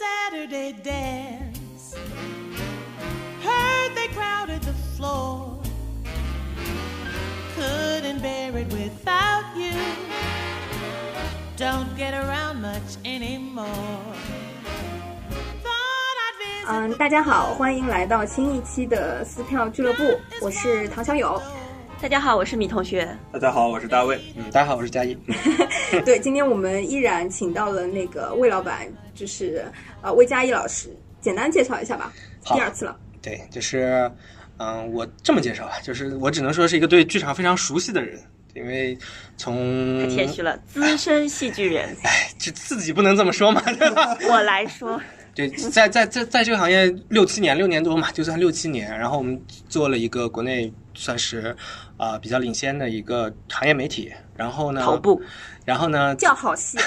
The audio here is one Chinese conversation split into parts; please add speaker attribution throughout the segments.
Speaker 1: Saturday dance. Heard they crowded the floor. Couldn't bear it without you. Don't get around much anymore. Thought I'd visit
Speaker 2: 嗯，
Speaker 1: the
Speaker 2: Um, 大家好，欢迎来到新一期的撕票俱乐部，我是唐小友。
Speaker 3: 大家好，我是米同学。
Speaker 4: 大家好，我是大卫。
Speaker 5: 嗯，大家好，我是佳 音。
Speaker 2: 对，今天我们依然请到了那个魏老板，就是呃魏佳艺老师，简单介绍一下吧。
Speaker 5: 好
Speaker 2: 第二次了，
Speaker 5: 对，就是，嗯、我这么介绍吧，就是我只能说是一个对剧场非常熟悉的人，因为从嗯哎
Speaker 3: 太谦虚了，资深戏剧 人，
Speaker 5: 这自己不能这么说嘛，对 吧？
Speaker 3: 我来说，
Speaker 5: 对，在在在在这个行业六七年，六年多嘛，就算六七年。然后我们做了一个国内算是啊、呃比较领先的一个行业媒体。然后呢，
Speaker 3: 头部
Speaker 5: 然后呢，
Speaker 2: 叫好戏。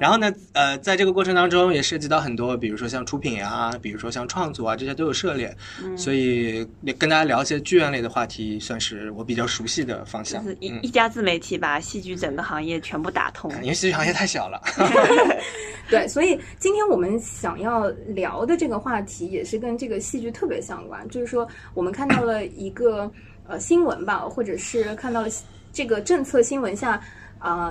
Speaker 5: 然后呢，呃，在这个过程当中也涉及到很多，比如说像出品啊，比如说像创作啊，这些都有涉猎。所以跟大家聊一些剧院类的话题，算是我比较熟悉的方
Speaker 3: 就
Speaker 5: 向。
Speaker 3: 是一
Speaker 5: 嗯，
Speaker 3: 一家自媒体把戏剧整个行业全部打通。
Speaker 5: 哎因为戏剧行业太小了。
Speaker 2: 对，所以今天我们想要聊的这个话题也是跟这个戏剧特别相关，就是说我们看到了一个呃新闻吧，或者是看到了这个政策新闻下，啊、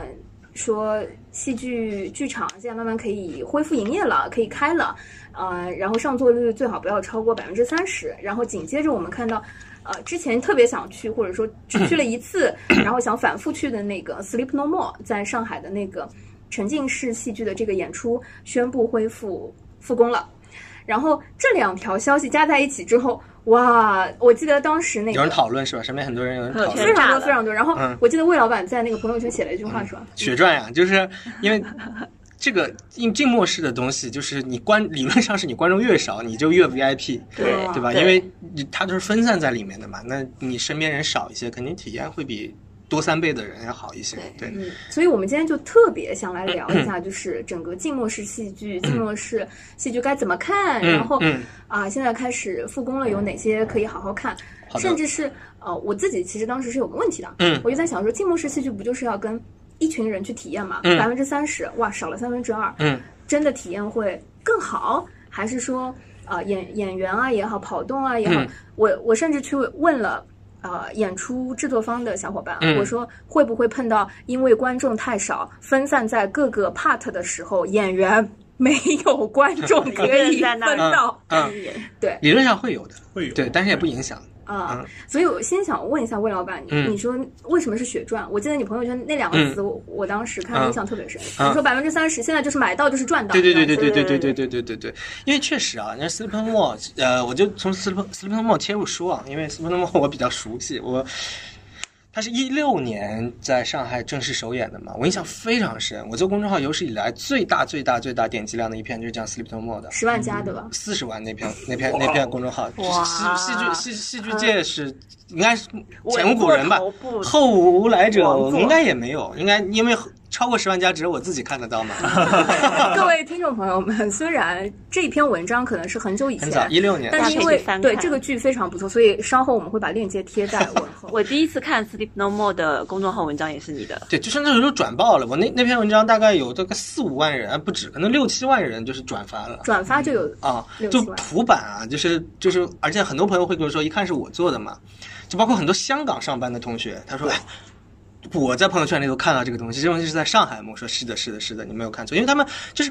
Speaker 2: 说戏剧剧场现在慢慢可以恢复营业了，可以开了，呃，然后上座率最好不要超过百分之三十，然后紧接着我们看到。呃，之前特别想去，或者说只去了一 次，然后想反复去的那个 Sleep No More，在上海的那个沉浸式戏剧的这个演出宣布恢复复工了。然后这两条消息加在一起之后，哇！我记得当时那
Speaker 5: 有
Speaker 2: 个
Speaker 5: 人讨论是吧？身边很多人有人讨
Speaker 3: 朋友
Speaker 5: 论
Speaker 2: 非
Speaker 3: 圈。
Speaker 2: 常
Speaker 3: 炸
Speaker 2: 多
Speaker 3: 了
Speaker 2: 非常多。然后
Speaker 5: 嗯
Speaker 2: 我记得魏老板在那个朋友圈写了一句话说：“
Speaker 5: 血赚呀、就是因为这个静静默式的东西，就是你观理论上是你观众越少，你就越 VIP。
Speaker 3: 对
Speaker 5: 对吧？因为你它都是分散在里面的嘛，那你身边人少一些，肯定体验会比多三倍的人要好一些。对，
Speaker 2: 嗯，所以我们今天就特别想来聊 一下，就是整个静默式戏剧、静默式戏剧该怎么看，
Speaker 5: 嗯
Speaker 2: 然后
Speaker 5: 嗯
Speaker 2: 啊，现在开始复工了，有哪些可以好好看，
Speaker 5: 好的
Speaker 2: 甚至是呃，我自己其实当时是有个问题的，
Speaker 5: 嗯
Speaker 2: 我就在想说，静默式戏剧不就是要跟一群人去体验嘛，
Speaker 5: 嗯
Speaker 2: 百分之三十，哇，少了三分之二，
Speaker 5: 嗯，
Speaker 2: 真的体验会更好，还是说啊、呃演演员啊也好，跑动啊也好，
Speaker 5: 嗯
Speaker 2: 我我甚至去问了。呃，演出制作方的小伙伴，啊
Speaker 5: 嗯
Speaker 2: 我说会不会碰到因为观众太少，分散在各个 part 的时候，演员没有观众可以分到？
Speaker 5: 嗯，
Speaker 2: 对
Speaker 5: 理论上会有的，
Speaker 4: 会有
Speaker 5: 对，但是也不影响。
Speaker 2: 啊、
Speaker 5: 嗯
Speaker 2: 所以我先想问一下魏老板，你、
Speaker 5: 嗯
Speaker 2: 你说为什么是血赚？我记得你朋友圈那两个词，我我当时看
Speaker 5: 嗯
Speaker 2: 印象特别深。
Speaker 5: 嗯
Speaker 2: 你说百分之三十，现在就是买到就是赚到。
Speaker 5: 对对对
Speaker 2: 这
Speaker 5: 对
Speaker 2: 样子
Speaker 5: 对对对对对对对对，因为确实啊，那 Sleep No More，呃，我就从 Sleep Sleep No More 切入说啊，因为 Sleep No More 我比较熟悉，我它是一六年在上海正式首演的嘛，我印象非常深。我做公众号有史以来最大最大最大点击量的一篇就是讲 Sleep No More 的，
Speaker 2: 十万加对吧？
Speaker 5: 四十万那篇那篇
Speaker 4: 哇
Speaker 5: 那篇公众号，
Speaker 3: 哇嗯
Speaker 5: 戏戏剧戏戏剧界是应该是前
Speaker 3: 我
Speaker 5: 无古人吧
Speaker 3: 头，部
Speaker 5: 后无来者
Speaker 3: 王，座
Speaker 5: 应该也没有，应该因为超过十万加只有我自己看得到 嘛，
Speaker 2: 各位听众朋友们，虽然这篇文章可能是很久以
Speaker 5: 很早
Speaker 2: 前，
Speaker 5: 一六年，
Speaker 2: 但是因为
Speaker 3: 大家可以去翻看
Speaker 2: 对这个剧非常不错，所以稍后我们会把链接贴在文后。
Speaker 3: 我第一次看《Sleep No More》的公众号文章也是你的，
Speaker 5: 对，就是那时候就转爆了，我那那篇文章大概有这个四五万人，啊不止，可能六七万人就是转发了。
Speaker 2: 转发就有
Speaker 5: 啊
Speaker 2: 六，
Speaker 5: 就
Speaker 2: 七万
Speaker 5: 普版啊，就是就是，而且很多朋友会跟我说，一看是我做的嘛，就包括很多香港上班的同学，他说，哎，我在朋友圈里都看到这个东西，这东西是在上海吗？我说是的，是的，是的，你没有看错，因为他们就是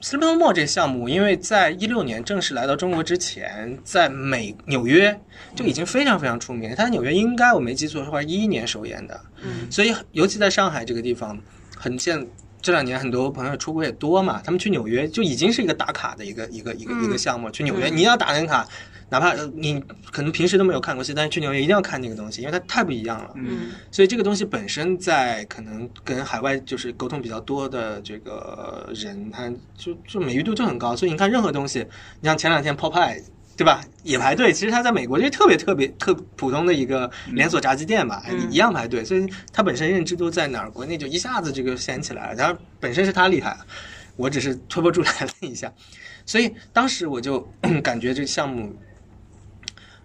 Speaker 5: Sleep No More 这个项目，因为在一六年正式来到中国之前，在美纽约就已经非常非常出名，它在纽约应该我没记错的话，一一年首演的，
Speaker 3: 嗯
Speaker 5: 所以尤其在上海这个地方，很现这两年很多朋友出国也多嘛，他们去纽约就已经是一个打卡的一个一个一个、一个项目。去纽约，你要打那卡，哪怕呃你可能平时都没有看过戏，但是去纽约一定要看这个东西，因为它太不一样了。
Speaker 4: 嗯，
Speaker 5: 所以这个东西本身在可能跟海外就是沟通比较多的这个人，他就就美誉度就很高。所以你看任何东西，你像前两天 Popeye。对吧？也排队。其实它在美国就是特别特别特普通的一个连锁炸鸡店吧，
Speaker 3: 嗯
Speaker 5: 一样排队。所以它本身认知度在哪儿，国内就一下子这个掀起来了。然后本身是它厉害，我只是推波助澜了一下。所以当时我就 感觉这个项目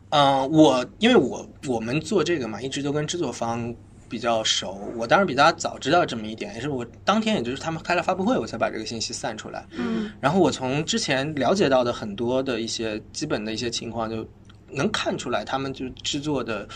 Speaker 5: 呃嗯、我因为我我们做这个嘛，一直都跟制作方比较熟，我当然比大家早知道这么一点，也是我当天也就是他们开了发布会，我才把这个信息散出来。
Speaker 2: 嗯
Speaker 5: 然后我从之前了解到的很多的一些基本的一些情况，就能看出来他们就制作的，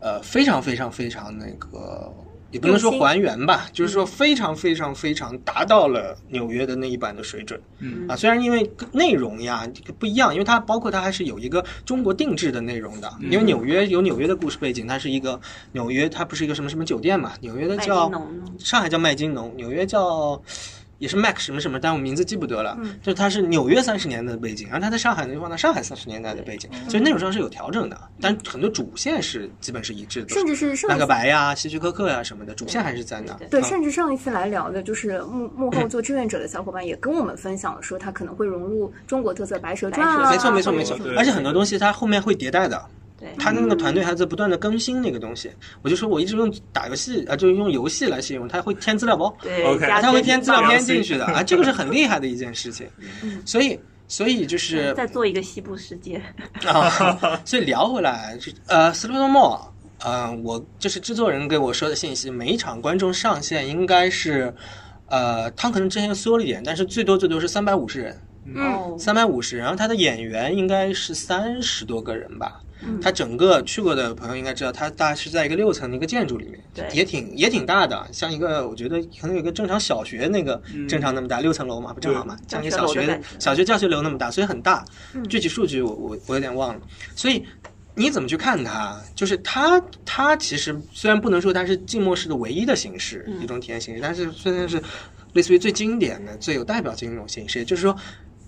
Speaker 5: 呃，非常非常非常那个，也不能说
Speaker 2: 用心
Speaker 5: 还原吧，就是说非常非常非常达到了纽约的那一版的水准。
Speaker 3: 嗯
Speaker 5: 啊，虽然因为内容呀这个不一样，因为它包括它还是有一个中国定制的内容的，因为纽约有纽约的故事背景，它是一个纽约，它不是一个什么什么酒店嘛，纽约的
Speaker 3: 麦
Speaker 5: 叫
Speaker 3: 金农，
Speaker 5: 上海叫麦金农，纽约叫也是 Mac 什么什么，但我名字记不得了。
Speaker 2: 嗯
Speaker 5: 就是它是纽约三十年代的背景，然后它在上海呢就放在上海三十年代的背景，
Speaker 2: 嗯
Speaker 5: 所以内容上是有调整的，但很多主线是基本是一致的，
Speaker 2: 甚至是上
Speaker 5: 那
Speaker 2: 一
Speaker 5: 个
Speaker 2: 次
Speaker 5: 白呀、希区柯克呀什么的，主线还是在那。
Speaker 2: 对，
Speaker 5: 嗯
Speaker 2: 甚至上一次来聊的，就是幕幕后做志愿者的小伙伴也跟我们分享了，说他可能会融入中国特色《白蛇传》啊，
Speaker 3: 白
Speaker 5: 没错，没错，
Speaker 2: 或
Speaker 5: 没
Speaker 2: 者
Speaker 5: 错
Speaker 2: 什么。
Speaker 5: 而且很多东西它后面会迭代的，
Speaker 3: 对，
Speaker 5: 他那个团队还在不断的更新那个东西。我就说我一直用打游戏啊，就是用游戏来形容，它会添资料包，
Speaker 3: 对
Speaker 4: OK
Speaker 3: 加
Speaker 5: 它会
Speaker 3: 进
Speaker 5: 添资料
Speaker 3: 去
Speaker 5: 片进去的啊，这个是很厉害的一件事情。
Speaker 2: 嗯
Speaker 5: 所以，所以就是
Speaker 3: 再做一个西部世界，
Speaker 5: 啊， 所以聊回来，就呃，斯洛莫啊，呃，我就是制作人给我说的信息，每一场观众上限应该是，呃，他可能之前又缩了一点，但是最多最多是三百五十人，
Speaker 2: 嗯，
Speaker 3: 哦，
Speaker 5: 三百五十，然后他的演员应该是三十多个人吧。
Speaker 3: 嗯
Speaker 5: 他整个去过的朋友应该知道，他大概是在一个六层的一个建筑里面，
Speaker 3: 对
Speaker 5: 也挺也挺大的，像一个我觉得可能有一个正常小学那个正常那么大，六层楼嘛，不正好嘛，像一个小
Speaker 3: 教学楼的
Speaker 5: 学
Speaker 3: 感觉嗯
Speaker 5: 小学教学楼那么大，所以很大。具体数据我我我有点忘了，所以。你怎么去看它？就是它，它其实虽然不能说它是静默式的唯一的形式，
Speaker 3: 嗯
Speaker 5: 一种体验形式，但是虽然是类似于最经典的、最有代表性的一种形式，也就是说，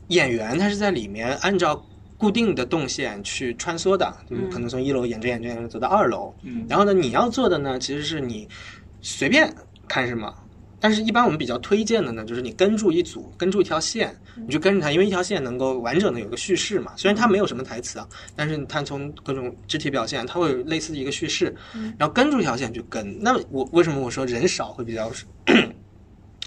Speaker 5: 演员他是在里面按照固定的动线去穿梭的，嗯，可能从一楼演着演着演着走到二楼，嗯，然后呢，你要做的呢，其实是你随便看什么。但是，一般我们比较推荐的呢，就是你跟住一组，跟住一条线，你就跟着它，因为一条线能够完整的有个叙事嘛。虽然它没有什么台词啊，但是它从各种肢体表现，它会有类似的一个叙事。然后跟住一条线去跟。那我为什么我说人少会比较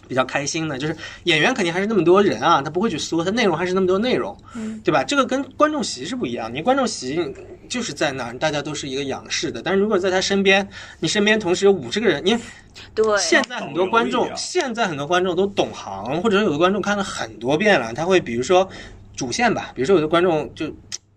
Speaker 5: 比较开心呢？就是演员肯定还是那么多人啊，他不会去缩，他内容还是那么多内容，对吧？这个跟观众席是不一样，你观众席就是在那儿，大家都是一个仰视的。但是如果在他身边，你身边同时有五十个人，因为
Speaker 3: 对，
Speaker 5: 现在很多观
Speaker 4: 导游
Speaker 5: 众
Speaker 4: 一，样
Speaker 5: 现在很多观众都懂行，或者说有的观众看了很多遍了，他会比如说主线吧，比如说有的观众就。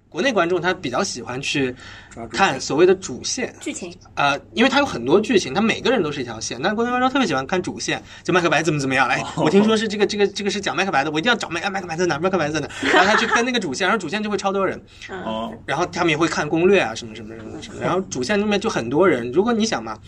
Speaker 5: 国内观众他比较喜欢去
Speaker 4: 抓住
Speaker 5: 看所谓的主线，
Speaker 2: 剧情
Speaker 5: 呃，因为它有很多剧情，它每个人都是一条线。但国内观众特别喜欢看主线，就麦克白怎么怎么样。哎，我听说是这个这个这个是讲麦克白的，我一定要找麦哎麦克白在哪？麦克白在哪？然后他去跟那个主线，然后主线就会超多人，
Speaker 3: 嗯，
Speaker 4: 哦，
Speaker 5: 然后他们也会看攻略啊什么什么什么什么。然后主线那边就很多人。如果你想嘛，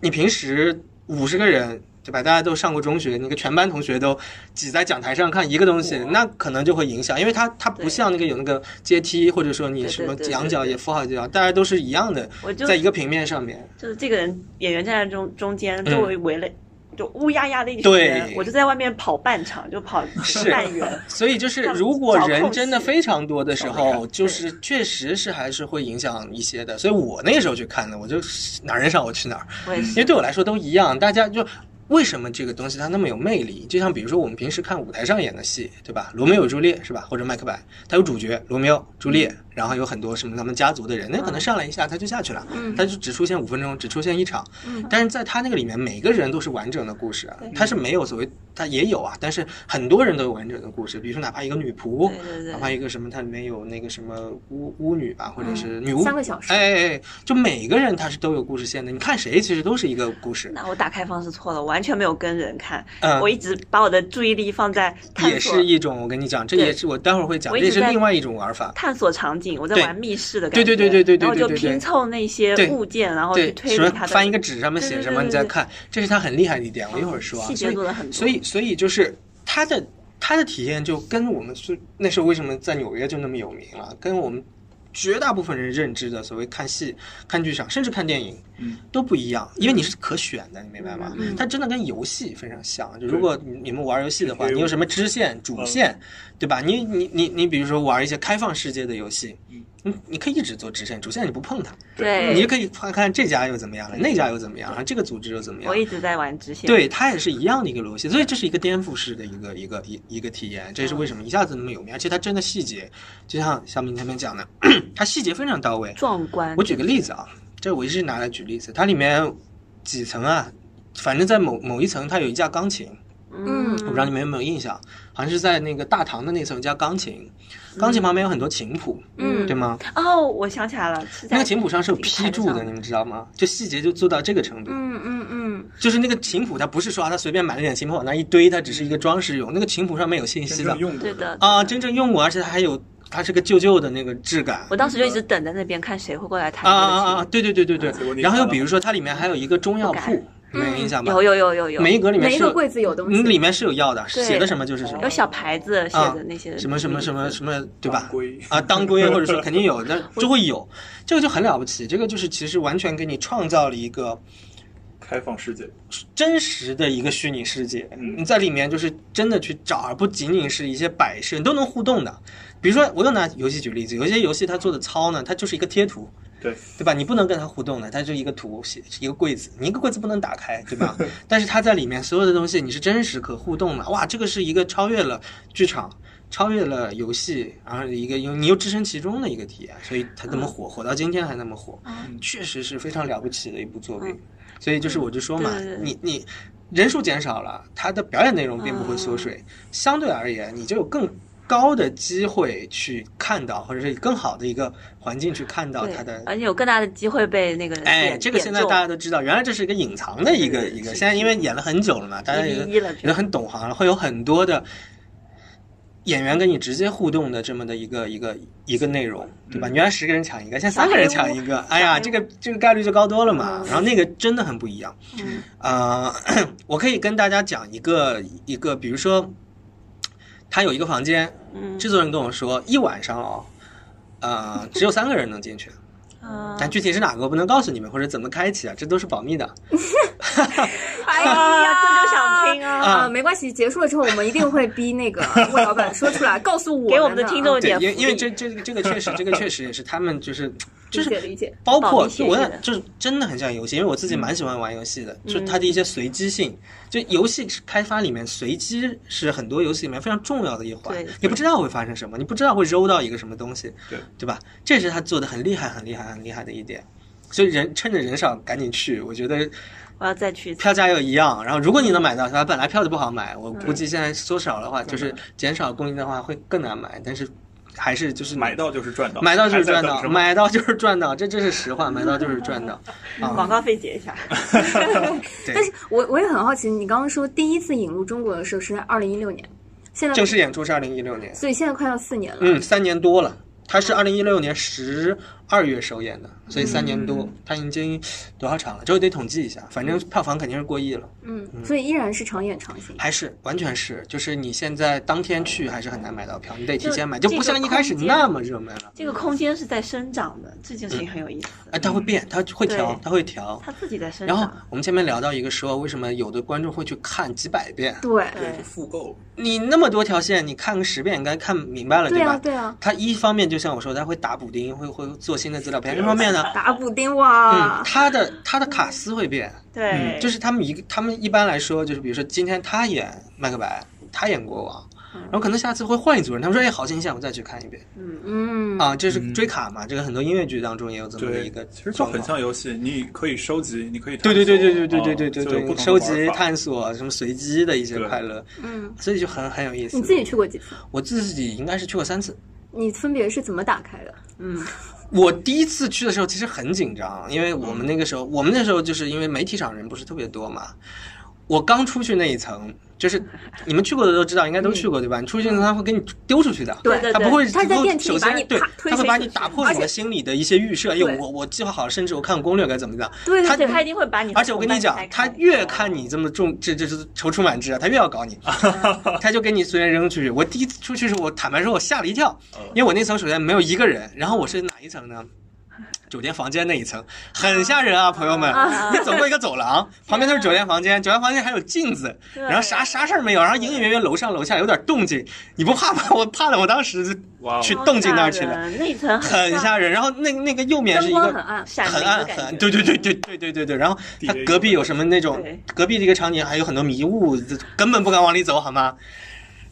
Speaker 5: 你平时五十个人。对吧？大家都上过中学，那个全班同学都挤在讲台上看一个东西，那可能就会影响，因为它它不
Speaker 3: 对
Speaker 5: 像那个有那个阶梯，或者说你
Speaker 3: 对
Speaker 5: 什
Speaker 3: 对
Speaker 5: 么
Speaker 3: 对对
Speaker 5: 仰角
Speaker 3: 对
Speaker 5: 也扶好角，大家都是一样的，
Speaker 3: 我就
Speaker 5: 在一个平面上面。
Speaker 3: 就是这个人演员站在中中间，周围围了。就乌压压的一群
Speaker 5: 对
Speaker 3: 人，我就在外面跑半场，就跑
Speaker 5: 是
Speaker 3: 半圆，
Speaker 5: 所以就是，
Speaker 3: 那
Speaker 5: 如果
Speaker 3: 找
Speaker 5: 人
Speaker 3: 空
Speaker 5: 真的
Speaker 3: 隙
Speaker 5: 非常多的时
Speaker 4: 找人
Speaker 5: 候，就是确实是还是会影响一些的。所以我那时候去看的，我就是哪儿人少我去哪儿，
Speaker 3: 我也
Speaker 5: 因
Speaker 3: 是。
Speaker 5: 为对我来说都一样。大家就为什么这个东西它那么有魅力？就像比如说我们平时看舞台上演的戏，对吧？罗密欧与朱丽叶是吧？或者麦克白，它有主角罗密欧、朱丽叶，然后有很多什么他们家族的人，那可能上来一下他就下去了，他就只出现五分钟，只出现一场。但是在他那个里面，每个人都是完整的故事啊，他是没有所谓，他也有啊，但是很多人都有完整的故事，比如说哪怕一个女仆，
Speaker 3: 对对对嗯
Speaker 5: 哪怕一个什么，它里面有那个什么巫巫女吧，或者是女巫，
Speaker 2: 三个小时
Speaker 5: 哎哎哎，就每个人他是都有故事线的，你看谁其实都是一个故事，
Speaker 3: 那我打开方式错了，我完全没有跟人看，
Speaker 5: 嗯
Speaker 3: 我一直把我的注意力放在探
Speaker 5: 也
Speaker 3: 索
Speaker 5: 是一种，我跟你讲，这也
Speaker 3: 对
Speaker 5: 是我待会儿会讲，
Speaker 3: 我
Speaker 5: 这
Speaker 3: 一
Speaker 5: 也
Speaker 3: 直
Speaker 5: 是
Speaker 3: 在
Speaker 5: 另外一种玩法。
Speaker 3: 探索场景，我在
Speaker 5: 对
Speaker 3: 玩密室的感
Speaker 5: 对
Speaker 3: 觉，
Speaker 5: 对对对对对
Speaker 3: 然后
Speaker 5: 对
Speaker 3: 就
Speaker 5: 对对
Speaker 3: 拼凑那些
Speaker 5: 对
Speaker 3: 物件，然后去
Speaker 5: 对，
Speaker 3: 推
Speaker 5: 什
Speaker 3: 理
Speaker 5: 么
Speaker 3: 它的
Speaker 5: 翻一个纸上面写什
Speaker 3: 对对
Speaker 5: 么，
Speaker 3: 对
Speaker 5: 你再看，这是他很厉害的一点。我一会儿说啊，
Speaker 3: 细
Speaker 5: 所
Speaker 3: 节
Speaker 5: 以
Speaker 3: 做的很多，
Speaker 5: 所以所以就是他的他的体验就跟我们是那时候为什么在纽约就那么有名了，跟我们绝大部分人认知的所谓看戏、看剧场，甚至看电影，
Speaker 4: 嗯
Speaker 5: 都不一样，因为你是可选的，你明白吗？它真的跟游戏非常像。就如果你你们玩游戏的话，
Speaker 4: 对
Speaker 5: 你有什么支线、主线，对吧？你你你你，比如说玩一些开放世界的游戏，你你可以一直做支线，主线你不碰它，
Speaker 3: 对，
Speaker 5: 你就可以看看这家又怎么样了，那家又怎么样了，这个组织又怎么样
Speaker 3: 我
Speaker 5: 了。
Speaker 3: 一直在玩支线，
Speaker 5: 对，它也是一样的一个逻辑，所以这是一个颠覆式的一个一个一一个体验，这也是为什么一下子那么有名，而且它真的细节，就像小明前面讲的， 它细节非常到位。
Speaker 3: 壮观
Speaker 5: 我，举个例子啊，这我一直拿来举例子，它里面几层啊，反正在某某一层，它有一架钢琴，
Speaker 2: 嗯
Speaker 5: 我不知道你们有没有印象，好像是在那个大堂的那层有一架钢琴，钢琴旁边有很多琴谱，
Speaker 2: 嗯
Speaker 5: 对吗？
Speaker 3: 哦，我想起来了，是在
Speaker 5: 那个琴谱上是有批注
Speaker 3: 顶台
Speaker 5: 的，
Speaker 3: 上
Speaker 5: 你们知道吗？就细节就做到这个程度，
Speaker 2: 嗯嗯嗯，
Speaker 5: 就是那个琴谱，它不是说啊，他随便买了点琴谱往那一堆，它只是一个装饰用，那个琴谱上面有信息
Speaker 4: 真
Speaker 5: 的
Speaker 4: 正用过
Speaker 3: 对的
Speaker 5: 啊，真正用过，而且它还有它是个旧旧的那个质感，
Speaker 3: 我当时就一直等在那边看谁会过来弹
Speaker 5: 啊
Speaker 3: 这个
Speaker 5: 啊啊！
Speaker 3: 琴
Speaker 5: 啊！对对对对
Speaker 4: 结果
Speaker 5: 对。
Speaker 4: 你
Speaker 5: 然后又
Speaker 4: 看了
Speaker 5: 比如说，它里面还有一个中药
Speaker 3: 不敢
Speaker 5: 铺，你们有印象吧？
Speaker 3: 有有有有有，
Speaker 5: 每一格里面
Speaker 2: 每一
Speaker 5: 是
Speaker 2: 个
Speaker 5: 有，
Speaker 2: 柜子有东
Speaker 5: 嗯，里
Speaker 2: 西，
Speaker 5: 面是有药的，
Speaker 3: 对
Speaker 5: 写的什么就是什么
Speaker 3: 有，小牌子写的那些
Speaker 5: 啊什么什么什么什么，对吧
Speaker 4: 当？归
Speaker 5: 啊，嗯当 归或者说肯定有，但就会有，这个就很了不起。这个就是其实完全给你创造了一个
Speaker 4: 开放世界，
Speaker 5: 真实的一个虚拟世界，
Speaker 4: 嗯
Speaker 5: 你在里面就是真的去找，而不仅仅是一些摆设，你都能互动的。比如说，我又拿游戏举例子，有些游戏它做的操呢，它就是一个贴图，
Speaker 4: 对
Speaker 5: 对吧？你不能跟它互动的，它就一个图，写一个柜子，你一个柜子不能打开，对吧？但是它在里面所有的东西你是真实可互动的，哇，这个是一个超越了剧场。超越了游戏，然后一个又你又置身其中的一个体验，所以它那么火，火到今天还那么火，确实是非常了不起的一部作品。所以就是我就说嘛，
Speaker 3: 嗯对对对
Speaker 5: 你你人数减少了，它的表演内容并不会缩水，
Speaker 3: 嗯
Speaker 5: 相对而言，你就有更高的机会去看到，或者是更好的一个环境去看到
Speaker 3: 对
Speaker 5: 它的。
Speaker 3: 而且有更大的机会被那个人
Speaker 5: 哎，
Speaker 3: 点
Speaker 5: 这个现在
Speaker 3: 点中
Speaker 5: 大家都知道，原来这是一个隐藏的一个
Speaker 4: 对
Speaker 5: 一个，
Speaker 4: 是
Speaker 5: 现在因为演了很久了嘛，大家
Speaker 3: 一
Speaker 5: 也
Speaker 3: 比一了，
Speaker 5: 也都很懂行了，会有很多的演员跟你直接互动的这么的一个一个一个内容，对吧？你原来十个人抢一个，现在三个人抢一个，哎呀，这个这个概率就高多了嘛。然后那个真的很不一样。
Speaker 3: 嗯
Speaker 5: 呃， 我可以跟大家讲一个一个，比如说，他有一个房间，
Speaker 3: 嗯
Speaker 5: 制作人跟我说一晚上哦，呃，只有三个人能进去，
Speaker 3: 啊
Speaker 5: 但具体是哪个我不能告诉你们，或者怎么开启啊，这都是保密的。
Speaker 2: 哎
Speaker 3: 啊
Speaker 2: 呀，
Speaker 3: 这就想听啊，
Speaker 2: 啊，没关系，结束了之后我们一定会逼那个魏老板说出来，告诉我
Speaker 3: 给我们
Speaker 2: 们
Speaker 3: 的听众一
Speaker 5: 对，
Speaker 3: 点
Speaker 5: 因为因为
Speaker 3: 福利
Speaker 5: 这这个这个确实，这个确实也是他们就是 就
Speaker 2: 理
Speaker 5: 是
Speaker 2: 解理解，
Speaker 5: 包
Speaker 3: 保
Speaker 5: 括
Speaker 3: 密嗯协
Speaker 5: 就
Speaker 3: 议
Speaker 5: 我想
Speaker 3: 的
Speaker 5: 就是真的很像游戏，因为我自己蛮喜欢玩游戏的，就
Speaker 3: 嗯
Speaker 5: 它的一些随机性，就游戏开发里面随机是很多游戏里面非常重要的一环
Speaker 3: 对，
Speaker 5: 你不知道会发生什么，你不知道会揉到一个什么东西，
Speaker 4: 对
Speaker 5: 对吧？这是他做的很厉害、很厉害、很厉害的一点。所以人趁着人少赶紧去，我觉得
Speaker 3: 我要再去一次。
Speaker 5: 票价又一样，然后如果你能买到它，本来票就不好买，我
Speaker 3: 嗯
Speaker 5: 估计现在缩少的话，就是减少供应的话会更难买，但是还是就是
Speaker 4: 买到就是赚到，
Speaker 5: 买到就是赚到
Speaker 4: 还在等，什么
Speaker 5: 买到就是赚到，这这是实话，买到就是 赚到。啊
Speaker 3: 广告费结一下，
Speaker 5: 对
Speaker 2: 但是我我也很好奇，你刚刚说第一次引入中国的时候是在二零一六年，现在
Speaker 5: 正式演出是二零一六年，
Speaker 2: 所以现在快要四年了，
Speaker 5: 嗯，三年多了。他是二零一六年十二月首演的，所以三年
Speaker 3: 嗯
Speaker 5: 多，他已经多少场了？这个得统计一下，反正票房肯定是过亿了，
Speaker 2: 嗯，所以依然是常演常新。
Speaker 5: 还是完全是，就是你现在当天去还是很难买到票，你得提前买，
Speaker 3: 就
Speaker 5: 就不像一开始
Speaker 3: 这个空间
Speaker 5: 那么热门了。
Speaker 3: 这个空间是在生长的，这件事情很有意思。
Speaker 5: 哎，他会变，他会调
Speaker 3: 对，
Speaker 5: 他会调。
Speaker 3: 他自己在生
Speaker 5: 然后
Speaker 3: 长，
Speaker 5: 我们前面聊到一个说，为什么有的观众会去看几百遍？
Speaker 2: 对
Speaker 3: 对
Speaker 4: 对，复购，
Speaker 5: 你那么多条线，你看个十遍应该看明白了，
Speaker 2: 对啊
Speaker 5: 吧？嗯
Speaker 2: 对啊，
Speaker 5: 他一方面就像我说，他会打补丁，会会做新的资料片。另一方面呢，
Speaker 2: 打补丁
Speaker 5: 嗯
Speaker 2: 哇，，
Speaker 5: 他的他的卡司会变，
Speaker 3: 对，
Speaker 5: 就是他们一个他们一般来说就是比如说今天他演麦克白，他演国王，然后可能下次会换一组人，他们说哎好新鲜，我再去看一遍
Speaker 2: 嗯
Speaker 5: 啊，这是追卡嘛，这个很多音乐剧当中也有这么
Speaker 4: 对，
Speaker 5: 一个
Speaker 4: 其实就
Speaker 5: 状况，
Speaker 4: 很像游戏，你可以收集，你可以
Speaker 5: 对对对对对对对对
Speaker 4: 对
Speaker 5: 对对，收集探索什么随机的一些
Speaker 4: 对
Speaker 5: 快乐，
Speaker 2: 嗯，
Speaker 5: 所以就很很有意思。
Speaker 2: 你自己去过几次？
Speaker 5: 我自己应该是去过三次。
Speaker 2: 你分别是怎么打开的？
Speaker 3: 嗯，
Speaker 5: 我第一次去的时候其实很紧张，因为我们那个时候，我们那时候就是因为媒体场人不是特别多嘛。我刚出去那一层，就是你们去过的都知道，应该都去过对吧？你出去那层他会给你丢出去的，
Speaker 2: 嗯对
Speaker 3: 对
Speaker 5: 他
Speaker 3: 对
Speaker 5: 不会，
Speaker 2: 他是在电梯里
Speaker 5: 首
Speaker 2: 把你
Speaker 5: 先对
Speaker 2: 啪，推
Speaker 5: 他会
Speaker 2: 推
Speaker 5: 把
Speaker 2: 出
Speaker 5: 你
Speaker 2: 去
Speaker 5: 打破
Speaker 2: 而
Speaker 5: 你
Speaker 2: 且
Speaker 5: 的心里的一些预设，哎呦，
Speaker 2: 对
Speaker 5: 我我计划好了，甚至我看攻略该怎么样。
Speaker 2: 对
Speaker 5: 他
Speaker 2: 对
Speaker 3: 他
Speaker 2: 对，
Speaker 3: 一定会把你的
Speaker 5: 而且我
Speaker 3: 同
Speaker 5: 跟
Speaker 3: 伴
Speaker 5: 你讲
Speaker 3: 带，开
Speaker 5: 他
Speaker 3: 的
Speaker 5: 越看你这么重，这这这踌躇满志啊，他越要搞你，他就给你随便扔出去。我第一次出去的时候，我坦白说，我吓了一跳，因为我那层首先没有一个人，然后我是哪一层呢？酒店房间那一层很吓人啊，朋友们！你走过一个走廊，旁边都是酒店房间，酒店房间还有镜子，
Speaker 3: 对
Speaker 5: 然后啥啥事儿没有，然后隐隐约约楼上楼下有点动静，你不怕吗？我怕的，我当时就
Speaker 4: 哇哦
Speaker 5: 去动静那儿去了，
Speaker 3: 了，那一层
Speaker 5: 很吓人。然后那那个右面是
Speaker 2: 灯
Speaker 5: 一
Speaker 2: 光
Speaker 5: 个
Speaker 2: 很暗，
Speaker 3: 闪
Speaker 5: 很
Speaker 3: 灵
Speaker 5: 暗
Speaker 3: 的
Speaker 5: 很暗，
Speaker 3: 感觉，
Speaker 5: 对对对对对对对对。然后它隔壁有什么那种
Speaker 3: 对，
Speaker 5: 隔壁这个场景还有很多迷雾，这根本不敢往里走，好吗？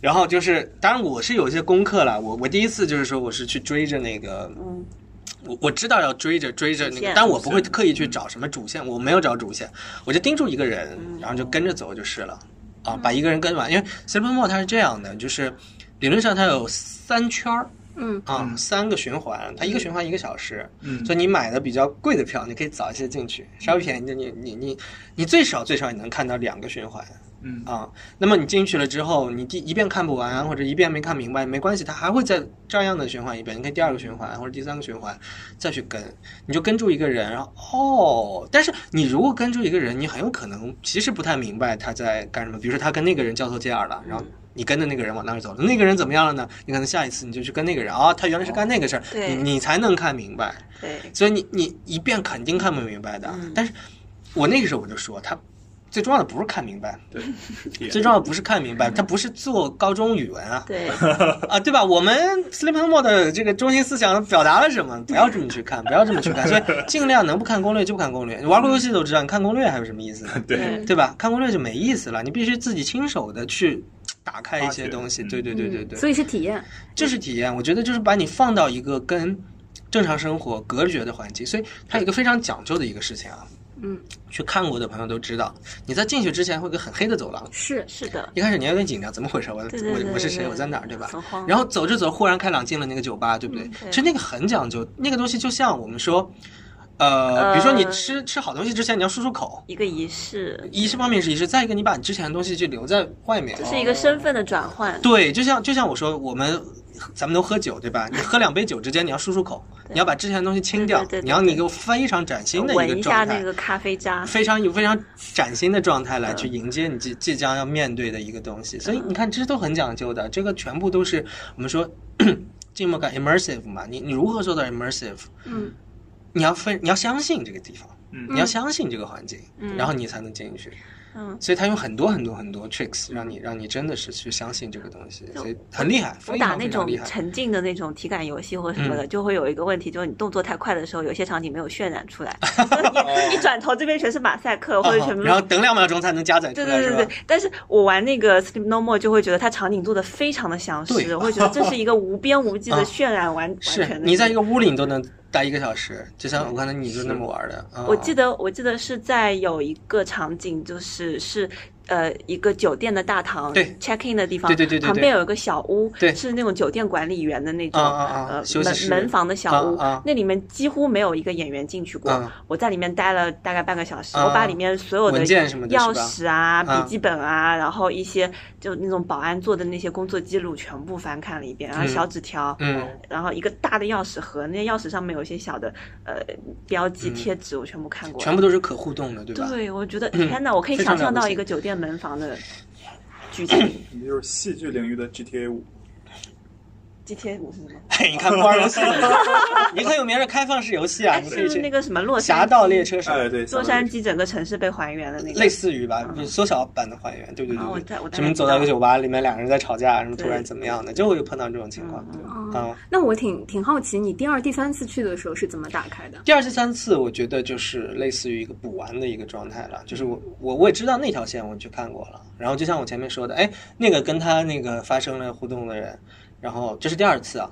Speaker 5: 然后就是，当然我是有一些功课了，我我第一次就是说我是去追着那个
Speaker 3: 嗯
Speaker 5: 我我知道要追着追着
Speaker 3: 主
Speaker 5: 那个
Speaker 3: 线，嗯
Speaker 5: 但我不会刻意去找什么主线，我没有找主线，我就盯住一个人，
Speaker 3: 嗯
Speaker 5: 然后就跟着走就是了，啊，把一个人跟完，因为 Sleeping Mall 它是这样的，就是理论上它有三圈儿。
Speaker 2: 嗯
Speaker 5: 啊，
Speaker 4: 嗯
Speaker 5: 三个循环，它一个循环一个小时，
Speaker 4: 嗯
Speaker 5: 所以你买的比较贵的票，你可以早一些进去，稍微便宜的你你你你最少最少你能看到两个循环，
Speaker 4: 嗯
Speaker 5: 啊，那么你进去了之后，你第一遍看不完啊，或者一遍没看明白，没关系，它还会再照样的循环一遍。你可以第二个循环或者第三个循环再去跟，你就跟住一个人，然后哦，但是你如果跟住一个人，你很有可能其实不太明白他在干什么。比如说他跟那个人交头接耳了，然后你跟着那个人往那儿走了，那个人怎么样了呢？你可能下一次你就去跟那个人啊、他原来是干那个事儿，
Speaker 3: 对
Speaker 5: 你你才能看明白。
Speaker 3: 对，
Speaker 5: 所以你你一遍肯定看不明白的。但是我那个时候我就说，他最重要的不是看明白。
Speaker 4: 对，是这样
Speaker 5: 最重要不是看明
Speaker 4: 嗯
Speaker 5: 白，它不是做高中语文啊，
Speaker 3: 对，
Speaker 5: 啊，对吧？我们 Sleeping Mode 的这个中心思想表达了什么？不要这么去 看，不要这么去看，所以尽量能不看攻略就不看攻略。你玩过游戏都知道，你看攻略还有什么意思 呢？
Speaker 4: 对，
Speaker 5: 对吧？看攻略就没意思了，你必须自己亲手的去打开一
Speaker 4: 发
Speaker 5: 些
Speaker 4: 掘
Speaker 5: 东西。
Speaker 4: 嗯
Speaker 5: 对对对对对，
Speaker 2: 所以是体验，
Speaker 5: 就是
Speaker 3: 嗯
Speaker 5: 体验。我觉得就是把你放到一个跟正常生活隔绝的环境，所以它有一个非常讲究的一个事情啊。
Speaker 2: 嗯，
Speaker 5: 去看过的朋友都知道，你在进去之前会有个很黑的走廊。
Speaker 2: 是
Speaker 3: 是的，
Speaker 5: 一开始你还有点紧张，怎么回事？我
Speaker 3: 对对对
Speaker 5: 我我是谁？
Speaker 3: 对
Speaker 5: 我在哪儿？对吧
Speaker 3: 很慌？嗯
Speaker 5: 然后走着走，忽然开朗进了那个酒吧，对不对？
Speaker 3: 对
Speaker 5: 其实那个很讲究，那个东西就像我们说，呃，比如说你吃吃好东西之前，你要漱漱口。
Speaker 3: 一个仪式，
Speaker 5: 仪式方面是仪式，再一个你把你之前的东西就留在外面。
Speaker 3: 是一个身份的转换。
Speaker 5: 对，就像就像我说，我们咱们都喝酒，对吧？你喝两杯酒之间，你要漱漱口，你要把之前的东西清掉
Speaker 3: 对对对，对
Speaker 5: 你要你一个非常崭新的一
Speaker 3: 闻
Speaker 5: 个
Speaker 3: 一下
Speaker 5: 状
Speaker 3: 那
Speaker 5: 态，
Speaker 3: 个咖啡渣，
Speaker 5: 非常有非常崭新的状态来
Speaker 3: 嗯
Speaker 5: 去迎接你即即将要面对的一个东西。所以你看，这都很讲究的，这个全部都是我们说静默感 immersive 嘛，你你如何做到 immersive？
Speaker 2: 嗯，
Speaker 5: 你要分，你要相信这个地方，
Speaker 4: 嗯
Speaker 5: 你要相信这个环境，然后你才能进去。
Speaker 3: 嗯，
Speaker 5: 所以他用很多很多很多 tricks 让你让你真的是去相信这个东西，
Speaker 3: 就
Speaker 5: 所以很厉害，
Speaker 3: 我
Speaker 5: 非
Speaker 3: 打
Speaker 5: 常
Speaker 3: 那
Speaker 5: 非常
Speaker 3: 种
Speaker 5: 厉害。
Speaker 3: 沉浸的那种体感游戏或什么的，
Speaker 5: 嗯
Speaker 3: 就会有一个问题，就是你动作太快的时候，有些场景没有渲染 出来，你一转头这边全是马赛克或者全部。
Speaker 5: 哦然后等两秒钟才能加载出
Speaker 3: 对
Speaker 5: 来，
Speaker 3: 对对
Speaker 5: 是
Speaker 3: 对
Speaker 5: 吧？，
Speaker 3: 但是我玩那个 Sleep No More 就会觉得它场景做的非常的详
Speaker 5: 对啊
Speaker 3: 实，我会觉得这是一个无边无 际的渲染完完
Speaker 5: 是
Speaker 3: 全的。
Speaker 5: 你在一个屋里你都能待一个小时，就像我刚才你就那么玩的。啊
Speaker 3: 我记得我记得是在有一个场景，就是是呃一个酒店的大堂
Speaker 5: 对
Speaker 3: check in 的地方，
Speaker 5: 对对对对对
Speaker 3: 旁边有一个小屋，
Speaker 5: 对
Speaker 3: 是那种酒店管理员的那种
Speaker 5: 啊啊啊
Speaker 3: 呃
Speaker 5: 休息室
Speaker 3: 门门房的小屋
Speaker 5: 啊啊
Speaker 3: 那里面几乎没有一个演员进去过。
Speaker 5: 啊
Speaker 3: 我在里面待了大概半个小时，
Speaker 5: 啊
Speaker 3: 我把里面所有的
Speaker 5: 文件什么的是吧
Speaker 3: 钥匙啊、
Speaker 5: 啊
Speaker 3: 笔记本啊，然后一些就那种保安做的那些工作记录全部翻看了一遍，然后
Speaker 5: 嗯
Speaker 3: 小纸条，
Speaker 5: 嗯，
Speaker 3: 然后一个大的钥匙盒，那些钥匙上面有一些小的呃标记贴纸，我全部看过了。
Speaker 5: 全部都是可互动的，对吧？
Speaker 3: 对，我觉 得天哪，我可以
Speaker 5: 非常
Speaker 3: 想
Speaker 5: 了
Speaker 3: 象
Speaker 5: 不
Speaker 3: 到
Speaker 5: 起
Speaker 3: 一个酒店门房的剧情。
Speaker 4: 你就是戏剧领域的 GTA 五，
Speaker 3: GTA 五是什么？
Speaker 5: 嘿，你看不玩 游戏，你很有名的开放式游戏啊，
Speaker 3: 哎，
Speaker 5: 你可以
Speaker 3: 是
Speaker 5: 去
Speaker 3: 那个什么洛杉矶
Speaker 5: 侠盗猎车手，
Speaker 4: 哎对，
Speaker 3: 洛杉矶整个城市被还原的那个嗯
Speaker 5: 类。似于吧，就缩小版的还原，对对
Speaker 3: 啊我
Speaker 5: 对
Speaker 3: 在我大
Speaker 5: 对。
Speaker 3: 概
Speaker 5: 什么
Speaker 3: 知
Speaker 5: 走到一个
Speaker 3: 道
Speaker 5: 酒吧，里面两个人在吵架，什么突
Speaker 3: 对嗯
Speaker 5: 然怎么样的，就会碰到这种情况。
Speaker 2: 哦
Speaker 5: 啊，
Speaker 2: 那我挺挺好奇，你第二、第三次去的时候是怎么打开的？
Speaker 5: 第二、第三次，我觉得就是类似于一个补完的一个状态了。就是我我我也知道那条线我去看过了，然后就像我前面说的，哎，那个跟他那个发生了互动的人，然后这是第二次啊。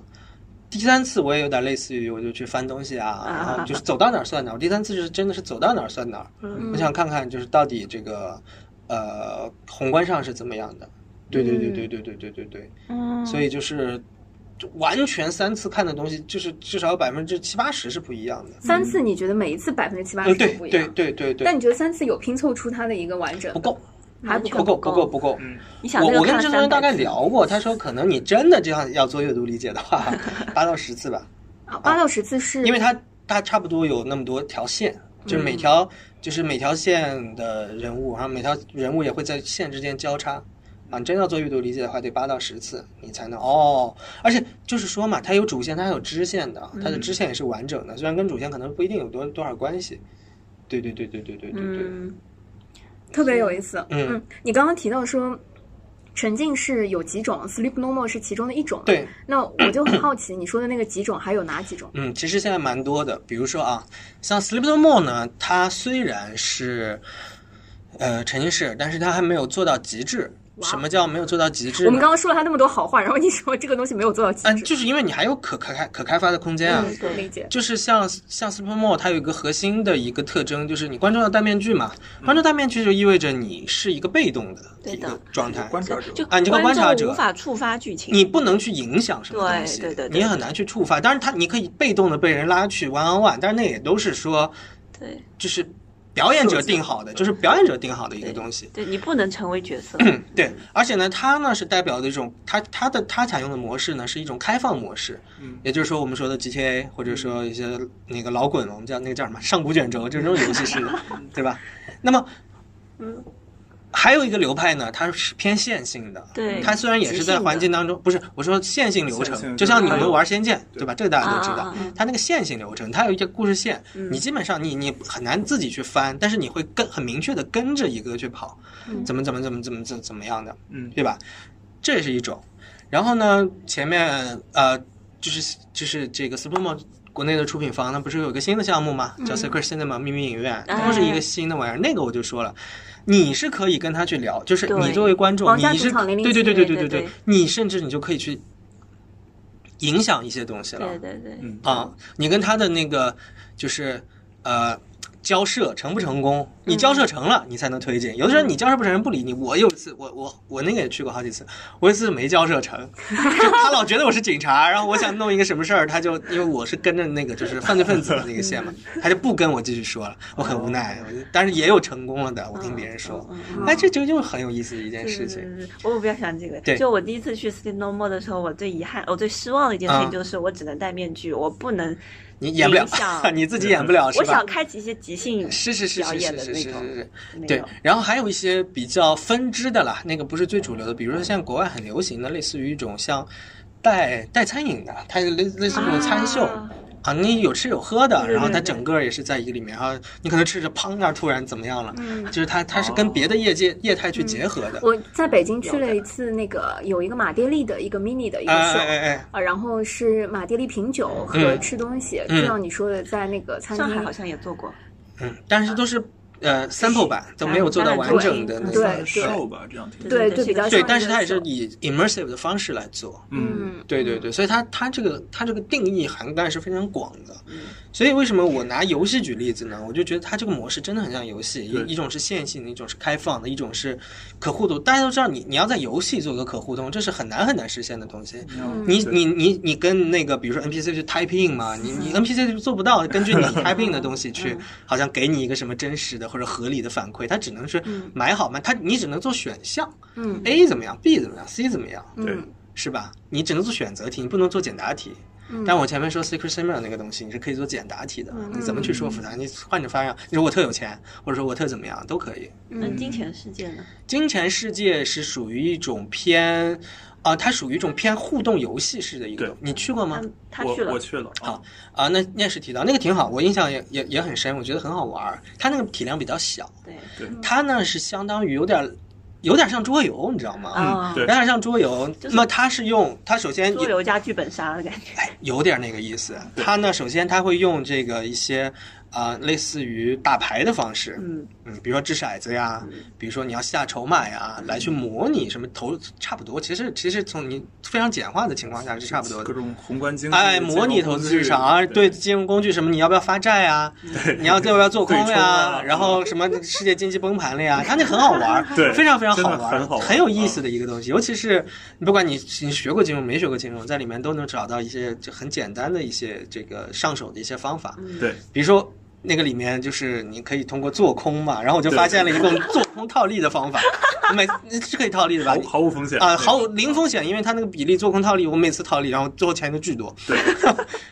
Speaker 5: 第三次我也有点类似于，我就去翻东西啊，然后就是走到哪儿算哪儿。我第三次就是真的是走到哪儿算哪儿，
Speaker 3: 嗯
Speaker 5: 我想看看就是到底这个呃宏观上是怎么样的。对对对对对对对对对，
Speaker 3: 嗯，
Speaker 5: 所以就是就完全三次看的东西，就是至少有百分之七八十是不一样的。
Speaker 2: 三次你觉得每一次百分之七八
Speaker 5: 嗯，
Speaker 2: 十
Speaker 5: 对
Speaker 2: 不一
Speaker 5: 对
Speaker 2: 样，
Speaker 5: 对对哦
Speaker 2: 但
Speaker 5: 对，
Speaker 2: 你觉得三次有拼凑出它的一个完整
Speaker 5: 不？够，
Speaker 2: 还不
Speaker 5: 不够，不够，不够。嗯
Speaker 3: 你想
Speaker 5: 我
Speaker 3: 那个
Speaker 5: 我跟
Speaker 3: 看
Speaker 5: 制
Speaker 3: 了
Speaker 5: 作
Speaker 3: 三
Speaker 5: 人大概
Speaker 3: 百次，
Speaker 5: 聊过，他说可能你真的这样要做阅读理解的话，八到十次吧，
Speaker 2: 啊八到十次是
Speaker 5: 因为他他差不多有那么多条线，就是每条、就是每条线的人物，然后每条人物也会在线之间交叉。啊，你真要做阅读理解的话，得八到十次你才能哦。而且就是说嘛，它有主线，它还有支线的，它的支线也是完整的，虽然跟主线可能不一定有多多少关系。对对对对对对对对，
Speaker 3: 嗯，
Speaker 2: 特别有意思。
Speaker 5: 嗯
Speaker 2: 你刚刚提到说。沉浸式有几种，Sleep No More 是其中的一种。，
Speaker 5: 对，
Speaker 2: 那我就很好奇，你说的那个几种还有哪几种？
Speaker 5: 嗯，其实现在蛮多的，比如说啊，像 Sleep No More 呢，它虽然是呃沉浸式，但是它还没有做到极致。
Speaker 2: 哇
Speaker 5: 什
Speaker 3: 哦
Speaker 5: 么叫没有做到极致呢？
Speaker 2: 我们刚刚说了他那么多好话，然后你说这个东西没有做到极
Speaker 5: 嗯，
Speaker 2: 致，
Speaker 5: 就是因为你还有可可开可开发的空间啊。
Speaker 2: 嗯
Speaker 3: 对
Speaker 2: 理解。
Speaker 5: 就是像像 Supermall，它有一个核心的一个特征，就是你观众要戴面具嘛。观众戴面具就意味着你是一个被动的
Speaker 3: 嗯对
Speaker 5: 一
Speaker 3: 的
Speaker 5: 个状态，
Speaker 4: 观察者
Speaker 3: 就
Speaker 5: 啊你这个观察者
Speaker 3: 无法触发剧情，
Speaker 5: 你不能去影响什么东西，
Speaker 3: 对对对对
Speaker 5: 你也很难去触发。当然，它你可以被动的被人拉去 one on one，但是那也都是说
Speaker 3: 对
Speaker 5: 就是表演者定好的，就是表演者定好的一个东西。
Speaker 3: 对，你不能成为角色。
Speaker 5: 对，而且呢，它呢是代表的一种，它它的它采用的模式呢是一种开放模式，
Speaker 4: 嗯，
Speaker 5: 也就是说我们说的 GTA 或者说一些那个老滚嘛，我们叫那个叫什么上古卷轴这种游戏式 的，对吧？那么，
Speaker 3: 嗯，
Speaker 5: 还有一个流派呢，它是偏线性的，
Speaker 3: 对
Speaker 5: 它虽然也是在环境当中，不是我说线性流
Speaker 4: 线
Speaker 5: 程，
Speaker 4: 性
Speaker 5: 就像你们
Speaker 4: 流程
Speaker 5: 玩《仙剑》，
Speaker 4: 对
Speaker 5: 对吧？这个大家都知
Speaker 3: 啊
Speaker 5: 道
Speaker 3: 啊啊啊，
Speaker 5: 它那个线性流程，它有一个故事线，你基本上你你很难自己去翻，但是你会跟很明确的跟着一个去跑，怎么怎么怎么怎么怎么怎么样的，
Speaker 4: 嗯
Speaker 5: 对吧？这是一种。然后呢，前面呃，就是就是这个 Supermo 国内的出品方，那不是有一个新的项目吗？叫 Secret Cinema 秘密影院，它就是一个新的玩意儿。那个我就说了，你是可以跟他去聊，就是
Speaker 3: 对
Speaker 5: 你作为观众，
Speaker 2: 皇家
Speaker 5: 你
Speaker 2: 主
Speaker 5: 是
Speaker 2: 场
Speaker 5: 对
Speaker 2: 007
Speaker 5: 对对对对
Speaker 3: 对
Speaker 5: 对
Speaker 3: 对，
Speaker 5: 你甚至你就可以去影响一些东西了。
Speaker 3: 对对对，
Speaker 4: 嗯
Speaker 5: 啊，你跟他的那个就是呃交涉成不成功，
Speaker 3: 嗯
Speaker 5: 你交涉成了，你才能推进。有的时候你交涉不成，人不理你。我有一次，我我我那个也去过好几次，我有一次没交涉成，就他老觉得我是警察， 然后我想弄一个什么事儿，他就因为我是跟着那个就是犯罪分子的那个线嘛，他就不跟我继续说了，我很无
Speaker 3: 哦
Speaker 5: 奈。我就但是也有成功了的，我听别人说，
Speaker 3: 嗯嗯嗯
Speaker 5: 哎，这就就很有意思的一件事
Speaker 3: 是是
Speaker 5: 情。
Speaker 3: 是是，我我比较喜欢这个。
Speaker 5: 对
Speaker 3: 就我第一次去 Sleep No More 的时候，我最遗憾、我最失望的一件事
Speaker 5: 嗯
Speaker 3: 情就是我只能戴面具，我不能。
Speaker 5: 你演不了
Speaker 3: 影，响
Speaker 5: 你自己演不了啊是
Speaker 3: 我
Speaker 5: 吧？
Speaker 3: 想开启一些即兴
Speaker 5: 是是是
Speaker 3: 表
Speaker 5: 是
Speaker 3: 演
Speaker 5: 是
Speaker 3: 的
Speaker 5: 是
Speaker 3: 那
Speaker 5: 是
Speaker 3: 种，
Speaker 5: 是。
Speaker 3: 没
Speaker 5: 对
Speaker 3: 有，
Speaker 5: 然后还有一些比较分支的啦，那个不是最主流的，比如说像国外很流行的，类似于一种像带带餐饮的，它类类似于那种餐秀
Speaker 3: 啊
Speaker 5: 啊你有吃有喝的，
Speaker 3: 对
Speaker 5: 然后
Speaker 3: 对
Speaker 5: 它
Speaker 3: 对
Speaker 5: 整个也是在一个里面，然后你可能吃着，砰，那儿突然怎么样了，
Speaker 3: 嗯
Speaker 5: 就是它它是跟别的业界业态去结合的，
Speaker 2: 啊嗯我在北京去了一次，那个有一个马爹利的一个 mini 的一个
Speaker 5: 哎
Speaker 2: 秀
Speaker 5: 哎，哎哎，
Speaker 2: 啊，然后是马爹利品酒和
Speaker 5: 嗯
Speaker 2: 吃东西，
Speaker 5: 嗯
Speaker 2: 就像你说的，在那个餐
Speaker 3: 上海好
Speaker 2: 厅，
Speaker 3: 像也做过，
Speaker 5: 嗯，但是都是呃 sample 版，都没有做到完整的那
Speaker 2: 对
Speaker 5: 种，
Speaker 2: 对
Speaker 4: 瘦吧，这样听。
Speaker 2: 对
Speaker 3: 对
Speaker 2: 比较像
Speaker 5: 对，
Speaker 2: 一
Speaker 5: 但是
Speaker 2: 个
Speaker 5: 它也是
Speaker 2: 秀
Speaker 5: 以 immersive 的方式来做，
Speaker 4: 嗯，
Speaker 2: 嗯，
Speaker 5: 对对对，所以它它这个它这个定义涵盖是非常广的，所以为什么我拿游戏举例子呢？我就觉得它这个模式真的很像游戏，
Speaker 4: 对
Speaker 5: 一一种是线性的，一种是开放的，一种是可互动。大家都知道你，你要在游戏做个可互动，这是很难很难实现的东西。你
Speaker 4: 嗯对
Speaker 5: 你你你跟那个比如说 NPC 去 typing 嘛，你你 NPC 就做不到，根据你 typing 的东西去，好像给你一个什么真实的或者合理的反馈，它只能是买好嘛，它你只能做选项，
Speaker 2: 嗯
Speaker 5: ，A 怎么样，B 怎么样，C 怎么样，
Speaker 4: 对
Speaker 2: 嗯
Speaker 5: 是吧？你只能做选择题，你不能做简答题。
Speaker 2: 嗯
Speaker 3: 嗯
Speaker 5: 但我前面说 secret s i m e r 那个东西，你是可以做简答题的。你怎么去说服他？你换着法让，你说我特有钱，或者说我特怎么样，都可以。
Speaker 2: 嗯
Speaker 3: 那嗯金钱世界呢？
Speaker 5: 金钱世界是属于一种偏，啊、它属于一种偏互动游戏式的一个
Speaker 4: 对。
Speaker 5: 你去过吗
Speaker 3: 他？他
Speaker 4: 我
Speaker 3: 去了
Speaker 4: 我，去了啊
Speaker 5: 好，啊、那那是提到那个挺好，我印象也也也很深，我觉得很好玩儿。它那个体量比较小，
Speaker 3: 对，
Speaker 5: 它呢是相当于有点儿有点像桌游，你知道吗？
Speaker 3: 啊，
Speaker 5: 有
Speaker 4: 嗯对
Speaker 5: 点像桌游。
Speaker 3: 就是
Speaker 5: 那么它是用它首先
Speaker 3: 桌游加剧本杀的感觉，
Speaker 5: 哎，有点那个意思。他呢，首先他会用这个一些啊、呃类似于打牌的方式，
Speaker 3: 嗯
Speaker 5: 比如说掷骰子呀，比如说你要下筹码呀，来去模拟什么投，差不多。其实其实从你非常简化的情况下是差不多
Speaker 4: 各
Speaker 5: 的。
Speaker 4: 种宏观经济，
Speaker 5: 哎，模拟投资市场啊，对金融工具什么，你要不要发债啊？你要要不要做空
Speaker 4: 对
Speaker 5: 呀、
Speaker 4: 冲啊
Speaker 5: 然后什么世界经济崩盘了呀？它那很好玩儿，
Speaker 4: 对
Speaker 5: 非常非常好
Speaker 4: 真的
Speaker 5: 玩儿，
Speaker 4: 很好玩儿
Speaker 5: 有意思的一个东西。尤其是你不管你你学过金融没学过金融，在里面都能找到一些就很简单的一些这个上手的一些方法，
Speaker 4: 对，
Speaker 5: 比如说。那个里面就是你可以通过做空嘛，然后我就
Speaker 4: 对
Speaker 5: 发现了一种做空套利的方法，每是可以套利的吧？
Speaker 4: 毫毫无风险
Speaker 5: 啊，毫无零风险，因为它那个比例做空套利，我每次套利，然后最后钱就巨多。
Speaker 4: 对，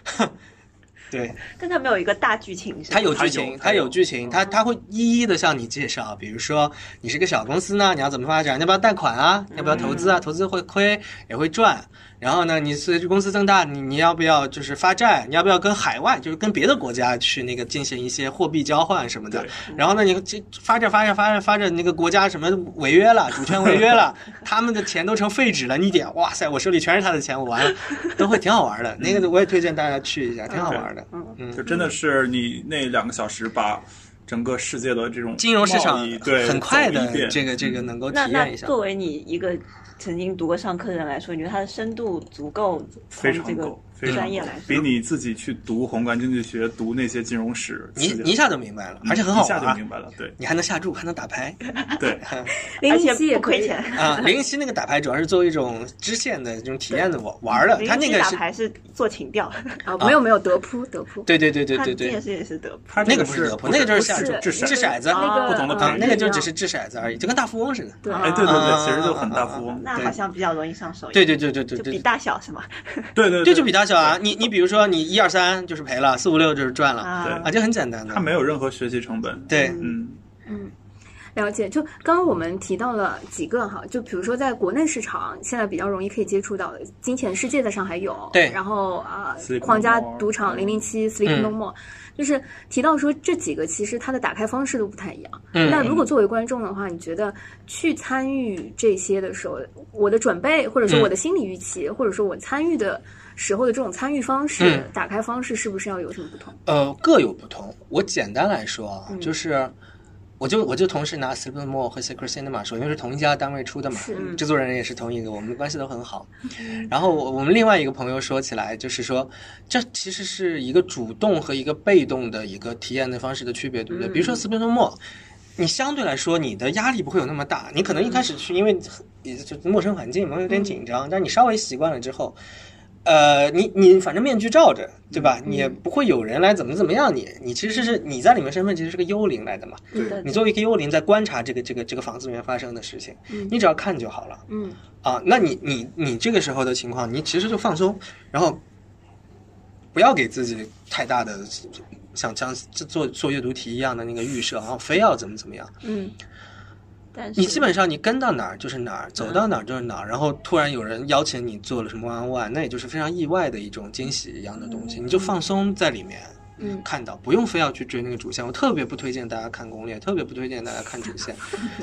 Speaker 5: 对，
Speaker 3: 但他没有一个大剧情，是吧
Speaker 5: 它有
Speaker 4: 它
Speaker 5: 剧
Speaker 4: 有
Speaker 5: 情，
Speaker 4: 它
Speaker 5: 它有
Speaker 4: 有
Speaker 5: 剧情，它它会一一的向你介绍，比如说你是个小公司呢，你要怎么发展，要不要贷款啊，要不要投资啊，投资会亏也会赚。然后呢，你随着公司增大，你你要不要就是发债？你要不要跟海外，就是跟别的国家去那个进行一些货币交换什么的
Speaker 4: 对？
Speaker 5: 然后呢，你这发展发展发展发展，那个国家什么违约了，主权违约了，他们的钱都成废纸了，你一点，哇塞，我手里全是他的钱，我完了，都会挺好玩的。那个我也推荐大家去一下，挺好玩的。
Speaker 4: 就真的是你那两个小时把整个世界的这种
Speaker 5: 金融市场
Speaker 4: 贸易对
Speaker 5: 很快
Speaker 4: 走一遍嗯
Speaker 5: 的这个这个能够体
Speaker 3: 那那
Speaker 5: 验一下。
Speaker 3: 作为你一个曾经读过上课的人来说，你觉得它的深度足够从
Speaker 4: 非常
Speaker 3: 这个
Speaker 4: 够，非常
Speaker 3: 专业
Speaker 4: 够
Speaker 3: 来说
Speaker 4: 比？你自己去读宏观经济学、读那些金融史，
Speaker 5: 你
Speaker 4: 刺激
Speaker 5: 你一下就明白了，
Speaker 4: 嗯
Speaker 5: 而且很好
Speaker 4: 一下
Speaker 5: 玩
Speaker 4: 就
Speaker 5: 啊
Speaker 4: 明！白了，对
Speaker 5: 你还能下注，还能打牌
Speaker 4: 对，
Speaker 2: 零
Speaker 3: 而
Speaker 2: 零
Speaker 3: 且
Speaker 2: 七也
Speaker 3: 不
Speaker 2: 可
Speaker 3: 亏
Speaker 2: 以。
Speaker 3: 钱。
Speaker 5: 啊！零零七那个打牌主要是作为一种支线的这种体验的玩玩儿的，
Speaker 3: 零
Speaker 5: 他那
Speaker 3: 七
Speaker 5: 个
Speaker 3: 打
Speaker 5: 是
Speaker 3: 牌是做情调，
Speaker 2: 啊，没有没有德扑德扑，
Speaker 5: 对对对对
Speaker 3: 他
Speaker 5: 对
Speaker 3: 这件
Speaker 5: 对，
Speaker 3: 事也是德扑。
Speaker 4: 它
Speaker 5: 那
Speaker 4: 这
Speaker 5: 个
Speaker 4: 不
Speaker 5: 不是德扑，
Speaker 4: 不
Speaker 5: 那个就是
Speaker 2: 不
Speaker 5: 下注
Speaker 2: 是
Speaker 5: 掷
Speaker 2: 是
Speaker 5: 骰子
Speaker 2: 那个
Speaker 4: 不
Speaker 3: 嗯
Speaker 4: 同的
Speaker 5: 啊
Speaker 4: 牌，
Speaker 5: 那个就只是掷骰子而已，就跟大富翁似的。
Speaker 2: 对
Speaker 4: 哎，对对
Speaker 5: 啊
Speaker 4: 对，其实就很大富翁，
Speaker 3: 那好像比较容易上手一
Speaker 5: 对
Speaker 3: 点，
Speaker 5: 对对对对
Speaker 3: 就比
Speaker 5: 对，
Speaker 3: 大小是吗？
Speaker 4: 对对
Speaker 5: 这就比大小啊！你你比如说你一二三就是赔了，四五六就是赚了
Speaker 3: 啊，
Speaker 5: 啊，就很简单的
Speaker 4: 它。没有任何学习成本，
Speaker 5: 对，
Speaker 4: 嗯，
Speaker 2: 了解，就刚刚我们提到了几个哈，就比如说在国内市场现在比较容易可以接触到的，《金钱世界》在上海有，
Speaker 5: 对
Speaker 2: 然后啊，
Speaker 4: Sleep No
Speaker 2: 皇家
Speaker 4: More
Speaker 2: 赌场
Speaker 4: 嗯
Speaker 2: 零零七、Sleep No More，就是提到说这几个其实它的打开方式都不太一样。
Speaker 5: 嗯
Speaker 2: 那如果作为观众的话，你觉得去参与这些的时候，我的准备或者说
Speaker 5: 嗯
Speaker 2: 我的心理预期，或者说我参与的时候的这种参与方式、
Speaker 5: 嗯
Speaker 2: 打开方式，是不是要有什么不同？
Speaker 5: 呃，各有不同。我简单来说啊，就是，我就我就同时拿 s i p e n More 和 Secret Cinema 说，因为是同一家单位出的嘛
Speaker 2: 是，
Speaker 5: 制作人也是同一个，我们关系都很好。然后我我们另外一个朋友说起来，就是说，这其实是一个主动和一个被动的一个体验的方式的区别，对不对？比如说 s i p e n More。你相对来说，你的压力不会有那么大。你可能一开始去，因为也就陌生环境嘛，有点紧张。但你稍微习惯了之后，呃，你你反正面具罩着，对吧？你也不会有人来怎么怎么样你。你其实是你在里面身份其实是个幽灵来的嘛。
Speaker 4: 对
Speaker 3: 对
Speaker 5: 你作为一个幽灵在观察这个这个这个房子里面发生的事情，你只要看就好了
Speaker 2: 嗯
Speaker 5: 啊。那你你你这个时候的情况，你其实就放松，然后不要给自己太大的像像做做阅读题一样的那个预设，然后非要怎么怎么样。
Speaker 2: 嗯，
Speaker 3: 但是
Speaker 5: 你基本上你跟到哪儿就是哪儿，走到哪儿就是哪儿，然后突然有人邀请你做了什么 one on one，那也就是非常意外的一种惊喜一样的东西，你就放松在里面。
Speaker 2: 嗯
Speaker 5: 看到不用非要去追那个主线，我特别不推荐大家看攻略，特别不推荐大家看主线，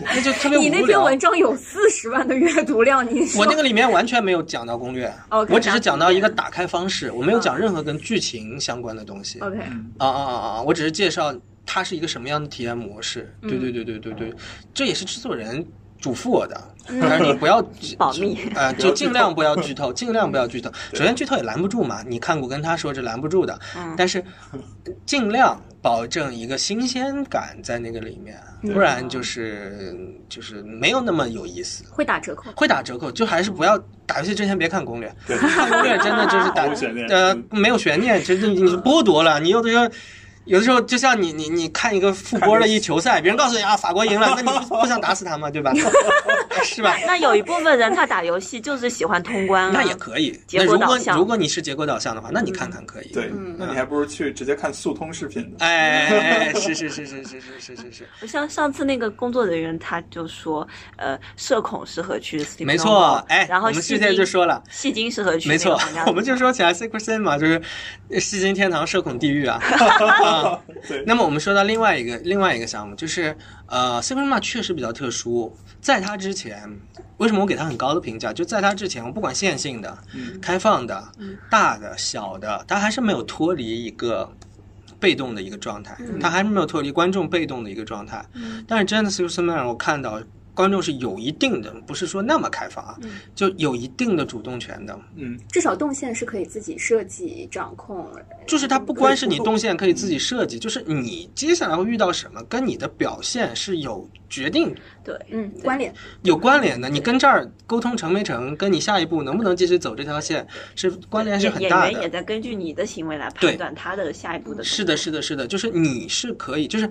Speaker 5: 那就特 别
Speaker 2: 你那
Speaker 5: 无
Speaker 2: 篇
Speaker 5: 聊
Speaker 2: 文。章有四十万的阅读量， 你说
Speaker 5: 我那个里面完全没有讲到攻略
Speaker 2: OK，
Speaker 5: 我只是讲到一个打开方式，我没有讲任何跟剧情相关的东西。
Speaker 3: 嗯
Speaker 2: OK，
Speaker 5: 啊啊啊啊！我只是介绍它是一个什么样的体验模式。
Speaker 3: 嗯
Speaker 5: 对对对对对对，这也是制作人嘱咐我的，但是你不要
Speaker 3: 嗯 保密
Speaker 5: 啊、呃，
Speaker 4: 不要
Speaker 5: 就
Speaker 4: 剧
Speaker 5: 尽
Speaker 4: 透
Speaker 5: 量不要剧透， 尽量不要剧透。首先剧透也拦不住嘛，你看过跟他说是拦不住的，
Speaker 3: 嗯
Speaker 5: 但是尽量保证一个新鲜感在那个里面，
Speaker 3: 嗯
Speaker 5: 不然就是就是没有那么有意思。
Speaker 2: 会打折扣。
Speaker 5: 会打折扣，就还是不要打游戏之前别看攻 略，
Speaker 4: 对，
Speaker 5: 看攻略真的就是打
Speaker 4: 无悬念
Speaker 5: 呃
Speaker 4: 嗯
Speaker 5: 没有悬念，其实你你剥夺了你有的时候。有的时候就像你你你看一个复播的一球赛，别人告诉你啊法国赢了，那 你不不想打死他吗？对吧？哎是吧？
Speaker 3: 那有一部分人他打游戏就是喜欢通关啊，
Speaker 5: 那也可以。
Speaker 3: 结
Speaker 5: 那
Speaker 3: 果
Speaker 5: 如
Speaker 3: 导
Speaker 5: 果
Speaker 3: 向
Speaker 5: 如果你是结构导向的话，那你看看可以。
Speaker 4: 嗯对，那你还不如去直接看速通视频呢。
Speaker 5: 哎，是是是是是是是是 是，
Speaker 3: 像上次那个工作人员他就说，呃，社恐适合去 Sleep
Speaker 5: 没
Speaker 3: No
Speaker 5: 错
Speaker 3: More，。
Speaker 5: 哎，
Speaker 3: 然后
Speaker 5: 我们
Speaker 3: 戏
Speaker 5: 之前就
Speaker 3: 精
Speaker 5: 说了，
Speaker 3: 戏精适合去那
Speaker 5: 没
Speaker 3: 个
Speaker 5: 错
Speaker 3: 皇家，
Speaker 5: 我们就说起来 Secret Sin 嘛，就是戏精天堂、社恐地狱啊。啊
Speaker 4: 对
Speaker 5: 那么我们说到另外一个另外一个项目，就是呃，Secret Sin 确实比较特殊。在它之前，为什么我给它很高的评价？就在它之前，我不管线性的、开放的、大的、小的，它还是没有脱离一个。被动的一个状态，它还是没有脱离观众被动的一个状态。但是真的 Secret Sin 让我看到观众是有一定的，不是说那么开放啊，就有一定的主动权的。
Speaker 4: 嗯，
Speaker 2: 至少动线是可以自己设计、掌控。
Speaker 5: 就是它不光是你动线可以自己设计，就是你接下来会遇到什么，跟你的表现是有决定、
Speaker 3: 对，
Speaker 2: 嗯关联，
Speaker 5: 有关联的。你跟这儿沟通成没成，跟你下一步能不能继续走这条线是关联是很
Speaker 3: 演
Speaker 5: 大
Speaker 3: 员也
Speaker 5: 的。
Speaker 3: 在根据你的行为来判
Speaker 5: 对
Speaker 3: 断他的下一步的。
Speaker 5: 是的，，是的，是的，就是你是可以，就是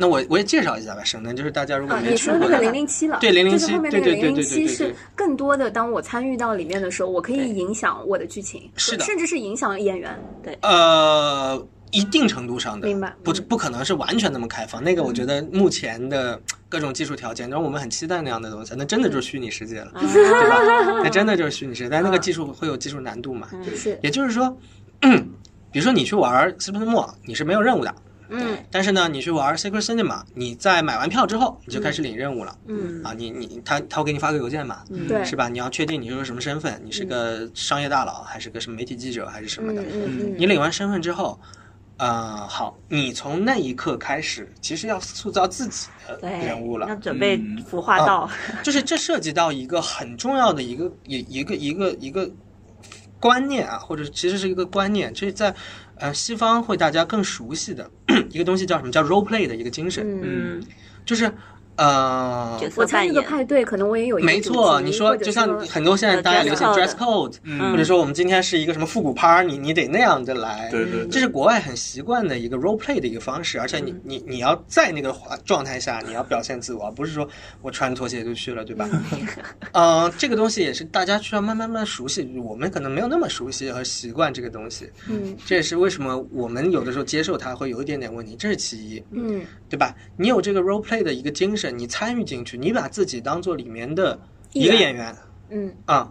Speaker 5: 那我我也介绍一下吧，省得就是大家如果
Speaker 2: 啊，
Speaker 5: 嗯没
Speaker 2: 你
Speaker 5: 去
Speaker 2: 说
Speaker 5: 过
Speaker 2: 那
Speaker 5: 的
Speaker 2: 个
Speaker 5: 话
Speaker 2: 零零七了，
Speaker 5: 对007
Speaker 2: 就是后面那个
Speaker 5: 对对
Speaker 2: 零
Speaker 5: 对
Speaker 2: 零
Speaker 5: 对对
Speaker 2: 七
Speaker 5: 对
Speaker 2: 是更多的，当我参与到里面的时候，我可以影响我的剧情，
Speaker 5: 是的
Speaker 2: 甚至是影响演员。
Speaker 5: 呃，一定程度上的，
Speaker 2: 明白嗯
Speaker 5: 不不可能是完全那么开放。那个我觉得目前的各种技术条件，让我们很期待那样的东西，那真的就是虚拟世界了，
Speaker 3: 啊
Speaker 5: 对 吧？那真的就是虚拟世界，但那个技术会有技术难度嘛？
Speaker 2: 是，
Speaker 5: 也就是说， 比如说你去玩《斯宾莫》，你是没有任务的。
Speaker 2: 嗯，
Speaker 5: 但是呢，你去玩 Secret Cinema，你在买完票之后，你就开始领任务了。
Speaker 2: 嗯，
Speaker 5: 啊，你你他他会给你发个邮件嘛，
Speaker 2: 对，
Speaker 5: 是吧？你要确定你是个什么身份，你是个商业大佬，还是个什么媒体记者，还是什么
Speaker 2: 嗯
Speaker 5: 的？
Speaker 2: 嗯嗯，
Speaker 5: 你领完身份之后，啊、好，你从那一刻开始，其实要塑造自己的
Speaker 3: 对，
Speaker 5: 人物
Speaker 3: 要
Speaker 5: 了。啊
Speaker 3: 准备
Speaker 4: 嗯
Speaker 3: 孵化道，
Speaker 5: 就是这涉及到一个很重要的一个一一个一个一个观念啊，或者其实是一个观念，这是在呃西方会大家更熟悉的 一个东西叫什么叫 role play 的一个精神，
Speaker 3: 嗯，
Speaker 5: 就是呃
Speaker 3: 角色
Speaker 2: 我参
Speaker 3: 扮
Speaker 2: 与个
Speaker 3: 演，
Speaker 2: 派对，可能我也有一个
Speaker 5: 没错，
Speaker 2: 主题
Speaker 5: 你说
Speaker 2: 或者
Speaker 5: 就像很多现在大家流行
Speaker 3: dress
Speaker 5: dress code，
Speaker 4: 嗯
Speaker 5: 或者说我们今天是一个什么复古趴，你你得那样的来，
Speaker 4: 对对
Speaker 5: 这是国外很习惯的一个 role play 的一个方式，而且你你你要在那个环状态下，你要表现自我，而不是说我穿拖鞋就去了，对吧？嗯、这个东西也是大家需要慢慢慢慢熟悉，我们可能没有那么熟悉和习惯这个东西，
Speaker 2: 嗯
Speaker 5: 这也是为什么我们有的时候接受它会有一点点问题，这是其一。
Speaker 2: 嗯
Speaker 5: 对吧？你有这个 role play 的一个精神，你参与进去，你把自己当做里面的一个
Speaker 2: 艺人
Speaker 5: 演员
Speaker 2: 嗯
Speaker 5: 啊、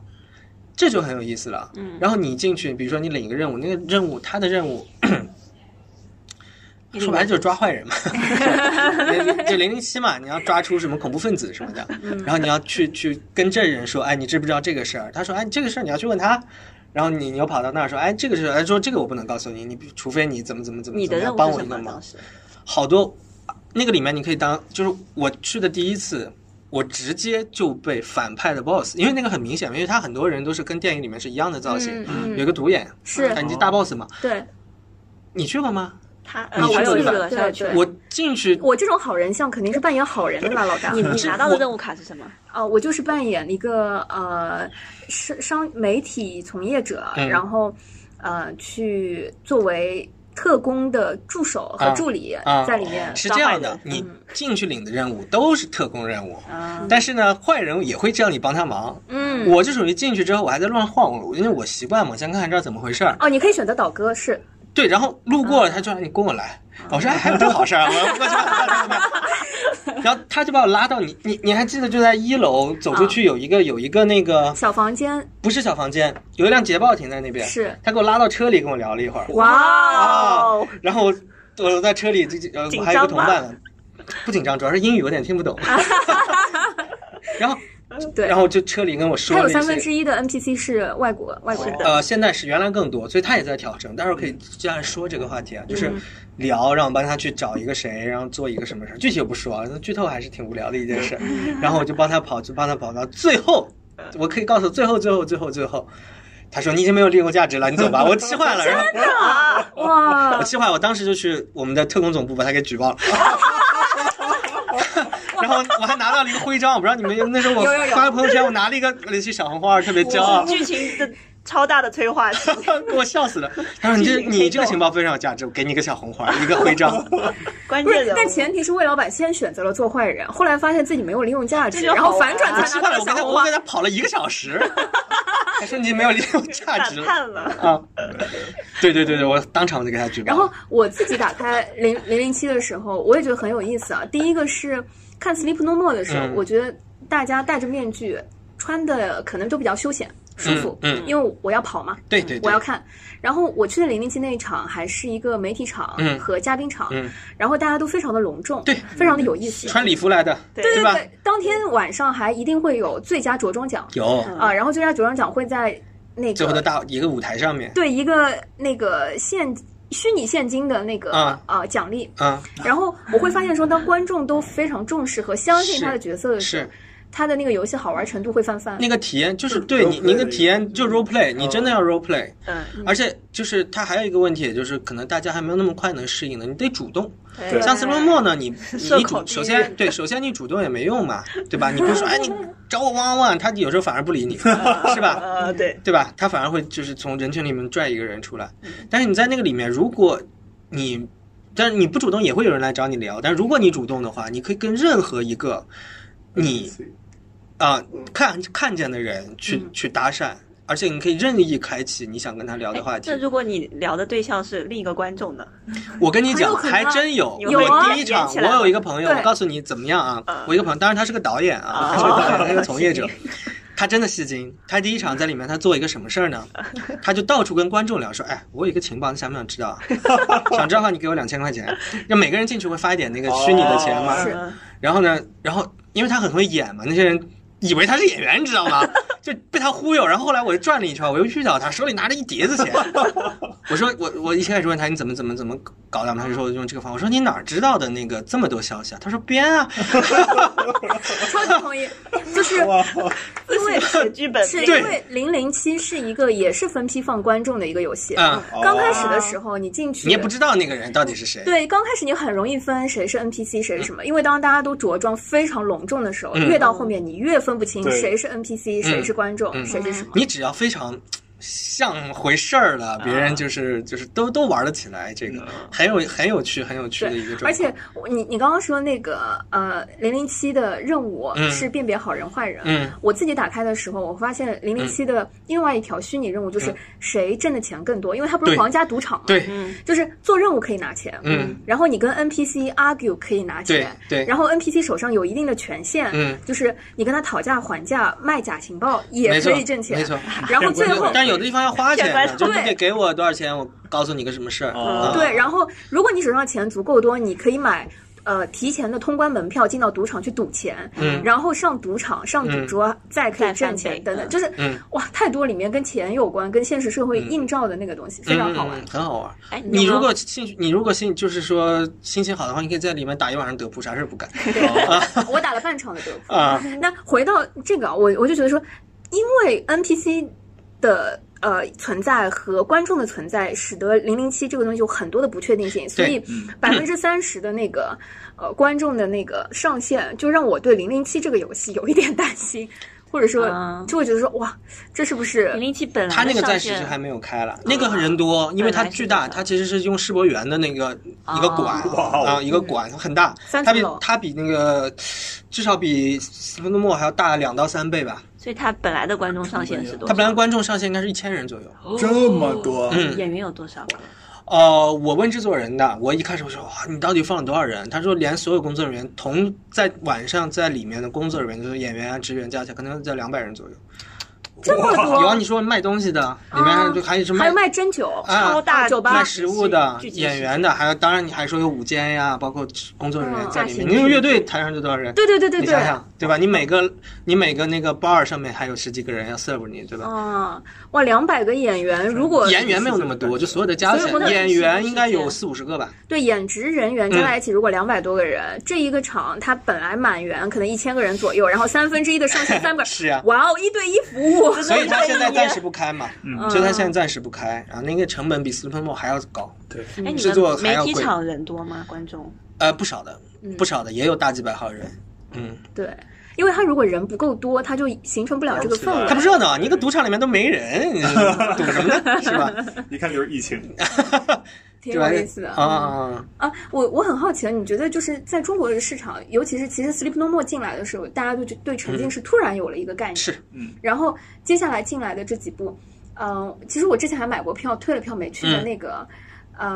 Speaker 5: 这就很有意思了。
Speaker 3: 嗯
Speaker 5: 然后你进去，比如说你领一个任务，那个任务他的任务
Speaker 3: 一
Speaker 5: 说
Speaker 3: 定
Speaker 5: 白
Speaker 3: 要
Speaker 5: 了就是抓坏 人嘛，就就零零七嘛，你要抓出什么恐怖分子什么的，
Speaker 3: 嗯
Speaker 5: 然后你要去去跟这人说，哎，你知不知道这个事儿？他说，哎，这个事儿你要去问他。然后你你又跑到那儿说，哎，这个事儿，哎，说这个我不能告诉你，你除非你怎么怎么怎么
Speaker 3: 你的
Speaker 5: 怎么
Speaker 3: 任
Speaker 5: 样，
Speaker 3: 务
Speaker 5: 帮
Speaker 3: 是
Speaker 5: 我
Speaker 3: 什
Speaker 5: 一个
Speaker 3: 么？
Speaker 5: 忙
Speaker 3: 当。时
Speaker 5: 好多那个里面你可以当，就是我去的第一次，我直接就被反派的 boss，因为那个很明显，因为他很多人都是跟电影里面是一样的造型，
Speaker 2: 嗯嗯
Speaker 5: 有一个独眼，
Speaker 2: 是
Speaker 5: 反正大 boss 嘛。
Speaker 2: 对，
Speaker 5: 你去过吗？
Speaker 3: 他
Speaker 5: 你
Speaker 3: 呃，我
Speaker 5: 去
Speaker 3: 有
Speaker 5: 了
Speaker 3: 去
Speaker 5: 吧
Speaker 3: 了，
Speaker 2: 对
Speaker 3: 上去
Speaker 2: 对
Speaker 3: 了。
Speaker 5: 我进去，
Speaker 2: 我这种好人像肯定是扮演好人的啦， 老大。
Speaker 3: 你你
Speaker 5: 这
Speaker 3: 拿到的
Speaker 5: 我
Speaker 3: 任务卡是什么？
Speaker 2: 啊、我就是扮演一个呃商商媒体从业者，
Speaker 5: 嗯
Speaker 2: 然后呃去作为特工的助手和
Speaker 5: 啊
Speaker 2: 助理
Speaker 5: 啊
Speaker 2: 在里面。
Speaker 5: 是
Speaker 3: 抓
Speaker 5: 这
Speaker 3: 坏
Speaker 5: 样的
Speaker 3: 人，
Speaker 5: 你
Speaker 2: 嗯
Speaker 5: 进去领的任务都是特工任务，
Speaker 3: 嗯，
Speaker 5: 但是呢，坏人也会叫你帮他忙。
Speaker 2: 嗯，
Speaker 5: 我是属于进去之后，我还在乱晃，我因为我习惯嘛，先看看这儿怎么回事儿。
Speaker 2: 哦，你可以选择倒戈，是
Speaker 5: 对，然后路
Speaker 2: 嗯
Speaker 5: 过了，他就让你跟我来。我说哎，还有这好事儿啊！我说过去吧。 然后他就把我拉到你，你你还记得就在一楼走出
Speaker 2: 嗯
Speaker 5: 去有一个有一个那个
Speaker 2: 小房间，
Speaker 5: 不是小房间，有一辆捷豹停在那边，
Speaker 2: 是
Speaker 5: 他给我拉到车里跟我聊了一会儿，
Speaker 3: 哇哦，
Speaker 5: 然后我我在车里这这呃
Speaker 3: 紧
Speaker 5: 我还有一
Speaker 3: 张
Speaker 5: 个同
Speaker 3: 吗
Speaker 5: 伴了，不紧张，主要是英语有点听 不懂。 然后
Speaker 2: 对
Speaker 5: 然。后就车里跟我说
Speaker 2: 它有
Speaker 5: 了一
Speaker 2: 三分
Speaker 5: 些。
Speaker 2: 之一的 NPC 是外国外国人，
Speaker 5: 呃，现在是原来更多，所以他也在调整。待会儿可以这样说这个话题啊，就是
Speaker 2: 嗯
Speaker 5: 聊，让我帮他去找一个谁，然后做一个什么事儿，具体我不说啊，那剧透还是挺无聊的一件事。
Speaker 2: 嗯
Speaker 5: 然后我就帮他跑，就帮他跑到最后，我可以告诉最后，最后，最后，最后，他说你已经没有利用价值了，你走吧，我气 坏了。然后
Speaker 2: 哇
Speaker 5: 哦我！气坏，我当时就去我们的特工总部把他给举报了。 然后我还拿到了一个徽章，我不知道你们那时候我
Speaker 2: 有有有
Speaker 5: 发朋友圈，我拿了一个类似于小红花，特别骄 傲。
Speaker 3: 剧情的超大的催化剂，
Speaker 5: 给我笑死了。他说：“你这你这个情报非常有价值，我给你一个小红花，一个徽章。
Speaker 3: 关
Speaker 2: 不
Speaker 3: 键
Speaker 2: 是
Speaker 3: 人，物。
Speaker 2: 但前提是魏老板先选择了做坏人，后来发现自己没有利用价值，
Speaker 3: 这就
Speaker 2: 然
Speaker 3: 好
Speaker 2: 后
Speaker 3: 玩
Speaker 2: 反转
Speaker 5: 我
Speaker 2: 才
Speaker 5: 气
Speaker 2: 拿到
Speaker 5: 坏了，
Speaker 2: 了
Speaker 5: 我跟
Speaker 2: 小
Speaker 5: 他
Speaker 2: 红
Speaker 5: 我
Speaker 2: 花
Speaker 5: 跟。他跑了一个 小时，他说你没有利用价
Speaker 3: 反
Speaker 5: 值
Speaker 3: 叛了，
Speaker 5: 啊！对对对对，我当场就给他举报。
Speaker 2: 然后我自己打开零零零七的时候，我也觉得很有意思啊。第一个是看《Sleep No More》的时候，
Speaker 5: 嗯
Speaker 2: 我觉得大家戴着面具，穿的可能都比较休闲舒服，
Speaker 5: 嗯嗯
Speaker 2: 因为我要跑嘛，
Speaker 5: 对对，对
Speaker 2: 我要看。然后我去的零零七那一场还是一个媒体场
Speaker 5: 嗯
Speaker 2: 和嘉宾场，
Speaker 5: 嗯
Speaker 2: 然后大家都非常的隆重，
Speaker 5: 对嗯
Speaker 2: 非常的有意思。
Speaker 5: 穿礼服来的，
Speaker 3: 对
Speaker 2: 对
Speaker 5: 对吧？
Speaker 2: 对，当天晚上还一定会有最佳着装奖
Speaker 5: 有
Speaker 2: 啊，然后最佳着装奖会在那
Speaker 5: 嗯最后
Speaker 2: 个
Speaker 5: 的大一个舞台上面，
Speaker 2: 对一个那个现虚拟现金的那个
Speaker 5: 啊
Speaker 2: 呃奖励，
Speaker 5: 嗯，
Speaker 2: 然后我会发现说，当观众都非常重视和相信他的角色的时
Speaker 5: 是
Speaker 2: 候，他的那个游戏好玩程度会翻番。
Speaker 5: 那个体验就是对你你那个体验就 role play，你真的要 role play。
Speaker 3: 嗯，
Speaker 5: 而且就是它还有一个问题，也就是可能大家还没有那么快能适应的，你得主动。
Speaker 4: 对
Speaker 5: 哎像斯诺莫 呢，你
Speaker 3: 社
Speaker 5: 你
Speaker 3: 恐地
Speaker 5: 主首
Speaker 3: 狱
Speaker 5: 先对，首先你主动也没用嘛，对吧？你不是说哎 你找我汪汪汪，他有时候反而不理你，是吧？
Speaker 3: 呃，对，
Speaker 5: 对吧？他反而会就是从人群里面拽一个人出来。
Speaker 3: 嗯
Speaker 5: 但是你在那个里面，如果你但是你不主动也会有人来找你聊，但如果你主动的话，你可以跟任何一个你啊、看看见的人去、
Speaker 3: 嗯
Speaker 5: 去搭讪，而且你可以任意开启你想跟他聊的话题
Speaker 3: 哎那。如果你聊的对象是另一个观众呢？
Speaker 5: 我跟你
Speaker 2: 很
Speaker 5: 讲，
Speaker 2: 有可能
Speaker 5: 还
Speaker 2: 啊
Speaker 5: 真有。
Speaker 3: 有
Speaker 2: 啊
Speaker 5: 我第一场
Speaker 3: 演，起
Speaker 5: 我
Speaker 3: 来了
Speaker 5: 有一个朋友，
Speaker 2: 对哦
Speaker 5: 我告诉你怎么样啊
Speaker 3: 嗯？
Speaker 5: 我一个朋友，当然他是个导演啊，他是个导 演，他是个从业者
Speaker 3: 戏。
Speaker 5: 他真的戏精，他第一场在里面，他做一个什么事儿呢？他就到处跟观众聊，说：“哎，我有一个情报，你想不想知道啊？ 想知道的话，你给我两千块钱。让每个人
Speaker 2: 哦
Speaker 5: 进去会发一点那个虚拟的钱嘛。
Speaker 2: 是
Speaker 3: 嗯
Speaker 5: 然后呢，然后因为他很会演嘛，那些人以为他是演员，你知 道吗？就被他忽悠。然后后来我就转了一圈，我又遇到他，手里拿着一碟 子钱。我说我我一开始问他你怎么怎么怎么搞的嘛，他就说用这个方法。我说你哪儿知道的那个这么多消息啊？他说编啊。
Speaker 2: 超级同 意，就是因为
Speaker 3: 写剧本
Speaker 2: 是
Speaker 3: 那
Speaker 2: 因
Speaker 3: 个
Speaker 5: 对
Speaker 2: 为零零七是一个也是分批放观众的一个游戏。
Speaker 5: 嗯
Speaker 2: 刚开始的时候你进去，
Speaker 5: 你也不知道那个人到底是谁。
Speaker 2: 对，刚开始你很容易分谁是 NPC 谁是什么，因为当大家都着装非常隆重的时候，
Speaker 5: 嗯
Speaker 2: 越到后面你越分不清
Speaker 4: 对
Speaker 2: 谁是 NPC 谁是观众
Speaker 5: 嗯
Speaker 2: 谁是什么。
Speaker 5: 你只要非常像回事儿了，别人
Speaker 2: 啊
Speaker 5: 就是就是都都玩得起来，这个很有很有趣，很有趣的一个状
Speaker 2: 嗯
Speaker 5: 态。
Speaker 2: 而且我你你刚刚说那个呃零零七的任务
Speaker 5: 嗯
Speaker 2: 是辨别好人坏人，
Speaker 5: 嗯
Speaker 2: 我自己打开的时候，我发现零零七的另外一条虚拟任务就是谁挣的钱更多，因为它不是
Speaker 5: 嗯对
Speaker 2: 皇家赌场嘛，
Speaker 5: 对，
Speaker 2: 就是做任务可以拿钱，
Speaker 5: 嗯，
Speaker 2: 然后你跟 NPC argue 可以拿钱，
Speaker 5: 对对
Speaker 2: 然后 NPC 手上有一定的权限，
Speaker 5: 嗯
Speaker 2: 就是你跟他讨价还价、卖假情报
Speaker 5: 没
Speaker 2: 也
Speaker 5: 错
Speaker 2: 可以挣钱，
Speaker 5: 没错。
Speaker 2: 然后最后
Speaker 5: 但有的地方要花钱
Speaker 3: 骗观
Speaker 5: 的，
Speaker 3: 众
Speaker 5: 就是你
Speaker 2: 对
Speaker 5: 得给我多少钱，我告诉你个什么事儿。
Speaker 4: 哦
Speaker 5: 嗯
Speaker 2: 对，然后如果你手上钱足够多，你可以买。呃，提前的通关门票进到赌场去赌钱，
Speaker 5: 嗯
Speaker 2: 然后上赌场上赌桌、啊再可以挣钱
Speaker 3: 再翻倍
Speaker 2: 等等，
Speaker 3: 嗯
Speaker 2: 就是、
Speaker 5: 嗯
Speaker 2: 哇，太多里面跟钱有关、跟现实社会映照的那个东西，非常好玩
Speaker 5: 嗯，。很好玩。
Speaker 3: 哎，
Speaker 5: 你
Speaker 3: 有没有
Speaker 5: 如果兴趣，你如果兴就是说心情好的话，你可以在里面打一晚上德扑，啥事儿不 干
Speaker 2: 我打了半场的德扑。
Speaker 5: 嗯啊。
Speaker 2: 那回到这个啊，我我就觉得说，因为 NPC 的呃存在和观众的存在，使得零零七这个东西有很多的不确定性，所以百分之三十的那个呃观众的那个上限，就让我对零零七这个游戏有一点担心，或者说
Speaker 3: 啊
Speaker 2: 就会觉得说哇，这是不
Speaker 3: 零
Speaker 2: 是？
Speaker 3: 零七本来
Speaker 5: 他那个
Speaker 3: 的上
Speaker 5: 暂时
Speaker 3: 线
Speaker 5: 是还没有开了，那个人多，
Speaker 2: 嗯
Speaker 5: 因为它巨大，
Speaker 3: 本来是
Speaker 5: 它其实是用世博园的那个
Speaker 3: 啊
Speaker 5: 一个馆
Speaker 4: 哇哦
Speaker 5: 啊，一个馆很大，
Speaker 2: 三
Speaker 5: 它
Speaker 2: 层
Speaker 5: 比
Speaker 2: 楼
Speaker 5: 它比那个至少比斯芬多莫还要大两到三倍吧。
Speaker 3: 所以他本来的观众上限是多少？
Speaker 5: 它
Speaker 3: 哦
Speaker 5: 本来观众上限应该是一千人左右。
Speaker 4: 这么多，
Speaker 5: 嗯
Speaker 3: 演员有多少啊个？
Speaker 5: 呃，我问制作人的，我一开始我说哇，你到底放了多少人？他说连所有工作人员同在晚上在里面的工作人员，就是演员啊、职员加起来，可能在两百人左右。
Speaker 2: 这么多
Speaker 5: 有啊，你说卖东西的，里面就还有什么
Speaker 2: 还有卖针灸、
Speaker 5: 啊
Speaker 3: 超大
Speaker 2: 酒吧
Speaker 5: 卖食物的、
Speaker 3: 聚集
Speaker 5: 演员的，还有当然你还说有舞间呀，包括工作人员
Speaker 2: 嗯
Speaker 5: 在里面，
Speaker 3: 大型
Speaker 5: 因为乐队台上就多少人？
Speaker 2: 对对对对
Speaker 5: 你
Speaker 2: 对
Speaker 5: 想想对吧？你每个你每个那个 bar 上面还有十几个人要 serve 你，对吧？
Speaker 2: 啊，哇，两百个演员，如果
Speaker 5: 嗯演员没有那么多，就所有的加起
Speaker 2: 所有
Speaker 5: 来，
Speaker 2: 的
Speaker 5: 演员应该
Speaker 3: 时
Speaker 5: 有
Speaker 3: 间
Speaker 5: 四五十个吧。
Speaker 2: 对，演职人员
Speaker 5: 嗯
Speaker 2: 加在一起，如果两百多个人，这一个场它本来满员可能一千个人左右，然后三分之一的上 限三个，
Speaker 5: 是啊
Speaker 2: 哇哦，一对一服务，
Speaker 5: 所以他现在暂时不开嘛，
Speaker 4: 嗯
Speaker 5: 所以他现在暂时不开，然后那个成本比斯喷莫还要高，
Speaker 4: 对，
Speaker 3: 哎，你
Speaker 5: 制作
Speaker 3: 们
Speaker 5: 还
Speaker 3: 媒
Speaker 5: 要
Speaker 3: 体
Speaker 5: 贵
Speaker 3: 场人多吗？观众？
Speaker 5: 呃，不少的，
Speaker 2: 嗯
Speaker 5: 不少的，也有大几百号人，嗯，
Speaker 2: 对，因为他如果人不够多，他就形成不了这个氛围。
Speaker 5: 他不热闹，你一个赌场里面都 没人，你赌什么呢？是吧？
Speaker 4: 一看就是疫情，
Speaker 2: 挺
Speaker 5: 对吧
Speaker 2: 有意思的
Speaker 5: 啊啊，啊
Speaker 2: 啊！我我很好奇，你觉得就是在中国的市场，尤其是其实 Sleep No More 进来的时候，大家对这对沉浸式突然有了一个概念。
Speaker 5: 嗯是，
Speaker 4: 嗯。
Speaker 2: 然后接下来进来的这几部，嗯、其实我之前还买过票，退了票没去的
Speaker 5: 嗯
Speaker 2: 那个，
Speaker 4: 爱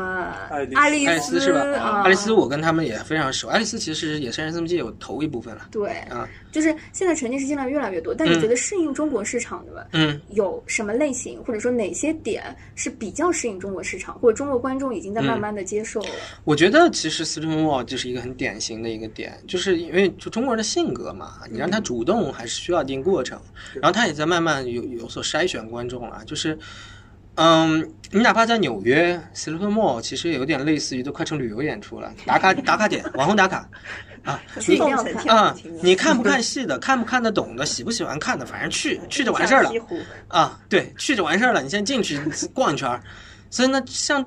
Speaker 2: 呃
Speaker 4: 丽，丝
Speaker 2: 爱丽
Speaker 5: 爱丽丝是吧？
Speaker 2: 啊
Speaker 5: 爱丽丝，我跟他们也非常熟。爱丽丝其实也是 SMG 有投一部分了
Speaker 2: 对，
Speaker 5: 啊，
Speaker 2: 就是现在沉浸式进来越来越多，但你觉得适应中国市场的、
Speaker 5: 嗯，
Speaker 2: 有什么类型，或者说哪些点是比较适应中国市场，或者中国观众已经在
Speaker 5: 嗯
Speaker 2: 慢慢的接受了？
Speaker 5: 我觉得其实 Sleep Wall 就是一个很典型的一个点，就是因为就中国人的性格嘛，你让他主动还是需要一定过程，然后他也在慢慢有有所筛选观众了，啊就是。嗯，你哪怕在纽约 Sleep Mall，其实也有点类似于都快成旅游演出了，打卡打卡点，网红打卡，
Speaker 2: 去一定要
Speaker 3: 凤城
Speaker 2: 看
Speaker 3: 跳
Speaker 5: 啊、
Speaker 3: 情人
Speaker 5: 你看不看戏的，看不看得懂的，喜不喜欢看的，反正去去就完事儿了
Speaker 3: 像西。湖
Speaker 5: 啊，对，去就完事儿了，你先进去逛一圈儿。所以呢，像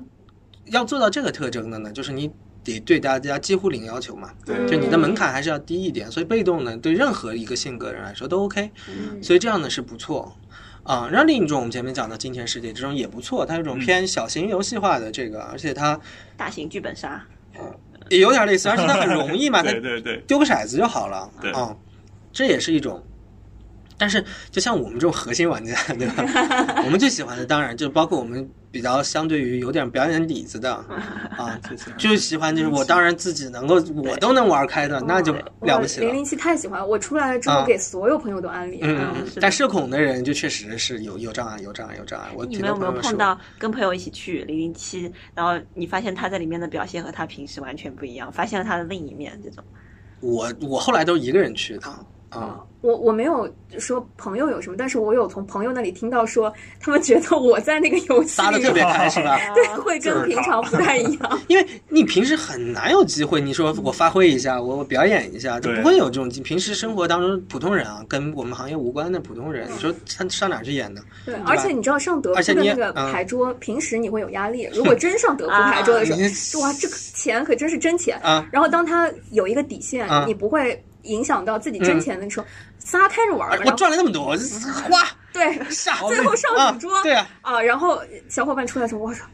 Speaker 5: 要做到这个特征的呢，就是你得对大家几乎零要求嘛，
Speaker 4: 对
Speaker 5: 就你的门槛还是要低一点。所以被动呢，对任何一个性格人来说都 OK，所
Speaker 2: 嗯
Speaker 5: 以这样呢是不错。啊，然后另一种我们前面讲的《金钱世界》这种也不错，它有一
Speaker 4: 嗯
Speaker 5: 种偏小型游戏化的这个，而且它
Speaker 3: 大型剧本杀，
Speaker 5: 也有点类似，而且它很容易嘛，它
Speaker 4: 对对对，
Speaker 5: 丢个骰子就好了。
Speaker 4: 对
Speaker 5: 啊、这也是一种。但是，就像我们这种核心玩家，对吧？ 我们最喜欢的当然就包括我们比较相对于有点表演底 子的啊，
Speaker 4: 谢谢。
Speaker 5: 就喜欢就是我当然自己能够我都能玩
Speaker 3: 哦
Speaker 5: 开的，那就了不起
Speaker 2: 零
Speaker 5: 了。
Speaker 2: 零七太喜欢，我出来了之后
Speaker 5: 啊
Speaker 2: 给所有朋友都安利。
Speaker 5: 嗯，嗯
Speaker 3: 嗯是的
Speaker 5: 但社恐的人就确实是有有障碍，有障碍，有障碍。我
Speaker 3: 你
Speaker 5: 挺
Speaker 3: 们
Speaker 5: 多
Speaker 3: 有没有
Speaker 5: 朋友
Speaker 3: 碰
Speaker 5: 说，
Speaker 3: 到跟朋友一起去零零七，然后你发现他在里面的表现和他平时完全不一样，发现了他的另一面这种？
Speaker 5: 我我后来都一个人去的
Speaker 3: 哦
Speaker 5: 啊、
Speaker 2: 我我没有说朋友有什么，但是我有从朋友那里听到说，他们觉得我在那个游戏
Speaker 5: 撒的
Speaker 2: 里
Speaker 5: 特别
Speaker 2: 面
Speaker 5: 开是吧？
Speaker 2: 对，会跟平常不太一 样。
Speaker 5: 因为你平时很难有机会，你说我发挥一下，我我表演一下，就
Speaker 4: 对
Speaker 5: 不会有这种机。平时生活当中普通人啊，跟我们行业无关的普通人，你说他上哪儿去演呢？
Speaker 2: 对，而且你知道上德
Speaker 5: 而
Speaker 2: 扑
Speaker 5: 且
Speaker 2: 的
Speaker 5: 你也嗯
Speaker 2: 那个牌桌，平时你会有压力。如果真上德扑牌桌的时
Speaker 5: 啊你
Speaker 2: 候，哇，这个钱可真是真钱
Speaker 5: 啊。
Speaker 2: 然后当它有一个底线
Speaker 5: 啊，嗯
Speaker 2: 你不会影响到自己真钱的时候，撒开着玩儿
Speaker 5: 哎
Speaker 2: 吧。
Speaker 5: 我
Speaker 2: 然后
Speaker 5: 赚了那么多，我这花
Speaker 2: 对，
Speaker 5: 傻子，
Speaker 2: 最后上赌桌
Speaker 5: 啊对啊，
Speaker 2: 啊，然后小伙伴出来说：“我操，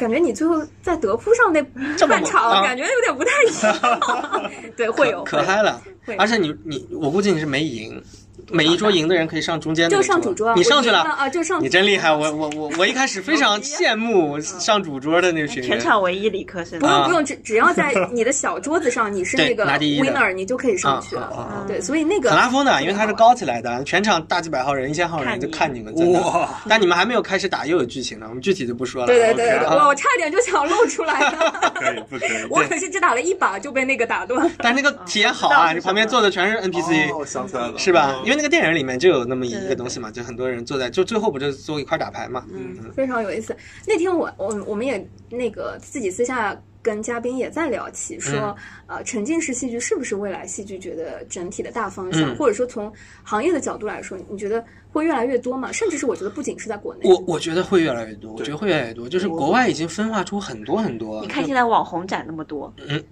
Speaker 2: 感觉你最后在德扑上那
Speaker 5: 这么猛
Speaker 2: 半
Speaker 5: 啊
Speaker 2: 场，感觉有点不太一样。” 对，会有
Speaker 5: 可嗨了
Speaker 2: 会。
Speaker 5: 而且你你，我估计你是没赢，每一桌赢的人可以上中间那
Speaker 2: 就
Speaker 5: 个
Speaker 2: 上主桌，
Speaker 5: 你上去
Speaker 2: 我
Speaker 5: 了
Speaker 2: 赢啊，就上
Speaker 5: 你真厉害！我我我我一开始非常羡慕上主桌的那群人
Speaker 3: 全，场唯一理科生
Speaker 2: 不。
Speaker 5: 啊
Speaker 2: 用不用，只只要 在你的小桌子上，你是
Speaker 5: 对
Speaker 2: 那个
Speaker 5: 拿第一的
Speaker 2: winner，你就可以上去
Speaker 5: 啊啊
Speaker 2: 了
Speaker 3: 啊。
Speaker 2: 对，所以那个
Speaker 5: 很拉风的，因为他是高起来的，全场大几百号人、一千号人就看你们，真的
Speaker 4: 哇！
Speaker 5: 但你们还没有开始打，又有剧情了，我们具体就不说了。
Speaker 2: 对对对对
Speaker 5: OK
Speaker 2: 对，
Speaker 5: 啊
Speaker 2: 我我差点就想露出来 了。
Speaker 4: 可以不可以？
Speaker 2: 我可是只打了一把就被那个打断，
Speaker 5: 但那个体验好
Speaker 3: 嗯知道
Speaker 5: 啊，
Speaker 3: 是
Speaker 5: 你
Speaker 3: 什
Speaker 5: 旁边
Speaker 3: 么
Speaker 5: 坐的全是
Speaker 4: 哦
Speaker 5: NPC，
Speaker 4: 我想起来了，
Speaker 5: 是吧？
Speaker 4: 嗯
Speaker 5: 因为那个电影里面就有那么一个东西嘛，就很多人坐在，就最后不就坐一块儿打牌嘛。嗯，
Speaker 2: 非常有意思。那天我我我们也那个自己私下跟嘉宾也在聊
Speaker 5: 嗯
Speaker 2: 起，说呃沉浸式戏剧是不是未来戏剧觉得整体的大方向，
Speaker 5: 嗯
Speaker 2: 或者说从行业的角度来说，你觉得会越来越多吗？甚至是我觉得不仅是在国内，
Speaker 5: 我我觉得会越来越多，我
Speaker 4: 对
Speaker 5: 觉得会越来越多，就是国外已经分化出很多很多。
Speaker 3: 你看
Speaker 5: 就
Speaker 3: 现在网红展那么多，
Speaker 5: 嗯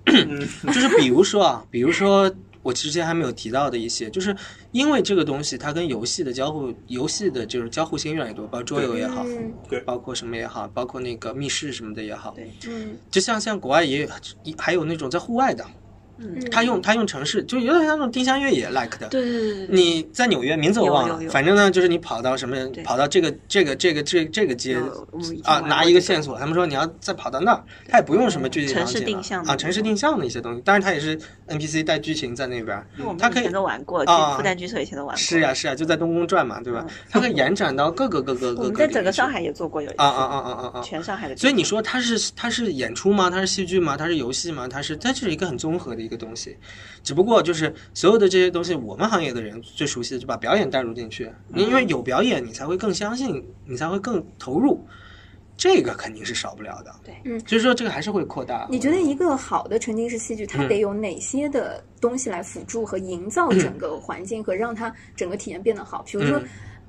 Speaker 5: 就是比如说啊，比如说我之前还没有提到的一些，就是因为这个东西它跟游戏的交互，游戏的就是交互性越来越多，包括桌游也好，
Speaker 2: 嗯
Speaker 4: 对
Speaker 5: 包括什么也好，包括那个密室什么的也好，
Speaker 3: 对
Speaker 2: 嗯
Speaker 5: 就像像国外也有还有那种在户外的，
Speaker 2: 嗯，
Speaker 5: 他用他用城市，就有点像那种丁香园也 like 的。
Speaker 3: 对对对对对，
Speaker 5: 你在纽约名字我忘
Speaker 3: 有
Speaker 5: 了
Speaker 3: 有，有
Speaker 5: 反正呢，就是你跑到什么，
Speaker 3: 对
Speaker 5: 跑到这个这个这个这个这个街
Speaker 3: 有我们以前
Speaker 5: 啊，
Speaker 3: 玩
Speaker 5: 拿
Speaker 3: 过
Speaker 5: 一个
Speaker 3: 这
Speaker 5: 线索，他们说你要再跑到那儿，他也不用什么具体
Speaker 3: 城
Speaker 5: 场
Speaker 3: 市
Speaker 5: 景
Speaker 3: 定
Speaker 5: 了
Speaker 3: 向的
Speaker 5: 啊，
Speaker 3: 那
Speaker 5: 城市
Speaker 3: 种
Speaker 5: 定向的一些东西，当然它也是 NPC 带剧情在那边儿，
Speaker 3: 我们
Speaker 5: 它可
Speaker 3: 以
Speaker 5: 以
Speaker 3: 前都玩过，
Speaker 5: 啊
Speaker 3: 复旦剧社以前都玩过。
Speaker 5: 是呀、是呀、就在东宫转嘛，对吧？它可以延展到各个各个各
Speaker 3: 嗯我们
Speaker 5: 个领域去。
Speaker 3: 在整个上海也做过有一次，
Speaker 5: 啊啊啊啊啊啊！
Speaker 3: 全上海的地方。
Speaker 5: 所以你说它是它是演出吗？它是戏剧吗？它是游戏吗？它是它就是一个很综合的一个东西，只不过就是所有的这些东西，我们行业的人最熟悉的就把表演带入进去，
Speaker 2: 嗯
Speaker 5: 因为有表演，你才会更相信，你才会更投入，这个肯定是少不了的。
Speaker 3: 对
Speaker 2: 嗯
Speaker 5: 所以说这个还是会扩大。
Speaker 2: 你觉得一个好的沉浸式戏剧，它
Speaker 5: 嗯
Speaker 2: 得有哪些的东西来辅助和营造整个环境和让它整个体验变得好？比如说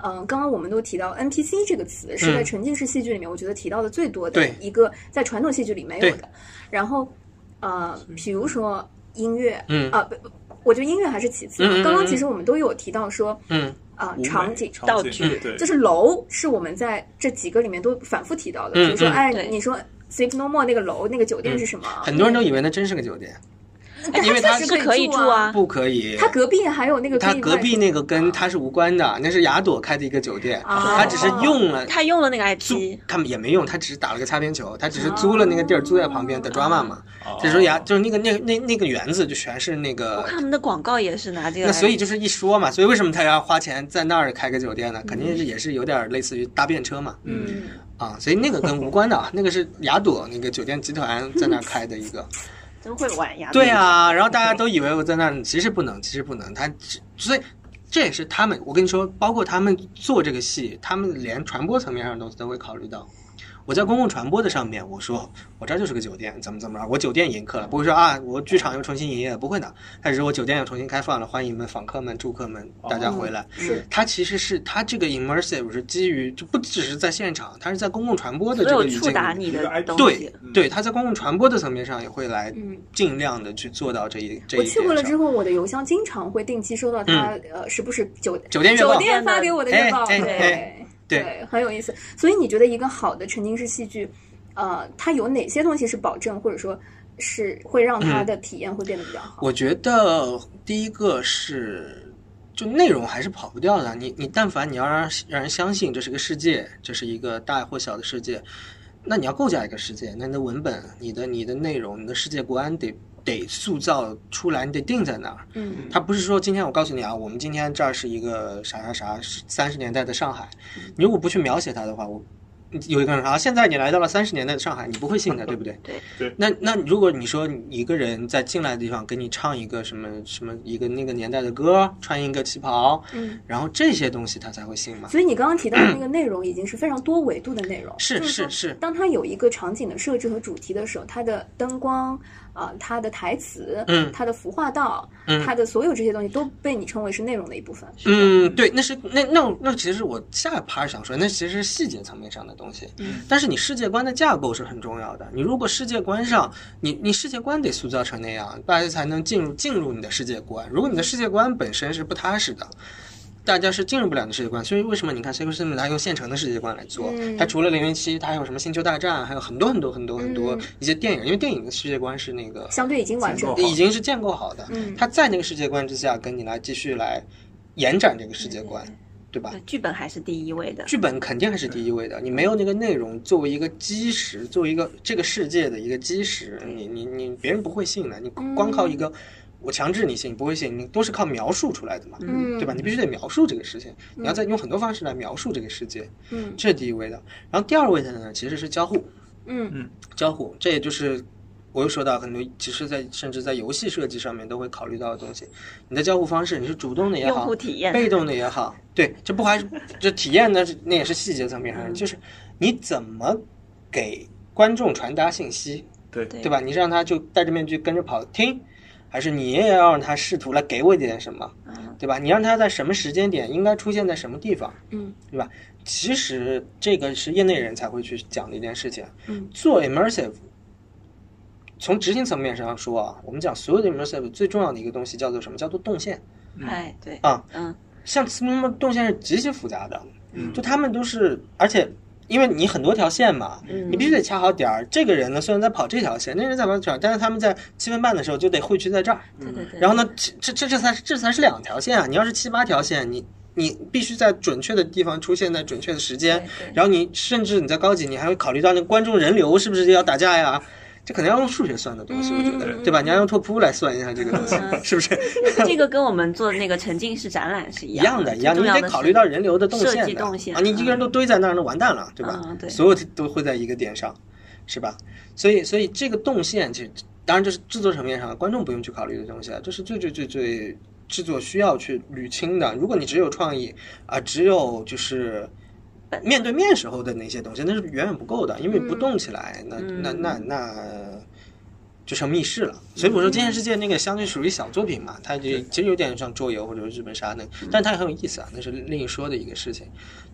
Speaker 5: 嗯，
Speaker 2: 嗯、刚刚我们都提到 NPC 这个词是在
Speaker 5: 嗯
Speaker 2: 沉浸式戏剧里面，我觉得提到的最多的
Speaker 5: 对
Speaker 2: 一个，在传统戏剧里没有
Speaker 5: 对
Speaker 2: 的。然后，呃，比如说音乐，
Speaker 5: 嗯
Speaker 2: 啊、不我觉得音乐还是其次。啊
Speaker 5: 嗯嗯嗯
Speaker 2: 刚刚其实我们都有提到说，
Speaker 5: 嗯，
Speaker 2: 啊、
Speaker 4: 舞美
Speaker 2: 场景。
Speaker 3: 道
Speaker 4: 景
Speaker 3: 具
Speaker 4: 对，
Speaker 2: 就是楼是我们在这几个里面都反复提到的，
Speaker 5: 嗯
Speaker 2: 比如说，
Speaker 5: 嗯
Speaker 2: 哎
Speaker 3: 对，
Speaker 2: 你说 Sleep No More 那个楼那个酒店
Speaker 5: 嗯
Speaker 2: 是什么？哎
Speaker 5: 很多人都以为那真是个酒店，因为它
Speaker 2: 确实
Speaker 3: 是可以住啊，
Speaker 5: 不可以。
Speaker 2: 他隔壁还有那个
Speaker 5: 它
Speaker 2: 可以
Speaker 5: 隔壁
Speaker 2: 卖
Speaker 5: 那个跟它是无关的，那是雅朵开的一个酒店，
Speaker 2: 哦
Speaker 5: 它只是用了
Speaker 3: 他用了那个
Speaker 5: 租
Speaker 3: IP，
Speaker 5: 他们也没用，他只是打了个擦边球，他只
Speaker 3: 哦
Speaker 5: 是租了那个地儿，租在旁边的 drama 嘛。
Speaker 4: 哦
Speaker 5: 这时候呀，就是那个那那那个园子就全是那
Speaker 3: 我
Speaker 5: 个，
Speaker 3: 看他们的广告也是拿这个来。
Speaker 5: 那所以就是一说嘛，所以为什么他要花钱在那儿开个酒店呢？
Speaker 3: 嗯
Speaker 5: 肯定是也是有点类似于搭便车嘛，
Speaker 2: 嗯，
Speaker 5: 啊，所以那个跟无关的啊，那个是雅朵那个酒店集团在那儿开的一个。
Speaker 3: 真会玩呀。
Speaker 5: 对啊，然后大家都以为我在那儿，其实不能，其实不能。他只所以这也是他们，我跟你说，包括他们做这个戏，他们连传播层面上的东西都会考虑到。我在公共传播的上面，我说我这儿就是个酒店，怎么怎么着，我酒店迎客了，不会说啊，我剧场又重新营业了，不会的。但是我酒店又重新开放了，欢迎你们访客们、住客们，大家回来。
Speaker 2: 是
Speaker 5: 它其实是它这个 immersive 是基于就不只是在现场，它是在公共传播的
Speaker 3: 所
Speaker 5: 这个
Speaker 3: 有
Speaker 5: 语境
Speaker 3: 触达
Speaker 5: 里
Speaker 3: 你的东
Speaker 5: 对
Speaker 3: 西，
Speaker 5: 对，它在公共传播的层面上也会来
Speaker 2: 嗯
Speaker 5: 尽量的去做到这一这一
Speaker 2: 我
Speaker 5: 点
Speaker 2: 去过了之
Speaker 5: 上，
Speaker 2: 后，我的邮箱经常会定期收到他、呃时不时酒
Speaker 5: 酒店月
Speaker 2: 酒
Speaker 5: 报
Speaker 2: 店发给我的月报，
Speaker 5: 哎哎
Speaker 2: 对、
Speaker 5: 哎对
Speaker 2: 对很有意思。所以你觉得一个好的沉浸式戏剧，呃，它有哪些东西是保证，或者说是会让
Speaker 5: 嗯
Speaker 2: 它的体验会变得比较好？
Speaker 5: 我觉得第一个是，就内容还是跑不掉的。你你但凡你要让让人相信这是个世界，这是一个大或小的世界，那你要构架一个世界，那你的文本、你的你的内容、你的世界观得得塑造出来，你得定在那儿。
Speaker 2: 嗯
Speaker 5: 他不是说今天我告诉你啊，我们
Speaker 2: 嗯
Speaker 5: 今天这儿是一个啥啥啥三十年代的上海，你如果不去描写它的话，我有一个人说啊，现在你来到了三十年代的上海，你不 会信的，对不对？
Speaker 3: 对
Speaker 4: 对
Speaker 5: 那那如果你说你一个人在进来的地方给你唱一个什么什么一个那个年代的歌，穿一个旗袍，
Speaker 2: 嗯，
Speaker 5: 然后这些东西他才会信嘛。
Speaker 2: 所以你刚刚提到的那个内容已经是非常多维度的内容。
Speaker 5: 是
Speaker 2: 就是说
Speaker 5: 是是
Speaker 2: 当它有一个场景的设置和主题的时候，它的灯光啊、它的台词，
Speaker 5: 嗯
Speaker 2: 它的服化道，
Speaker 5: 嗯
Speaker 2: 它的所有这些东西都被你称为是内容的一部分。
Speaker 5: 嗯，对，那是那那那其实我下一趴想说，那其实是细节层面上的东西。嗯，但是你世界观的架构是很重要的。你如果世界观上，你你世界观得塑造成那样，大家才能进入进入你的世界观。如果你的世界观本身是不踏实的。大家是进入不了你的世界观，所以为什么你看 s e c r e t Sim 他用现成的世界观来做？
Speaker 2: 嗯
Speaker 5: 他除了零零七，他还有什么星球大战，还有很多很多很多很多
Speaker 2: 嗯
Speaker 5: 一些电影，因为电影的世界观是那个
Speaker 2: 相对已经完整
Speaker 4: 结构
Speaker 2: 的，
Speaker 5: 已经是建构好的。
Speaker 2: 嗯
Speaker 5: 他在那个世界观之下跟你来继续来延展这个世界观，
Speaker 2: 嗯
Speaker 5: 对吧？
Speaker 3: 剧本还是第一位的。
Speaker 5: 剧本肯定还是第一
Speaker 2: 嗯
Speaker 5: 位的，你没有那个内容作为一个基石，作为一个这个世界的一个基石，
Speaker 2: 嗯
Speaker 5: 你你你别人不会信的，你光靠一个、我强制你信，你不会信，你都是靠描述出来的嘛，
Speaker 2: 嗯，
Speaker 5: 对吧？你必须得描述这个事情，你要再用很多方式来描述这个世界，
Speaker 2: 嗯
Speaker 5: 这是第一位的。然后第二位的呢，其实是交互，
Speaker 2: 嗯
Speaker 5: 交互，这也就是我又说到很多，其实在甚至在游戏设计上面都会考虑到的东西。你的交互方式，你是主动的也
Speaker 3: 用
Speaker 5: 好
Speaker 3: 户，体验
Speaker 5: 被动的也好，对，这不还是这体验呢？那也是细节层面
Speaker 3: 嗯
Speaker 5: 上，就是你怎么给观众传达信息，
Speaker 4: 对
Speaker 3: 对
Speaker 5: 对吧？你让他就戴着面具跟着跑听，还是你也要让他试图来给我一点什么，
Speaker 3: 嗯
Speaker 5: 对吧？你让他在什么时间点应该出现在什么地方，
Speaker 2: 嗯，
Speaker 5: 对吧？其实这个是业内人才会去讲的一件事情。
Speaker 2: 嗯，
Speaker 5: 做 immersive，从执行层面上说啊，我们讲所有的 immersive 最重要的一个东西叫做什么？叫做动线
Speaker 3: 哎，对，
Speaker 5: 啊。
Speaker 3: 嗯，
Speaker 5: 像 Slim 动线是极其复杂的，就他们都是，而且因为你很多条线嘛，
Speaker 2: 嗯
Speaker 5: 你必须得掐好点儿。这个人呢，虽然在跑这条线，那人在跑这条，但是他们在七分半的时候就得汇聚在这儿。
Speaker 3: 对对对。
Speaker 5: 然后呢，这这这这才是这才是两条线啊！你要是七八条线，你你必须在准确的地方出现在准确的时间，
Speaker 3: 对对
Speaker 5: 然后你甚至你在高级，你还会考虑到那个观众人流是不是要打架呀？这可能要用数学算的东西，我觉
Speaker 3: 嗯
Speaker 5: 得，对吧？你要用拓扑来算一下这个东西， 是不是？
Speaker 3: 这个跟我们做那个沉浸式展览是一
Speaker 5: 一样的，一样的，
Speaker 3: 最重
Speaker 5: 你
Speaker 3: 要
Speaker 5: 得
Speaker 3: 的
Speaker 5: 考
Speaker 3: 是
Speaker 5: 虑到人流的动
Speaker 3: 设
Speaker 5: 线
Speaker 3: 计
Speaker 5: 的
Speaker 3: 动线
Speaker 5: 啊，你一个人都堆在那儿，那完蛋了，对吧？
Speaker 3: 嗯对
Speaker 5: 所有的都会在一个点上，是吧？所以，所以这个动线其实当然这是制作层面上观众不用去考虑的东西啊，这是最最最最制作需要去捋清的。如果你只有创意啊、只有就是。面对面时候的那些东西，那是远远不够的，因为
Speaker 3: 嗯
Speaker 5: 不动起来，那那那那就成密室了。所以我说《今天世界》那个相对属于小作品嘛，它就其实有点像桌游或者是日本杀那个，但它也很有意思啊，那是另一说的一个事情。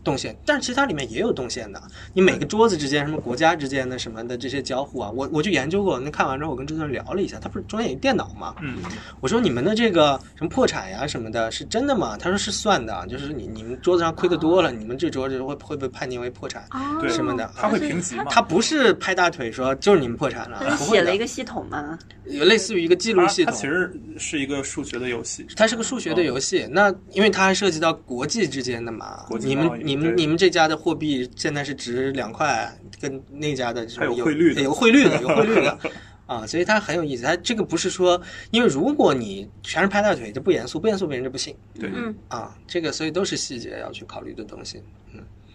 Speaker 5: 动线，但是其实它里面也有动线的，你每个桌子之间、什么国家之间的什么的这些交互啊，我我就研究过。那看完之后，我跟制作人聊了一下，他不是中间有电脑嘛，
Speaker 4: 嗯，
Speaker 5: 我说你们的这个什么破产呀什么的，是真的吗？他说是算的，啊就是你你们桌子上亏的多了，你们这桌子会会被判定为破产
Speaker 2: 啊
Speaker 4: 对
Speaker 5: 什么的。
Speaker 4: 他会评级嘛？
Speaker 5: 他不是拍大腿说就是你们破产了
Speaker 3: 他，
Speaker 5: 啊不
Speaker 3: 是
Speaker 5: 会
Speaker 3: 写
Speaker 5: 的
Speaker 3: 了一，个系统嘛，
Speaker 5: 有类似于一个记录
Speaker 4: 它
Speaker 5: 系
Speaker 4: 它
Speaker 5: 统。
Speaker 4: 其实是一个数学的游戏，
Speaker 5: 它是个数学的游戏，那因为它还涉及到国际之间的嘛
Speaker 4: 国，际
Speaker 5: 你
Speaker 4: 贸
Speaker 5: 们
Speaker 4: 易
Speaker 5: 你
Speaker 4: 对
Speaker 5: 们你们这家的货币现在是值两块，跟那家的
Speaker 4: 还
Speaker 5: 是
Speaker 4: 有汇率的
Speaker 5: 有汇率的，有汇率 的啊，所以它很有意思。它这个不是说，因为如果你全是拍大腿，就不严肃，不严肃别人就不信
Speaker 4: 对，
Speaker 2: 嗯
Speaker 5: 啊。这个所以都是细节要去考虑的东西。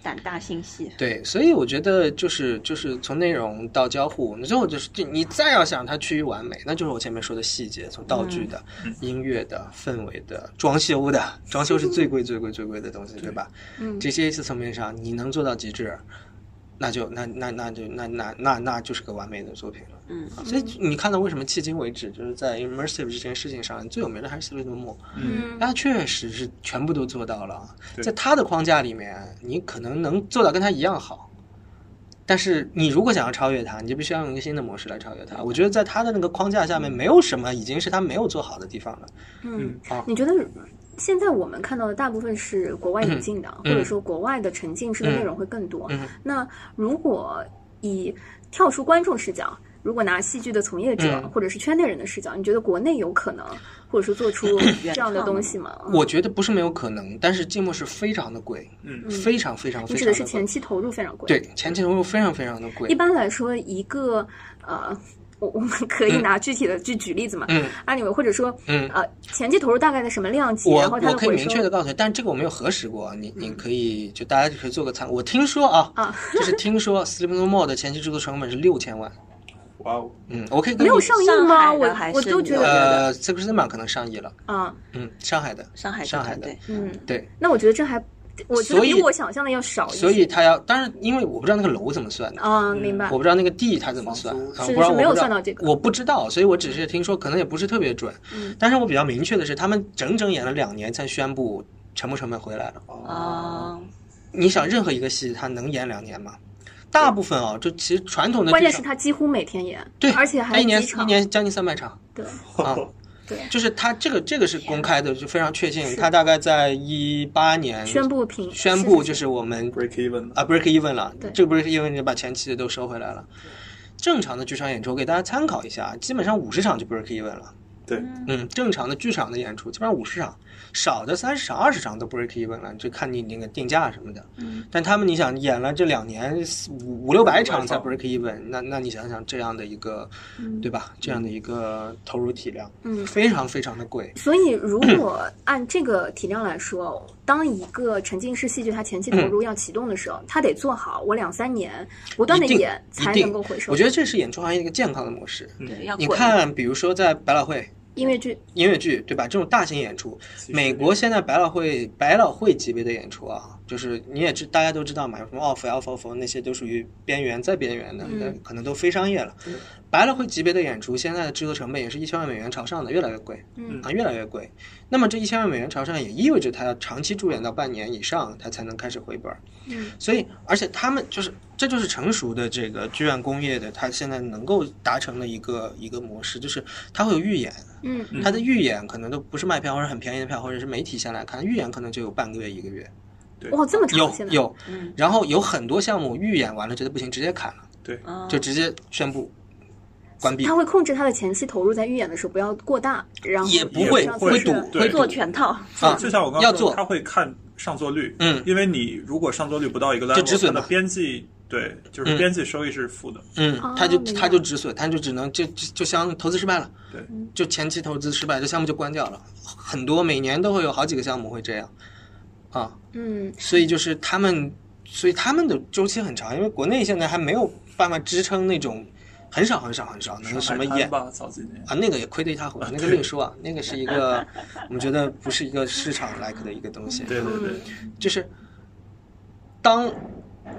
Speaker 3: 胆大心细。
Speaker 5: 对，所以我觉得就是就是从内容到交互，你最后就是就你再要想它趋于完美，那就是我前面说的细节，从道具的、音乐的、氛围的、装修的，装修是最贵最贵最贵的东西，对吧？
Speaker 2: 嗯
Speaker 5: 这些层面上你能做到极致，那就那那那就那那那那就是个完美的作品了。
Speaker 3: 嗯，
Speaker 5: 所以你看到为什么迄今为止就是在 immersive 这件事情上，最有名的还是 Silent m o
Speaker 2: 嗯
Speaker 5: 他确实是全部都做到了，啊
Speaker 4: 对
Speaker 5: 在他的框架里面，你可能能做到跟他一样好，但是你如果想要超越他，你就必须要用一个新的模式来超越他。我觉得在他的那个框架下面，没有什么已经是他没有做好的地方了。
Speaker 2: 嗯
Speaker 5: 啊，
Speaker 2: 你觉得现在我们看到的大部分是国外引进的，
Speaker 5: 嗯
Speaker 2: 或者说国外的沉浸式的内容会更多。
Speaker 5: 嗯
Speaker 2: 那如果以跳出观众视角，如果拿戏剧的从业者、
Speaker 5: 嗯
Speaker 2: 或者是圈内人的视角，你觉得国内有可能，或者说做出这样的东西吗？嗯
Speaker 5: 我觉得不是没有可能，但是静默是非常的贵，
Speaker 4: 嗯
Speaker 5: 非常非常
Speaker 2: 你
Speaker 5: 非
Speaker 2: 指
Speaker 5: 常
Speaker 2: 的
Speaker 5: 的
Speaker 2: 是前期投入非常贵。
Speaker 5: 对前期投入非常非常的贵
Speaker 2: 一，般来说，一个呃我我们可以拿具体的去举例子嘛？
Speaker 5: 嗯
Speaker 2: ，anyway，或者说，
Speaker 5: 嗯
Speaker 2: 呃，前期投入大概在什么量级，
Speaker 5: 我
Speaker 2: 然后它
Speaker 5: 我
Speaker 2: 的
Speaker 5: 可以
Speaker 2: 回
Speaker 5: 明
Speaker 2: 收嗯
Speaker 5: 确的告诉你，但这个我没有核实过，你你可以就大家可以做个参考。我听说啊，
Speaker 2: 啊
Speaker 5: 就是听说《Sleep No More》的前期制作成本是六千万，
Speaker 4: 哇哦，
Speaker 5: 嗯，我可以跟
Speaker 2: 没有
Speaker 5: 你
Speaker 2: 上映吗？
Speaker 3: 上海的
Speaker 2: 我
Speaker 3: 还
Speaker 2: 我
Speaker 3: 是
Speaker 2: 都觉
Speaker 3: 纽约
Speaker 2: 得，
Speaker 5: 呃 s e c r e t m a 可能上亿了，
Speaker 2: 啊，
Speaker 5: 嗯，上海的，
Speaker 3: 上海
Speaker 5: 上海的
Speaker 3: 对，
Speaker 2: 嗯，
Speaker 5: 对，
Speaker 2: 那我觉得这还，我觉得
Speaker 5: 所以
Speaker 2: 比我想象的要少一些。
Speaker 5: 所以他要，当然因为我不知道那个楼怎么算的。
Speaker 2: 啊，明白
Speaker 5: 我。不知道那个地它怎么算，
Speaker 4: 房租
Speaker 5: 啊
Speaker 2: 是
Speaker 5: 不然
Speaker 2: 是
Speaker 5: 我
Speaker 2: 没有
Speaker 5: 不知道
Speaker 2: 算到这个
Speaker 5: 我不知道，所以我只是听说，可能也不是特别准。
Speaker 2: 嗯
Speaker 5: 但是我比较明确的是，他们整整演了两年才宣布全部成本回来了。
Speaker 3: 啊，
Speaker 5: 你想，任何一个戏它能演两年吗？大部分啊，就其实传统的
Speaker 2: 关键
Speaker 5: 剧
Speaker 2: 是
Speaker 5: 场
Speaker 2: 他几乎每天演，
Speaker 5: 对，
Speaker 2: 而且
Speaker 5: 它
Speaker 2: 还
Speaker 5: 一年
Speaker 2: 几
Speaker 5: 一
Speaker 2: 场，
Speaker 5: 年将近三百场，
Speaker 2: 对，
Speaker 4: 哦
Speaker 5: 啊，
Speaker 2: 对
Speaker 5: 就是它这个这个是公开的，就非常确信
Speaker 2: 是，
Speaker 5: 它大概在一八年
Speaker 2: 宣布平
Speaker 5: 宣布就是我们
Speaker 4: break even
Speaker 5: 啊 break even 了
Speaker 2: 对，
Speaker 5: 这个 break even 就把前期的都收回来了。正常的剧场演出给大家参考一下，啊基本上五十场就 break even 了。
Speaker 4: 对，
Speaker 5: 嗯，正常的剧场的演出基本上五十场，少的三十场、二十场都 break even 了，就看你那个定价什么的。嗯，但他们你想演了这两年四五五六百场才
Speaker 4: 五六
Speaker 5: break even，那那你想想这样的一个，对吧？这样的一个投入体量，
Speaker 2: 嗯
Speaker 5: 非常非常的贵。
Speaker 2: 所以，如 果按这个体量来说，当一个沉浸式戏剧它前期投
Speaker 5: 嗯
Speaker 2: 入要启动的时候，它得做好，我两三年不断的
Speaker 5: 一定
Speaker 2: 演才
Speaker 5: 一定
Speaker 2: 能够回收。
Speaker 5: 我觉得这是演出行业一个健康的模式。
Speaker 4: 嗯
Speaker 3: 对，要
Speaker 5: 你
Speaker 3: 滚
Speaker 5: 看，比如说在百老汇
Speaker 2: 音乐剧
Speaker 5: 音乐剧，对吧？这种大型演出，
Speaker 4: 其实
Speaker 5: 美国现在百老汇百老汇级别的演出啊，就是你也知大家都知道嘛，有什么 off、alpha、f 那些都属于边缘再边缘的，
Speaker 4: 嗯
Speaker 5: 但可能都非商业了。百老汇级别的演出，现在的制作成本也是一千万美元朝上的，越来越贵，
Speaker 2: 嗯
Speaker 5: 啊，越来越贵。那么这一千万美元朝上也意味着他要长期驻演到半年以上，他才能开始回本。
Speaker 2: 嗯，
Speaker 5: 所以而且他们就是这就是成熟的这个剧院工业的，它现在能够达成的一个一个模式，就是它会有预演。
Speaker 2: 嗯，
Speaker 5: 它的预演可能都不是卖票或者很便宜的票，或者是媒体先来看，预演可能就有半个月一个月，
Speaker 2: 哇，这么长嗯
Speaker 5: 有
Speaker 2: 现在
Speaker 5: 有，然后有很多项目预演完了觉得不行，直接砍了，
Speaker 4: 对，
Speaker 3: 啊
Speaker 5: 就直接宣布关闭
Speaker 2: 嗯他，会控制他的前期投入在预演的时候不要过大，然后
Speaker 5: 也不会
Speaker 2: 让
Speaker 5: 会
Speaker 2: 自己
Speaker 5: 堵
Speaker 2: 是
Speaker 4: 对
Speaker 3: 回做全套，
Speaker 5: 啊，
Speaker 4: 就像我刚
Speaker 5: 要
Speaker 4: 刚说
Speaker 5: 做
Speaker 4: 的，他会看上座率，
Speaker 5: 嗯
Speaker 4: 因为你如果上座率不到一个 level，
Speaker 5: 就止损
Speaker 4: 它
Speaker 5: 嘛
Speaker 4: 的边际对，就
Speaker 5: 嗯
Speaker 4: 是边际收益是负的，
Speaker 5: 嗯
Speaker 2: 哦，
Speaker 5: 他就
Speaker 2: 明白嗯
Speaker 5: 他就止损，他就只能就就就相投资失败了，
Speaker 4: 对，
Speaker 5: 就前期投资失败，这项目就关掉了，很多每年都会有好几个项目会这样，啊，
Speaker 2: 嗯，
Speaker 5: 所以就是他们，所以他们的周期很长，因为国内现在还没有办法支撑那种很少很少很少能什么
Speaker 4: 上海
Speaker 5: 演
Speaker 4: 滩吧，早几年
Speaker 5: 啊，那个也亏得一塌糊涂，那个另说啊，那个是一 个我们觉得不是一个市场 like 的一个东西，
Speaker 4: 对对对，
Speaker 5: 就是当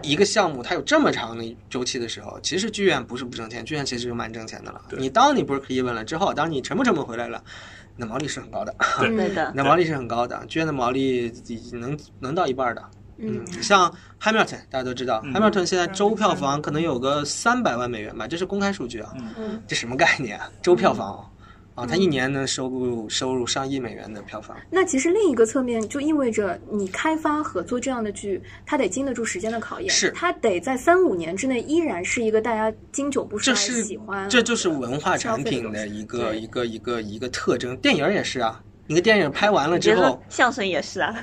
Speaker 5: 一个项目它有这么长的周期的时候，其实剧院不是不挣钱，剧院其实就蛮挣钱的了。
Speaker 4: 对
Speaker 5: 你当你 break even E 了之后，当你成本成本回来了，那毛利是很高的，
Speaker 4: 啊
Speaker 2: 嗯
Speaker 4: 对
Speaker 3: 对的，
Speaker 5: 那毛利是很高的，剧院的毛利能能到一半的。
Speaker 2: 嗯，
Speaker 5: 像 Hamilton 大家都知道、h a m i l t o n 现在周票房可能有个三百万美元吧，这是公开数据啊，
Speaker 2: 嗯
Speaker 5: 这什么概念啊？周票房啊、啊，它一年能收入收入上亿美元的票房，
Speaker 2: 那其实另一个侧面就意味着，你开发合作这样的剧，它得经得住时间的考验，
Speaker 5: 是
Speaker 2: 它得在三五年之内依然是一个大家经久不衰、
Speaker 5: 这是
Speaker 2: 喜欢，
Speaker 5: 这就是文化产品的一
Speaker 2: 消
Speaker 5: 个
Speaker 2: 费
Speaker 5: 一个一个一个特征。电影也是啊，你的电影拍完了
Speaker 3: 觉
Speaker 5: 之
Speaker 3: 得
Speaker 5: 后
Speaker 3: 相声也是啊，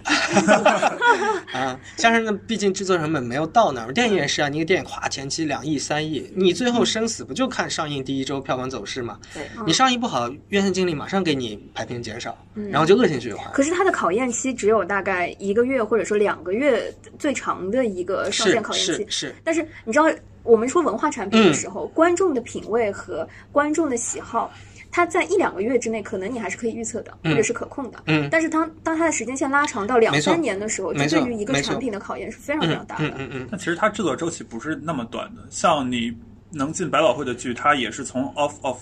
Speaker 5: 啊，像是那毕竟制作成本没有到那儿，电影也是啊，你一个电影哗前期两亿三亿，你最后生死不就看上映第一周票房走势嘛？
Speaker 3: 对，
Speaker 5: 你上映不好，院线经理马上给你排片减少，
Speaker 2: 嗯
Speaker 5: 然后就恶性循环。
Speaker 2: 可是它的考验期只有大概一个月或者说两个月最长的一个上线
Speaker 5: 是
Speaker 2: 考验
Speaker 5: 是嗯
Speaker 2: 期。
Speaker 5: 是，
Speaker 2: 但是你知道，我们说文化产品的时候，观众的品味和观众的喜好，它在一两个月之内，可能你还是可以预测的，
Speaker 5: 嗯
Speaker 2: 或者是可控的。
Speaker 5: 嗯
Speaker 2: 但是当当它的时间线拉长到两
Speaker 5: 没错
Speaker 2: 三年的时候，这
Speaker 5: 没错
Speaker 2: 对于一个
Speaker 5: 没错
Speaker 2: 产品的考验是非常非
Speaker 5: 嗯
Speaker 2: 常大
Speaker 5: 嗯
Speaker 2: 的。
Speaker 5: 嗯嗯，
Speaker 4: 但其实它制作周期不是那么短的，像你能进百老汇的剧，它也是从 off off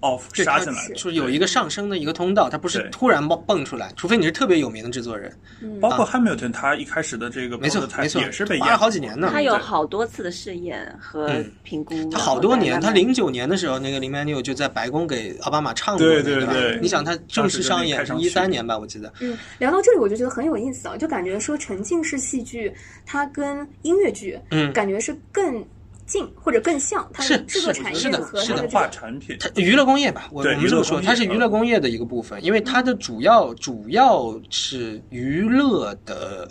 Speaker 4: off
Speaker 5: 嗯对
Speaker 4: 杀
Speaker 5: 它
Speaker 4: 进来的，
Speaker 5: 就是有一个上升的一个通道，它不是
Speaker 4: 对
Speaker 5: 突然蹦蹦出来，除非你是特别有名的制作人，
Speaker 4: 包括 Hamilton，它一开始的这个
Speaker 5: 没错
Speaker 4: prototype
Speaker 5: 没错，
Speaker 4: 也是被
Speaker 5: 花了
Speaker 4: 演
Speaker 5: 好几年呢。
Speaker 3: 他有好多次的试验和评估，
Speaker 5: 他嗯好多年，
Speaker 3: 然后
Speaker 5: 他
Speaker 3: 嗯再慢慢
Speaker 5: 零九年的时候，那个林曼纽就在白宫给奥巴马唱过，
Speaker 4: 对
Speaker 5: 那
Speaker 4: 对
Speaker 5: 段
Speaker 4: 对
Speaker 5: 你想他正式上演
Speaker 4: 当时
Speaker 5: 是
Speaker 4: 就那个
Speaker 5: 一
Speaker 4: 开场
Speaker 5: 三
Speaker 4: 曲
Speaker 5: 年吧，我记得。
Speaker 2: 嗯，聊到这里我就觉得很有意思啊，就感觉说沉浸式戏剧它跟音乐剧，
Speaker 5: 嗯
Speaker 2: 感觉是更近或者更像，它的
Speaker 5: 是
Speaker 2: 制作
Speaker 5: 是
Speaker 2: 产
Speaker 5: 是
Speaker 2: 业
Speaker 5: 的
Speaker 2: 和
Speaker 5: 是
Speaker 2: 它的
Speaker 5: 的
Speaker 4: 文
Speaker 2: 这
Speaker 4: 化
Speaker 2: 个
Speaker 4: 产品。
Speaker 5: 它娱乐工业吧，我我
Speaker 4: 对
Speaker 5: 们这么说，
Speaker 4: 娱乐工业嗯
Speaker 5: 它是娱乐工业的一个部分，因为它的主要主要是娱乐的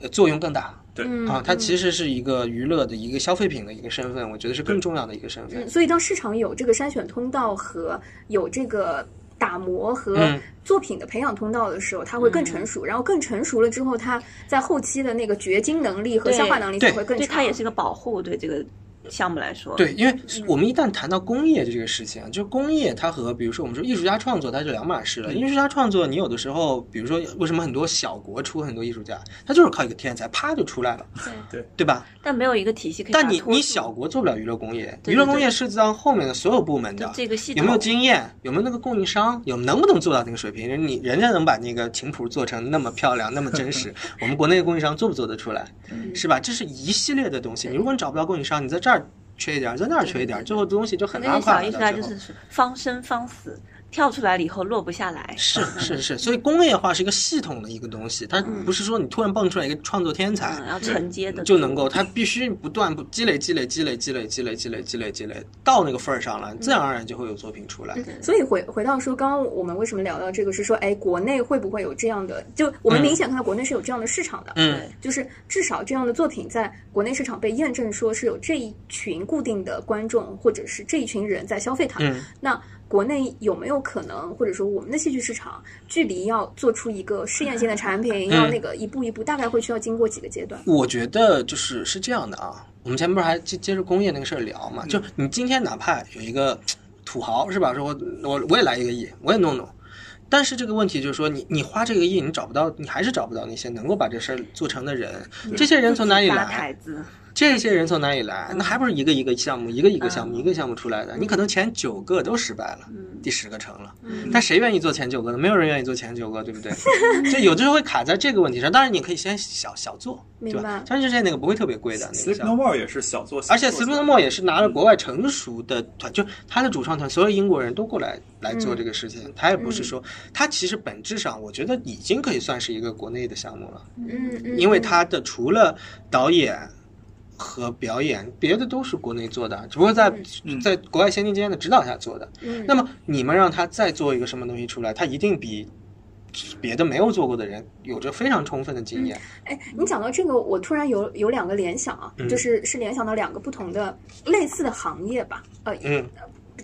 Speaker 5: 呃作用更大。
Speaker 4: 对，
Speaker 2: 嗯
Speaker 5: 啊，它其实是一个娱乐的一个消费品的一个身份，我觉得是更重要的一个身份
Speaker 2: 嗯，。所以当市场有这个筛选通道和有这个打磨和
Speaker 5: 嗯
Speaker 2: 作品的培养通道的时候，它
Speaker 3: 嗯
Speaker 2: 会更成熟。然后更成熟了之后，它在后期的那个掘金能力和
Speaker 3: 对
Speaker 2: 消化能力才会更
Speaker 3: 对
Speaker 2: 强。
Speaker 3: 它也是一个保护，对这个项目来说，
Speaker 5: 对，因为
Speaker 2: 嗯
Speaker 5: 我们一旦谈到工业这个事情啊，就工业它和比如说我们说艺术家创作，它是两码
Speaker 4: 嗯
Speaker 5: 事了。艺术家创作，你有的时候，比如说为什么很多小国出很多艺术家，他就是靠一个天才，啪就出来了，
Speaker 4: 对
Speaker 5: 对吧？
Speaker 3: 但没有一个体系可以把它
Speaker 5: 但
Speaker 3: 拖
Speaker 5: 你
Speaker 3: 住。
Speaker 5: 你小国做不了娱乐工业，
Speaker 3: 对
Speaker 5: 娱乐
Speaker 3: 对
Speaker 5: 工
Speaker 3: 对
Speaker 5: 业是到后面的所有部门的
Speaker 3: 就，这个系统
Speaker 5: 有没有经验，有没有那个供应商，有能不能做到那个水平？人你人家能把那个琴谱做成那么漂亮，那么 真实，我们国内的供应商做不做得出来，
Speaker 3: 嗯
Speaker 5: 是吧？这是一系列的东西。你如果你找不到供应商，你在这儿缺一点，在那儿缺一点，最后东西就很
Speaker 3: 那
Speaker 5: 拉
Speaker 3: 些小
Speaker 5: 垮
Speaker 3: 艺
Speaker 5: 了。
Speaker 3: 术
Speaker 5: 到
Speaker 3: 家
Speaker 5: 最
Speaker 3: 就
Speaker 5: 后
Speaker 3: 是方生方死，跳出来了以后落不下来。
Speaker 5: 是是 是，所以工业化是一个系统的一个东西，它不是说你突然蹦出来一个创作天才，
Speaker 3: 嗯，要承接的
Speaker 5: 就能够，它必须不断不积累、积累、积累、积累、积累、积累、积累、积累，到那个份儿上了，自然而然就会有作品出来。
Speaker 2: 所以回回到说，刚刚我们为什么聊到这个，是说，哎，国内会不会有这样的？就我们
Speaker 5: 嗯
Speaker 2: 明显看到国内是有这样的市场的，
Speaker 5: 嗯，
Speaker 2: 就是至少这样的作品在国内市场被验证，说是有这一群固定的观众或者是这一群人在消费它。
Speaker 5: 嗯
Speaker 2: 那国内有没有可能，或者说我们的戏剧市场距离要做出一个试验性的产品，
Speaker 5: 嗯
Speaker 2: 要那个一步一步，大概会需要经过几个阶段？
Speaker 5: 我觉得就是是这样的啊，我们前面不是还接接着工业那个事儿聊嘛？就你今天哪怕有一个嘖土豪是吧，说我我我也来一个亿，我也弄弄。但是这个问题就是说，你你花这个亿，你找不到，你还是找不到那些能够把这事儿做成的人。这些人从哪里
Speaker 3: 搭
Speaker 5: 来
Speaker 3: 台？子，
Speaker 5: 这些人从哪里来？
Speaker 2: 嗯
Speaker 5: 那还不是一个一个项目，一个一个项目，一个项目出来的。你可能前九个都失败了，
Speaker 2: 嗯
Speaker 5: 第十个成了。但谁愿意做前九个呢？没有人愿意做前九个，对 不对？所以有的时候会卡在这个问题上。当然，你可以先小小做，对
Speaker 2: 明白
Speaker 5: 吧？像之前那个不会特别贵的那个
Speaker 4: Sleep
Speaker 5: 项
Speaker 4: No
Speaker 5: 目。
Speaker 4: More 也是小做，
Speaker 5: 而且 s
Speaker 4: 小
Speaker 5: l
Speaker 4: 做
Speaker 5: e p No More 也是拿了国外成熟的团，就他的主创团，所有英国人都过来来
Speaker 2: 嗯
Speaker 5: 做这个事情。他也不是说，他其实本质上，我觉得已经可以算是一个国内的项目了。
Speaker 2: 嗯，嗯
Speaker 5: 因为它的除了导演和表演，别的都是国内做的，只不过在、
Speaker 4: 嗯
Speaker 5: 在国外先进经验的指导下做的。
Speaker 2: 嗯
Speaker 5: 那么你们让他再做一个什么东西出来，他一定比别的没有做过的人有着非常充分的经验。
Speaker 2: 哎，你讲到这个，我突然有有两个联想
Speaker 5: 嗯
Speaker 2: 啊，就是是联想到两个不同的类似的行业吧，呃，
Speaker 5: 嗯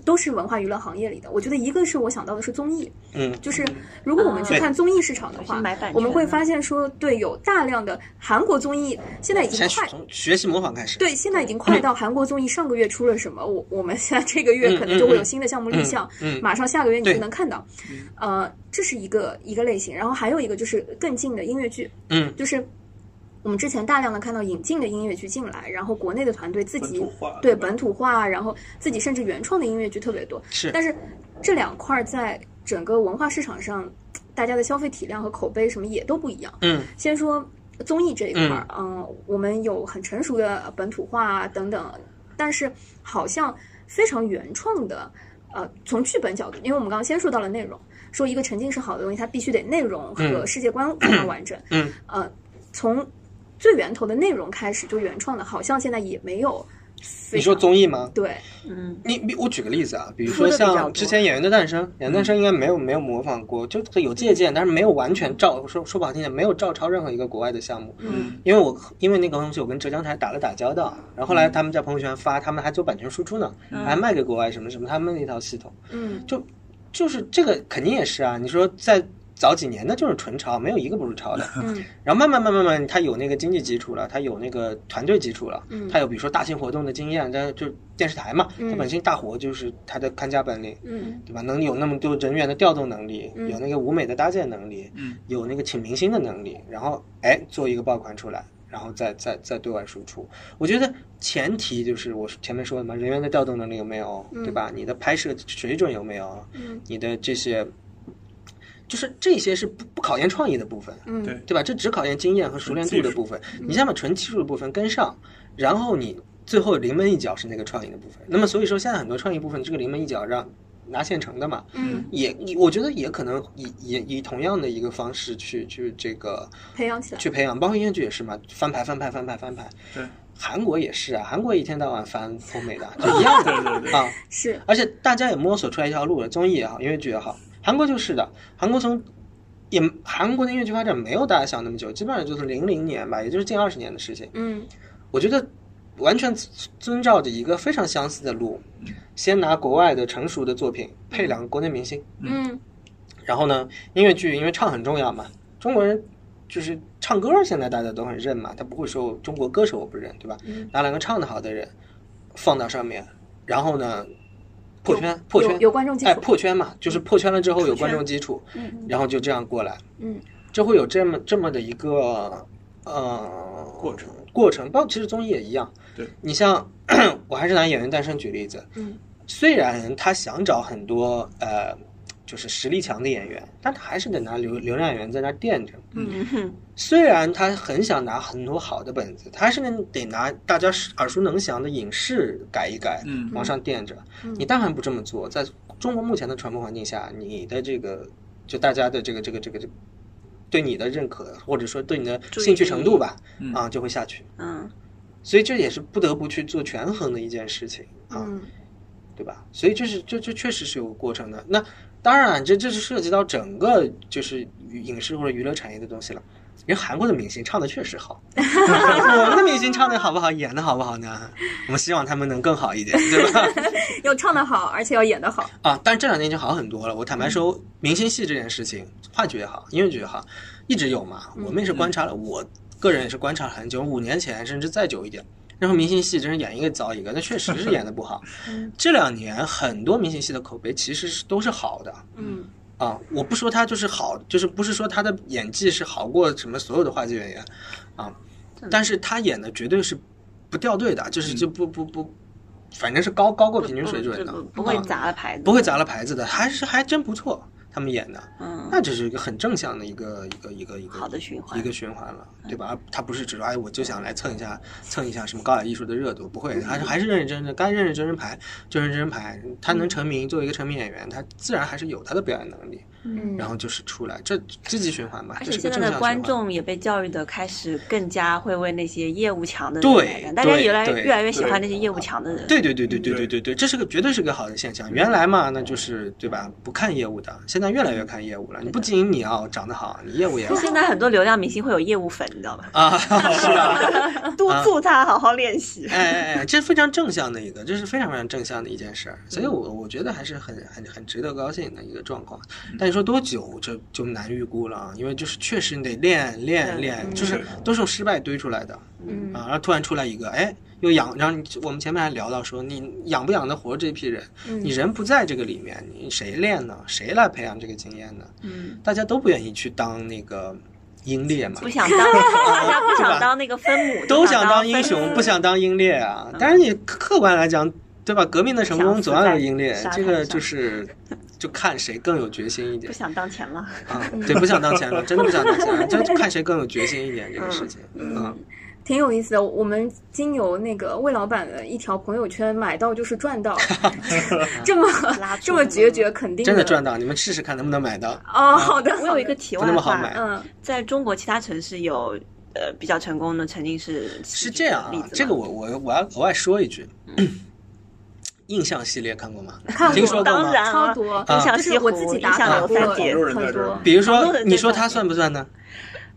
Speaker 2: 都是文化娱乐行业里的。我觉得一个是我想到的是综艺，
Speaker 5: 嗯哎
Speaker 2: 就是如果我们去
Speaker 3: 对
Speaker 2: 看综艺市场的话
Speaker 3: 是买版，权
Speaker 2: 我们会
Speaker 3: 的
Speaker 2: 发现说，对，有大量的韩国综艺现在已经
Speaker 5: 嗯先
Speaker 2: 快。
Speaker 5: 从学习模仿开始。
Speaker 2: 对，现在已经快到韩国综艺上个月出了什么，我我们现在这个月可能就会有新的项目立项，
Speaker 5: 嗯嗯嗯
Speaker 2: 马上下个月你就
Speaker 5: 对
Speaker 2: 能看到。呃，这是一个一个类型，然后还有一个就是更近的音乐剧，
Speaker 5: 嗯，
Speaker 2: 就是我们之前大量的看到引进的音乐剧进来，然后国内的团队自己
Speaker 4: 本土化
Speaker 2: 对
Speaker 4: 对吧
Speaker 2: 本土化，然后自己甚至原创的音乐剧特别多。
Speaker 5: 是
Speaker 2: 但是这两块儿在整个文化市场上，大家的消费体量和口碑什么也都不一样。
Speaker 5: 嗯
Speaker 2: 先说综艺这一块儿，嗯、我们有很成熟的本土化啊等等，但是好像非常原创的，呃，从剧本角度，因为我们刚刚先说到了内容，说一个沉浸式好的东西，它必须得内容和
Speaker 5: 嗯
Speaker 2: 世界观非常完整，
Speaker 5: 嗯，
Speaker 2: 呃，从最源头的内容开始就原创的，好像现在也没有非常。
Speaker 5: 你说综艺吗？
Speaker 2: 对，
Speaker 3: 嗯，
Speaker 5: 你比我举个例子啊，比如说
Speaker 3: 说得比较
Speaker 5: 像
Speaker 3: 多
Speaker 5: 之前《演员的诞生》，《演员的诞生》应该没有没有模仿过，就有借鉴，但是没有完全照说说不好听点，没有照抄任何一个国外的项目。
Speaker 4: 嗯，
Speaker 5: 因为我因为那个东西我跟浙江台打了打交道，然后后来他们在朋友圈发，他们还做版权输出呢，还卖给国外什么什么他们那一套系统，
Speaker 2: 嗯
Speaker 5: 就就是这个肯定也是啊，你说在。早几年那就是纯抄，没有一个不是抄的。
Speaker 2: 嗯
Speaker 5: 然后慢慢慢慢慢，他有那个经济基础了，他有那个团队基础了，
Speaker 2: 嗯
Speaker 5: 他有比如说大型活动的经验，他就电视台嘛，他本身大活就是他的看家本领，
Speaker 2: 嗯
Speaker 5: 对吧？能有那么多人员的调动能力，
Speaker 2: 嗯
Speaker 5: 有那个舞美的搭建能力，
Speaker 4: 嗯
Speaker 5: 有那个请明星的能力，然后哎做一个爆款出来，然后再再再对外输出。我觉得前提就是我前面说的嘛，人员的调动能力有没有，对吧？你的拍摄水准有没有？
Speaker 2: 嗯
Speaker 5: 你的这些，就是这些是不不考验创意的部分，
Speaker 2: 嗯，
Speaker 4: 对
Speaker 5: 对吧？这只考验经验和熟练度的部分，
Speaker 4: 嗯
Speaker 5: 你先把纯技术的部分跟上，然后你最后临门一脚是那个创意的部分。那么所以说，现在很多创意部分这个临门一脚让拿现成的嘛，
Speaker 2: 嗯，
Speaker 5: 也你我觉得也可能以也以同样的一个方式去去这个
Speaker 2: 培养起来，
Speaker 5: 去培养，包括音乐剧也是嘛，翻牌翻牌翻牌翻牌。
Speaker 4: 对
Speaker 5: 韩国也是啊，韩国一天到晚翻欧美 的，就一样的
Speaker 4: 对对对
Speaker 5: 啊。
Speaker 2: 是
Speaker 5: 而且大家也摸索出来一条路了，综艺也好，音乐剧也好，韩国就是的。韩国从也韩国的音乐剧发展没有大家想那么久，基本上就是零零年吧，也就是近二十年的事情。
Speaker 2: 嗯
Speaker 5: 我觉得完全遵照着一个非常相似的路，先拿国外的成熟的作品配两个国内明星，
Speaker 2: 嗯
Speaker 5: 然后呢，音乐剧因为唱很重要嘛，中国人就是唱歌现在大家都很认嘛，他不会说中国歌手我不认，对吧？
Speaker 2: 嗯
Speaker 5: 拿两个唱得好的人放到上面，然后呢破圈破
Speaker 2: 有
Speaker 5: 圈，
Speaker 2: 有观众基
Speaker 5: 哎
Speaker 2: 础，
Speaker 5: 破圈嘛，就是破圈了之后有观众
Speaker 3: 破
Speaker 5: 基础，
Speaker 2: 嗯
Speaker 5: 然后就这样过来，
Speaker 2: 嗯
Speaker 5: 就会有这么这么的一个呃
Speaker 4: 过程
Speaker 5: 过程，包括其实综艺也一样。
Speaker 4: 对
Speaker 5: 你像 我还是拿《演员诞生》举例子，
Speaker 2: 嗯
Speaker 5: 虽然他想找很多呃就是实力强的演员，但他还是得拿流流量演员在那儿垫着。
Speaker 3: 嗯哼，
Speaker 5: 虽然他很想拿很多好的本子，他还是得拿大家耳熟能详的影视改一改，
Speaker 4: 嗯
Speaker 5: 往上垫着。
Speaker 2: 嗯
Speaker 5: 你但凡不这么做，在中国目前的传播环境下，你的这个就大家的这个这个这个这个对你的认可，或者说对你的
Speaker 3: 注意
Speaker 5: 兴趣程度吧，
Speaker 4: 嗯
Speaker 5: 啊，就会下去。
Speaker 3: 嗯，
Speaker 5: 所以这也是不得不去做权衡的一件事情啊。
Speaker 2: 嗯
Speaker 5: 对吧？所以这是这这确实是有个过程的。那当然，这这是涉及到整个就是影视或者娱乐产业的东西了。人韩国的明星唱的确实好， 我们的明星唱的好不好，演的好不好呢？我们希望他们能更好一点，对吧？
Speaker 2: 要唱的好，而且要演的好，
Speaker 5: 啊，但是这两年已经好很多了。我坦
Speaker 3: 嗯
Speaker 5: 白说，明星戏这件事情，话剧也好，音乐剧也好，一直有嘛。
Speaker 3: 嗯
Speaker 5: 我们也是观察了，我个人也是观察了很久，五年前甚至再久一点。然后明星戏真是演一个糟一个，那确实是演的 不好。
Speaker 3: 嗯
Speaker 5: 这两年很多明星戏的口碑其实是都是好的
Speaker 2: 嗯
Speaker 5: 啊，我不说他就是好，就是不是说他的演技是好过什么所有的话剧演员啊，但是他演的绝对是不掉队的，
Speaker 3: 嗯
Speaker 5: 就是就不不不，反正是高高过平均水准的，
Speaker 3: 不不不会
Speaker 5: 啊
Speaker 3: 砸了牌子，
Speaker 5: 不会砸了牌子的，还是还真不错，他们演的，
Speaker 3: 嗯，
Speaker 5: 那这是一个很正向的一个一个一个一个
Speaker 3: 好的循环嗯
Speaker 5: 一个循环了，对吧？而他不是只说哎，我就想来蹭一下蹭一下什么高雅艺术的热度，不会，还是还是认认真真，该认认真真排就认真真排。他能成名，作为一个成名演员，他自然还是有他的表演能力，
Speaker 2: 嗯
Speaker 5: 然后就是出来，这积极循环吧。
Speaker 3: 而
Speaker 5: 这
Speaker 3: 且
Speaker 5: 是个
Speaker 3: 现在
Speaker 5: 正向
Speaker 3: 的
Speaker 5: 循
Speaker 3: 观
Speaker 5: 环。
Speaker 3: 众也被教育的开始更加会为那些业务强的人
Speaker 5: 对
Speaker 3: 买单，大家
Speaker 5: 对
Speaker 3: 越来
Speaker 5: 对
Speaker 3: 越来越喜欢那些业务强的人。
Speaker 5: 对对对对对对对对，这是个绝对是个好的现象。原来嘛，那就是对吧？不看业务的，现在越来越看业务了。你不仅你要长得好，你业务 也要
Speaker 3: 就现在很多流量明星会有业务粉，你知道吗？
Speaker 5: 啊，是啊吧？
Speaker 3: 督促他好好练 习。
Speaker 5: 哎哎哎，这非常正向的一个，这是非常非常正向的一件事儿，所以我我觉得还是很很很值得高兴的一个状况。但你说多久，这就难预估了，啊，因为就是确实你得练练
Speaker 3: 嗯
Speaker 5: 练，
Speaker 3: 嗯
Speaker 5: 就是都是用失败堆出来的啊，
Speaker 2: 嗯
Speaker 5: 然后突然出来一个，哎，又养，然后你我们前面还聊到说，你养不养得活这批人，
Speaker 3: 嗯
Speaker 5: 你人不在这个里面，你谁练呢？谁来培养这个经验呢？
Speaker 3: 嗯，
Speaker 5: 大家都不愿意去当那个英烈嘛，
Speaker 3: 不想当，大家不想当那个分母，
Speaker 5: 都
Speaker 3: 就
Speaker 5: 想
Speaker 3: 想嗯
Speaker 5: 当英
Speaker 3: 分
Speaker 5: 雄，
Speaker 3: 子
Speaker 5: 不。想当英烈啊。但是你客观来讲，对吧？革命的成功
Speaker 3: 想
Speaker 5: 总要有
Speaker 3: 死在
Speaker 5: 英烈
Speaker 3: 沙，滩
Speaker 5: 这个
Speaker 3: 上
Speaker 5: 就是就看谁更有决心一
Speaker 3: 不
Speaker 5: 点
Speaker 3: 想当前了，
Speaker 5: 啊。对，不想当前了，真的不想当前 了，就看谁更有决心一点这个事情
Speaker 3: 嗯
Speaker 5: 啊。
Speaker 2: 挺有意思的。我们经由那个魏老板的一条朋友圈买到就是赚 到，这么
Speaker 3: 拉住
Speaker 2: 这么决绝肯定
Speaker 5: 真
Speaker 2: 的
Speaker 5: 的赚啊到，你们试试看能不能买到。
Speaker 2: 哦，好的，
Speaker 3: 我有一个题
Speaker 5: 不那
Speaker 3: 外
Speaker 5: 么好
Speaker 3: 话，
Speaker 5: 买
Speaker 2: 嗯
Speaker 3: 在中国其他城市有呃比较成功的沉浸式
Speaker 5: 是
Speaker 3: 是
Speaker 5: 这样
Speaker 3: 例子
Speaker 5: 啊
Speaker 3: 吗，
Speaker 5: 这个我我我要额外说一句，印象系列看过吗？
Speaker 2: 看过
Speaker 5: 听说过
Speaker 3: 嗯当
Speaker 5: 吗？
Speaker 3: 然
Speaker 2: 超
Speaker 3: 了，
Speaker 2: 多，
Speaker 5: 啊
Speaker 3: 影响
Speaker 2: 就
Speaker 3: 西
Speaker 2: 是
Speaker 3: 湖，
Speaker 2: 我自己
Speaker 3: 影
Speaker 2: 打
Speaker 3: 响
Speaker 2: 卡
Speaker 3: 楼
Speaker 2: 过
Speaker 3: 三
Speaker 2: 很
Speaker 3: 叠
Speaker 4: 有，人在这儿
Speaker 2: 多。
Speaker 5: 比如
Speaker 3: 好多
Speaker 5: 说，
Speaker 3: 人
Speaker 5: 你
Speaker 3: 在
Speaker 5: 说
Speaker 3: 看
Speaker 5: 它算不算呢？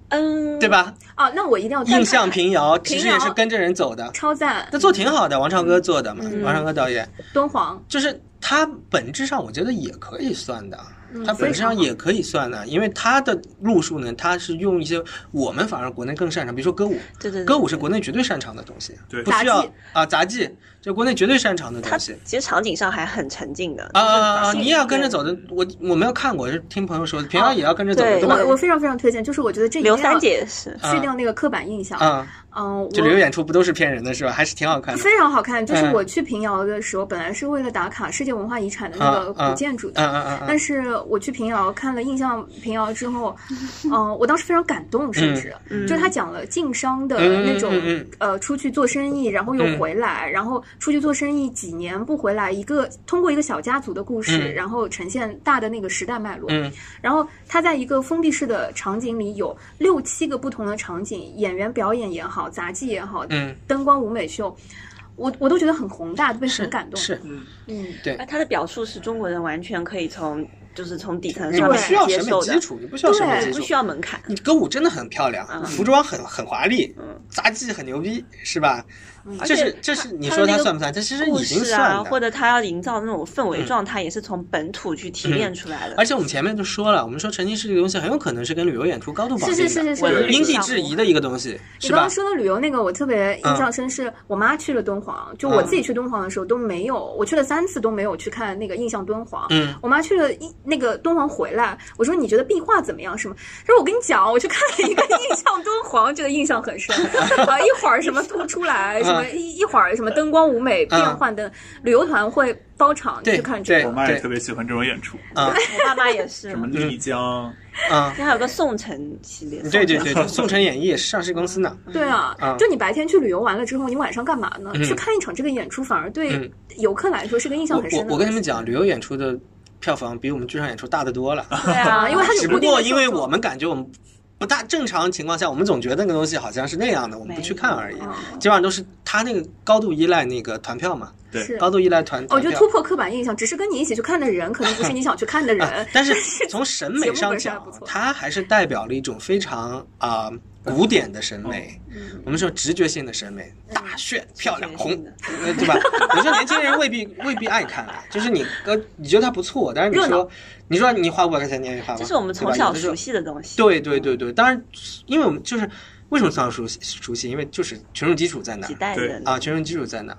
Speaker 3: 嗯，
Speaker 5: 对？吧？
Speaker 2: 哦，那我一定要再
Speaker 5: 印象
Speaker 2: 看看
Speaker 5: 平遥其实也
Speaker 2: 平
Speaker 5: 是
Speaker 2: 遥
Speaker 5: 跟着人走的，
Speaker 2: 超赞，
Speaker 5: 那做挺好的，王唱歌做的嘛，
Speaker 2: 嗯
Speaker 5: 王唱歌导演。
Speaker 2: 敦煌，
Speaker 5: 就是它本质上我觉得也可以算的啊
Speaker 2: 嗯，
Speaker 5: 它本质上也可以算的，啊因为它的路数呢，它是用一些我们反而国内更擅长，比如说歌舞，
Speaker 3: 对对对，
Speaker 5: 歌舞是国内绝对擅长的东西，
Speaker 4: 对
Speaker 5: 不需
Speaker 2: 嗯杂
Speaker 5: 要
Speaker 2: 技
Speaker 5: 啊杂技，就国内绝对擅长的
Speaker 3: 它
Speaker 5: 东西。
Speaker 3: 其实场景上还很沉浸的
Speaker 5: 啊啊啊！啊
Speaker 3: 就是
Speaker 5: 你也要跟着走的，我我没有看过，是听朋友说的，平遥也要跟着走的，
Speaker 3: 对
Speaker 5: 对吧？
Speaker 2: 哦我我非常非常推荐，就是我觉得这一定
Speaker 3: 刘
Speaker 2: 要
Speaker 3: 三姐也是，
Speaker 2: 去掉那个刻板印象。
Speaker 5: 啊，
Speaker 2: 嗯，我
Speaker 5: 这里有演出不都是骗人的，是吧？还是挺好看的。
Speaker 2: 非常好看。就是
Speaker 5: 嗯
Speaker 2: 我去平遥的时候，本来是为了打卡世界文化遗产的那个
Speaker 5: 嗯
Speaker 2: 古
Speaker 5: 嗯
Speaker 2: 建筑的，
Speaker 5: 嗯嗯嗯嗯
Speaker 2: 但是我去平遥看了印象平遥之后，嗯、我当时非常感动，甚至、
Speaker 3: 嗯
Speaker 2: 就是他讲了经商的
Speaker 5: 嗯
Speaker 2: 那种、
Speaker 5: 嗯嗯嗯嗯
Speaker 2: 呃，出去做生意，然后又回来，然后出去做生意几年不回来，一个通过一个小家族的故事，
Speaker 5: 嗯
Speaker 2: 然后呈现大的那个时代脉络。
Speaker 5: 嗯
Speaker 2: 然后他在一个封闭式的场景里有六七个不同的场景，演员表演也好，杂技也好，
Speaker 5: 嗯，
Speaker 2: 灯光舞美秀。我我都觉得很宏大，被
Speaker 5: 是
Speaker 2: 很感动。
Speaker 5: 是
Speaker 4: 嗯
Speaker 2: 嗯
Speaker 5: 对
Speaker 3: 而他的表述是中国人完全可以从就是从底层
Speaker 5: 你
Speaker 3: 上
Speaker 5: 不
Speaker 3: 面
Speaker 5: 需要
Speaker 3: 接
Speaker 5: 审美
Speaker 3: 受
Speaker 5: 基
Speaker 3: 的，
Speaker 5: 础，你不需要审美基
Speaker 3: 不
Speaker 5: 础
Speaker 3: 需。要门槛。
Speaker 5: 你歌舞真的很漂亮，
Speaker 3: 嗯
Speaker 5: 服装很很华丽
Speaker 3: 嗯，
Speaker 5: 杂技很牛逼，是吧？这
Speaker 3: 而
Speaker 5: 是
Speaker 3: 且
Speaker 5: 这是你
Speaker 3: 他
Speaker 5: 说
Speaker 3: 那
Speaker 5: 它
Speaker 3: 个
Speaker 5: 算不算？它其实
Speaker 3: 故
Speaker 5: 已经
Speaker 3: 事
Speaker 5: 算
Speaker 3: 啊，
Speaker 5: 的。
Speaker 3: 或者他要营造那种氛围
Speaker 5: 嗯
Speaker 3: 状态，也是从本土去提炼出来的。
Speaker 5: 而且我们前面就说了，我们说沉浸式这个东西很有可能是跟旅游演出高度绑
Speaker 2: 是
Speaker 5: 定的，
Speaker 2: 是是是是
Speaker 3: 我的
Speaker 2: 是。
Speaker 5: 因地制宜的一个东西，
Speaker 2: 你
Speaker 5: 是
Speaker 2: 刚
Speaker 5: 吧嗯
Speaker 2: 刚？说的旅游那个，我特别印象深，是我妈去了敦煌，就我自己去敦煌的时候都没有，我去了三次都没有去看那个印象敦煌。
Speaker 5: 嗯，
Speaker 2: 我妈去了一那个敦煌回来，我说你觉得壁画怎么样？什么？她说我跟你讲，我去看了一个印象敦煌，觉得印象 很深。啊，一会儿什么凸出来，什么
Speaker 5: 嗯
Speaker 2: 一一会儿什么灯光舞美变换灯，旅游团会包场
Speaker 5: 对
Speaker 2: 去看这
Speaker 5: 对
Speaker 4: 我
Speaker 2: 个。
Speaker 4: 妈也特别喜欢这种演出，
Speaker 5: 啊嗯
Speaker 3: 我爸妈也 是
Speaker 4: 什么
Speaker 3: 嘛，
Speaker 4: 丽江，
Speaker 5: 啊，
Speaker 3: 现在还有个宋城系列，
Speaker 5: 对对
Speaker 3: 宋城
Speaker 5: 对对，宋城演艺也是上市公司呢。
Speaker 2: 对啊
Speaker 5: 嗯，
Speaker 2: 就你白天去旅游完了之后，你晚上干嘛呢？
Speaker 5: 嗯
Speaker 2: 去看一场这个演出，反而
Speaker 5: 嗯
Speaker 2: 对游客来说是个印象
Speaker 5: 我
Speaker 2: 很深
Speaker 5: 我
Speaker 2: 的。
Speaker 5: 我跟你们讲，旅游演出的票房比我们剧场演出大得多了，
Speaker 3: 对啊，
Speaker 2: 因 为他有
Speaker 5: 只不
Speaker 2: 固定
Speaker 5: 过
Speaker 2: 的
Speaker 5: 因为
Speaker 2: 受众
Speaker 5: 我们感觉我们不大正常情况下，我们总觉得那个东西好像是那样的，我们不去看而已
Speaker 3: 没有。
Speaker 2: 啊
Speaker 5: 基本上都是他那个高度依赖那个团票嘛，
Speaker 4: 对
Speaker 2: 是
Speaker 5: 高度依赖团。
Speaker 2: 哦，
Speaker 5: 团
Speaker 2: 就
Speaker 5: 票。
Speaker 2: 突破刻板印象，只是跟你一起去看的人，可能不是你想去看的人。
Speaker 5: 啊 但是从审美上
Speaker 2: 节目本身还
Speaker 5: 讲
Speaker 2: 不，错
Speaker 5: 它还是代表了一种非常啊、古典的审美，
Speaker 2: 嗯
Speaker 5: 我们说直觉性的审美，大炫、漂亮、红
Speaker 3: 性的，
Speaker 5: 呃对吧？有时候年轻人未必未必爱看啊，就是你呃你觉得它不错，但是你
Speaker 2: 热
Speaker 5: 说你说你花五百块钱你愿意花吗？
Speaker 3: 这是我们从
Speaker 5: 对吧
Speaker 3: 小
Speaker 5: 有的时候
Speaker 3: 熟悉的东西。
Speaker 5: 对对对对，当然，因为我们就是为什么从小熟悉熟悉，因为就是群众基础在哪
Speaker 3: 几
Speaker 5: 儿
Speaker 3: 代人
Speaker 5: 啊，群众基础在哪儿。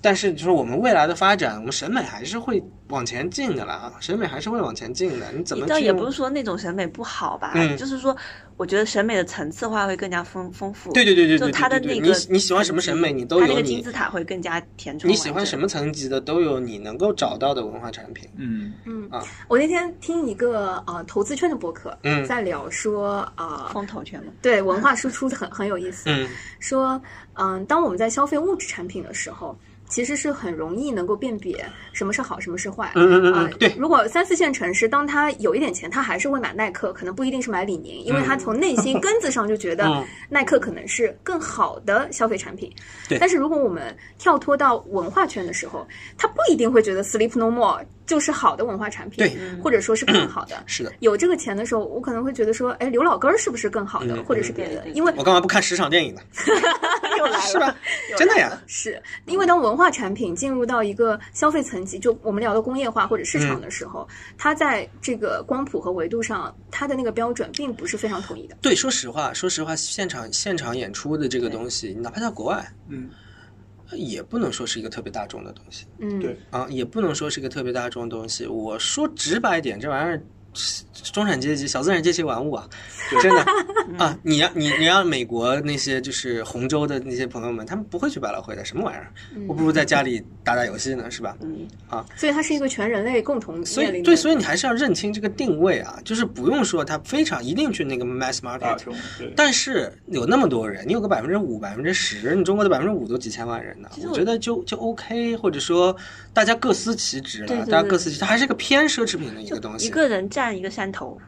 Speaker 5: 但是就是我们未来的发展，我们审美还是会往前进的啦，啊审美还是会往前进的。你怎么
Speaker 3: 倒
Speaker 5: 去
Speaker 3: 也
Speaker 5: 用
Speaker 3: 不是说那种审美不好吧，
Speaker 5: 嗯
Speaker 3: 就是说，我觉得审美的层次化会更加丰丰富。
Speaker 5: 对对对对对
Speaker 3: 就它的
Speaker 5: 对对
Speaker 3: 那
Speaker 5: 对
Speaker 3: 个
Speaker 5: 你你喜欢什么审美你都有
Speaker 3: 它那个
Speaker 5: 你
Speaker 3: 金字塔会更加填充。
Speaker 5: 你喜欢什？么层级的都有你能够找到的文化产品。
Speaker 4: 嗯，
Speaker 2: 嗯
Speaker 5: 啊，
Speaker 2: 我那天听一个呃投资圈的博客，
Speaker 5: 嗯
Speaker 2: 在聊说啊、呃
Speaker 3: 风投圈嘛，
Speaker 2: 对文化输出很很有意思，
Speaker 5: 嗯
Speaker 2: 说嗯、当我们在消费物质产品的时候。其实是很容易能够辨别什么是好，什么是坏。
Speaker 5: 嗯嗯嗯嗯
Speaker 2: 啊
Speaker 5: 对
Speaker 2: 如果三四线城市，当他有一点钱，他还是会买耐克，可能不一定是买李宁，因为他从内心根子上就觉得
Speaker 5: 嗯
Speaker 2: 耐克可能是更好的消费产品。
Speaker 5: 对
Speaker 2: 但是如果我们跳脱到文化圈的时候，他不一定会觉得 Sleep No More 就是好的文化产品，
Speaker 5: 对。
Speaker 3: 嗯
Speaker 2: 或者说是更好的
Speaker 5: 是的，
Speaker 2: 有这个钱的时候，我可能会觉得说，哎，刘老根儿是不是更好的，
Speaker 5: 嗯
Speaker 2: 或者是别
Speaker 3: 对
Speaker 2: 的？
Speaker 3: 对对
Speaker 2: 因为
Speaker 5: 我干嘛不看十场电影呢？
Speaker 3: 又来了，
Speaker 5: 是吧？真的呀，
Speaker 2: 是因为当文化产品进入到一个消费层级，就我们聊的工业化或者市
Speaker 5: 嗯
Speaker 2: 场的时候，它在这个光谱和维度上，它的那个标准并不是非常统一的。
Speaker 5: 对，说实话，说实话，现场现场演出的这个东西，哪怕在国外，
Speaker 4: 嗯，
Speaker 5: 也不能说是一个特别大众的东西
Speaker 2: 嗯，
Speaker 4: 对
Speaker 5: 啊，也不能说是一个特别大众的东西。我说直白一点，这玩意儿。中产阶级、小资产阶级玩物啊，真的啊！你让你你让美国那些就是红州的那些朋友们，他们不会去百老汇的，什么玩意儿？我不如在家里打打游戏呢，是吧？
Speaker 3: 嗯
Speaker 2: 所以它是一个全人类共同
Speaker 5: 所
Speaker 2: 面临
Speaker 5: 以
Speaker 2: 的。
Speaker 5: 对，所以你还是要认清这个定位啊，就是不用说它非常一定去那个 mass
Speaker 4: 大
Speaker 5: market，
Speaker 4: 众对，
Speaker 5: 但是有那么多人，你有个百分之五、百分之十，你中国的百分之五都几千万人呢
Speaker 3: 其，实
Speaker 5: 我
Speaker 3: 我
Speaker 5: 觉得就就 OK，或者说大家各司其职
Speaker 3: 对
Speaker 5: 了，
Speaker 3: 对
Speaker 5: 大家
Speaker 3: 对
Speaker 5: 各司其，它还是个偏奢侈品的一个东
Speaker 3: 一
Speaker 5: 西。
Speaker 3: 个人占一个山头，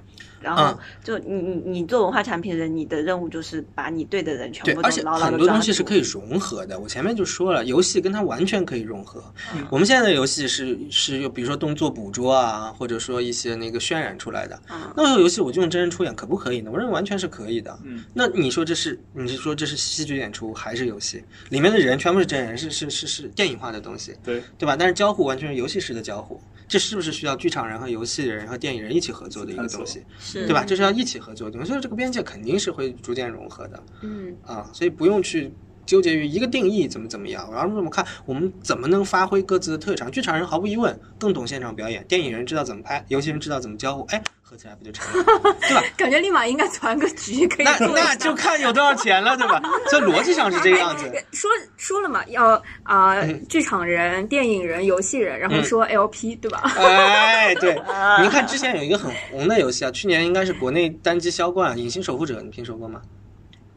Speaker 3: 然
Speaker 5: 啊
Speaker 3: 后就你你你做文化产品的人，你的任务就是把你对的人
Speaker 5: 对
Speaker 3: 全，部都
Speaker 5: 而且
Speaker 3: 牢牢
Speaker 5: 很
Speaker 3: 的
Speaker 5: 多
Speaker 3: 抓
Speaker 5: 东
Speaker 3: 住
Speaker 5: 西。是可以融合的。我前面就说了，游戏跟它完全可以融合。
Speaker 4: 嗯
Speaker 5: 我们现在的游戏是是有，比如说动作捕捉啊，或者说一些那个渲染出来的。那我有游戏我就用真人出演，可不可以呢？我认为完全是可以的。
Speaker 4: 嗯，
Speaker 5: 那你说这是你是说这是戏剧演出还是游戏？里面的人全部是真人，是是是是电影化的东西，
Speaker 4: 对，
Speaker 5: 对吧？但是交互完全是游戏式的交互，这是不是需要剧场人和游戏人和电影人一起合作的一个东西，
Speaker 3: 是
Speaker 4: 嗯
Speaker 5: 对吧？这是要一起合作的东西，所以这个边界肯定是会逐渐融合的。
Speaker 2: 嗯，
Speaker 5: 啊，所以不用去纠结于一个定义怎么怎么样，然后我们看我们怎么能发挥各自的特长。剧场人毫无疑问更懂现场表演，电影人知道怎么拍，游戏人知道怎么交互，哎，合起来不就成了？对吧？
Speaker 2: 感觉立马应该团个局可以
Speaker 5: 那
Speaker 2: 做一
Speaker 5: 那
Speaker 2: 下
Speaker 5: 就看有多少钱了，对吧？所以逻辑上是这个样子。 嗯
Speaker 2: 说说了嘛，要啊、剧场人、电影人、游戏人，然后说 LP、对吧？
Speaker 5: 哎，对，你看之前有一个很红的游戏啊，去年应该是国内单机销冠《啊隐形守护者》，你听说过吗？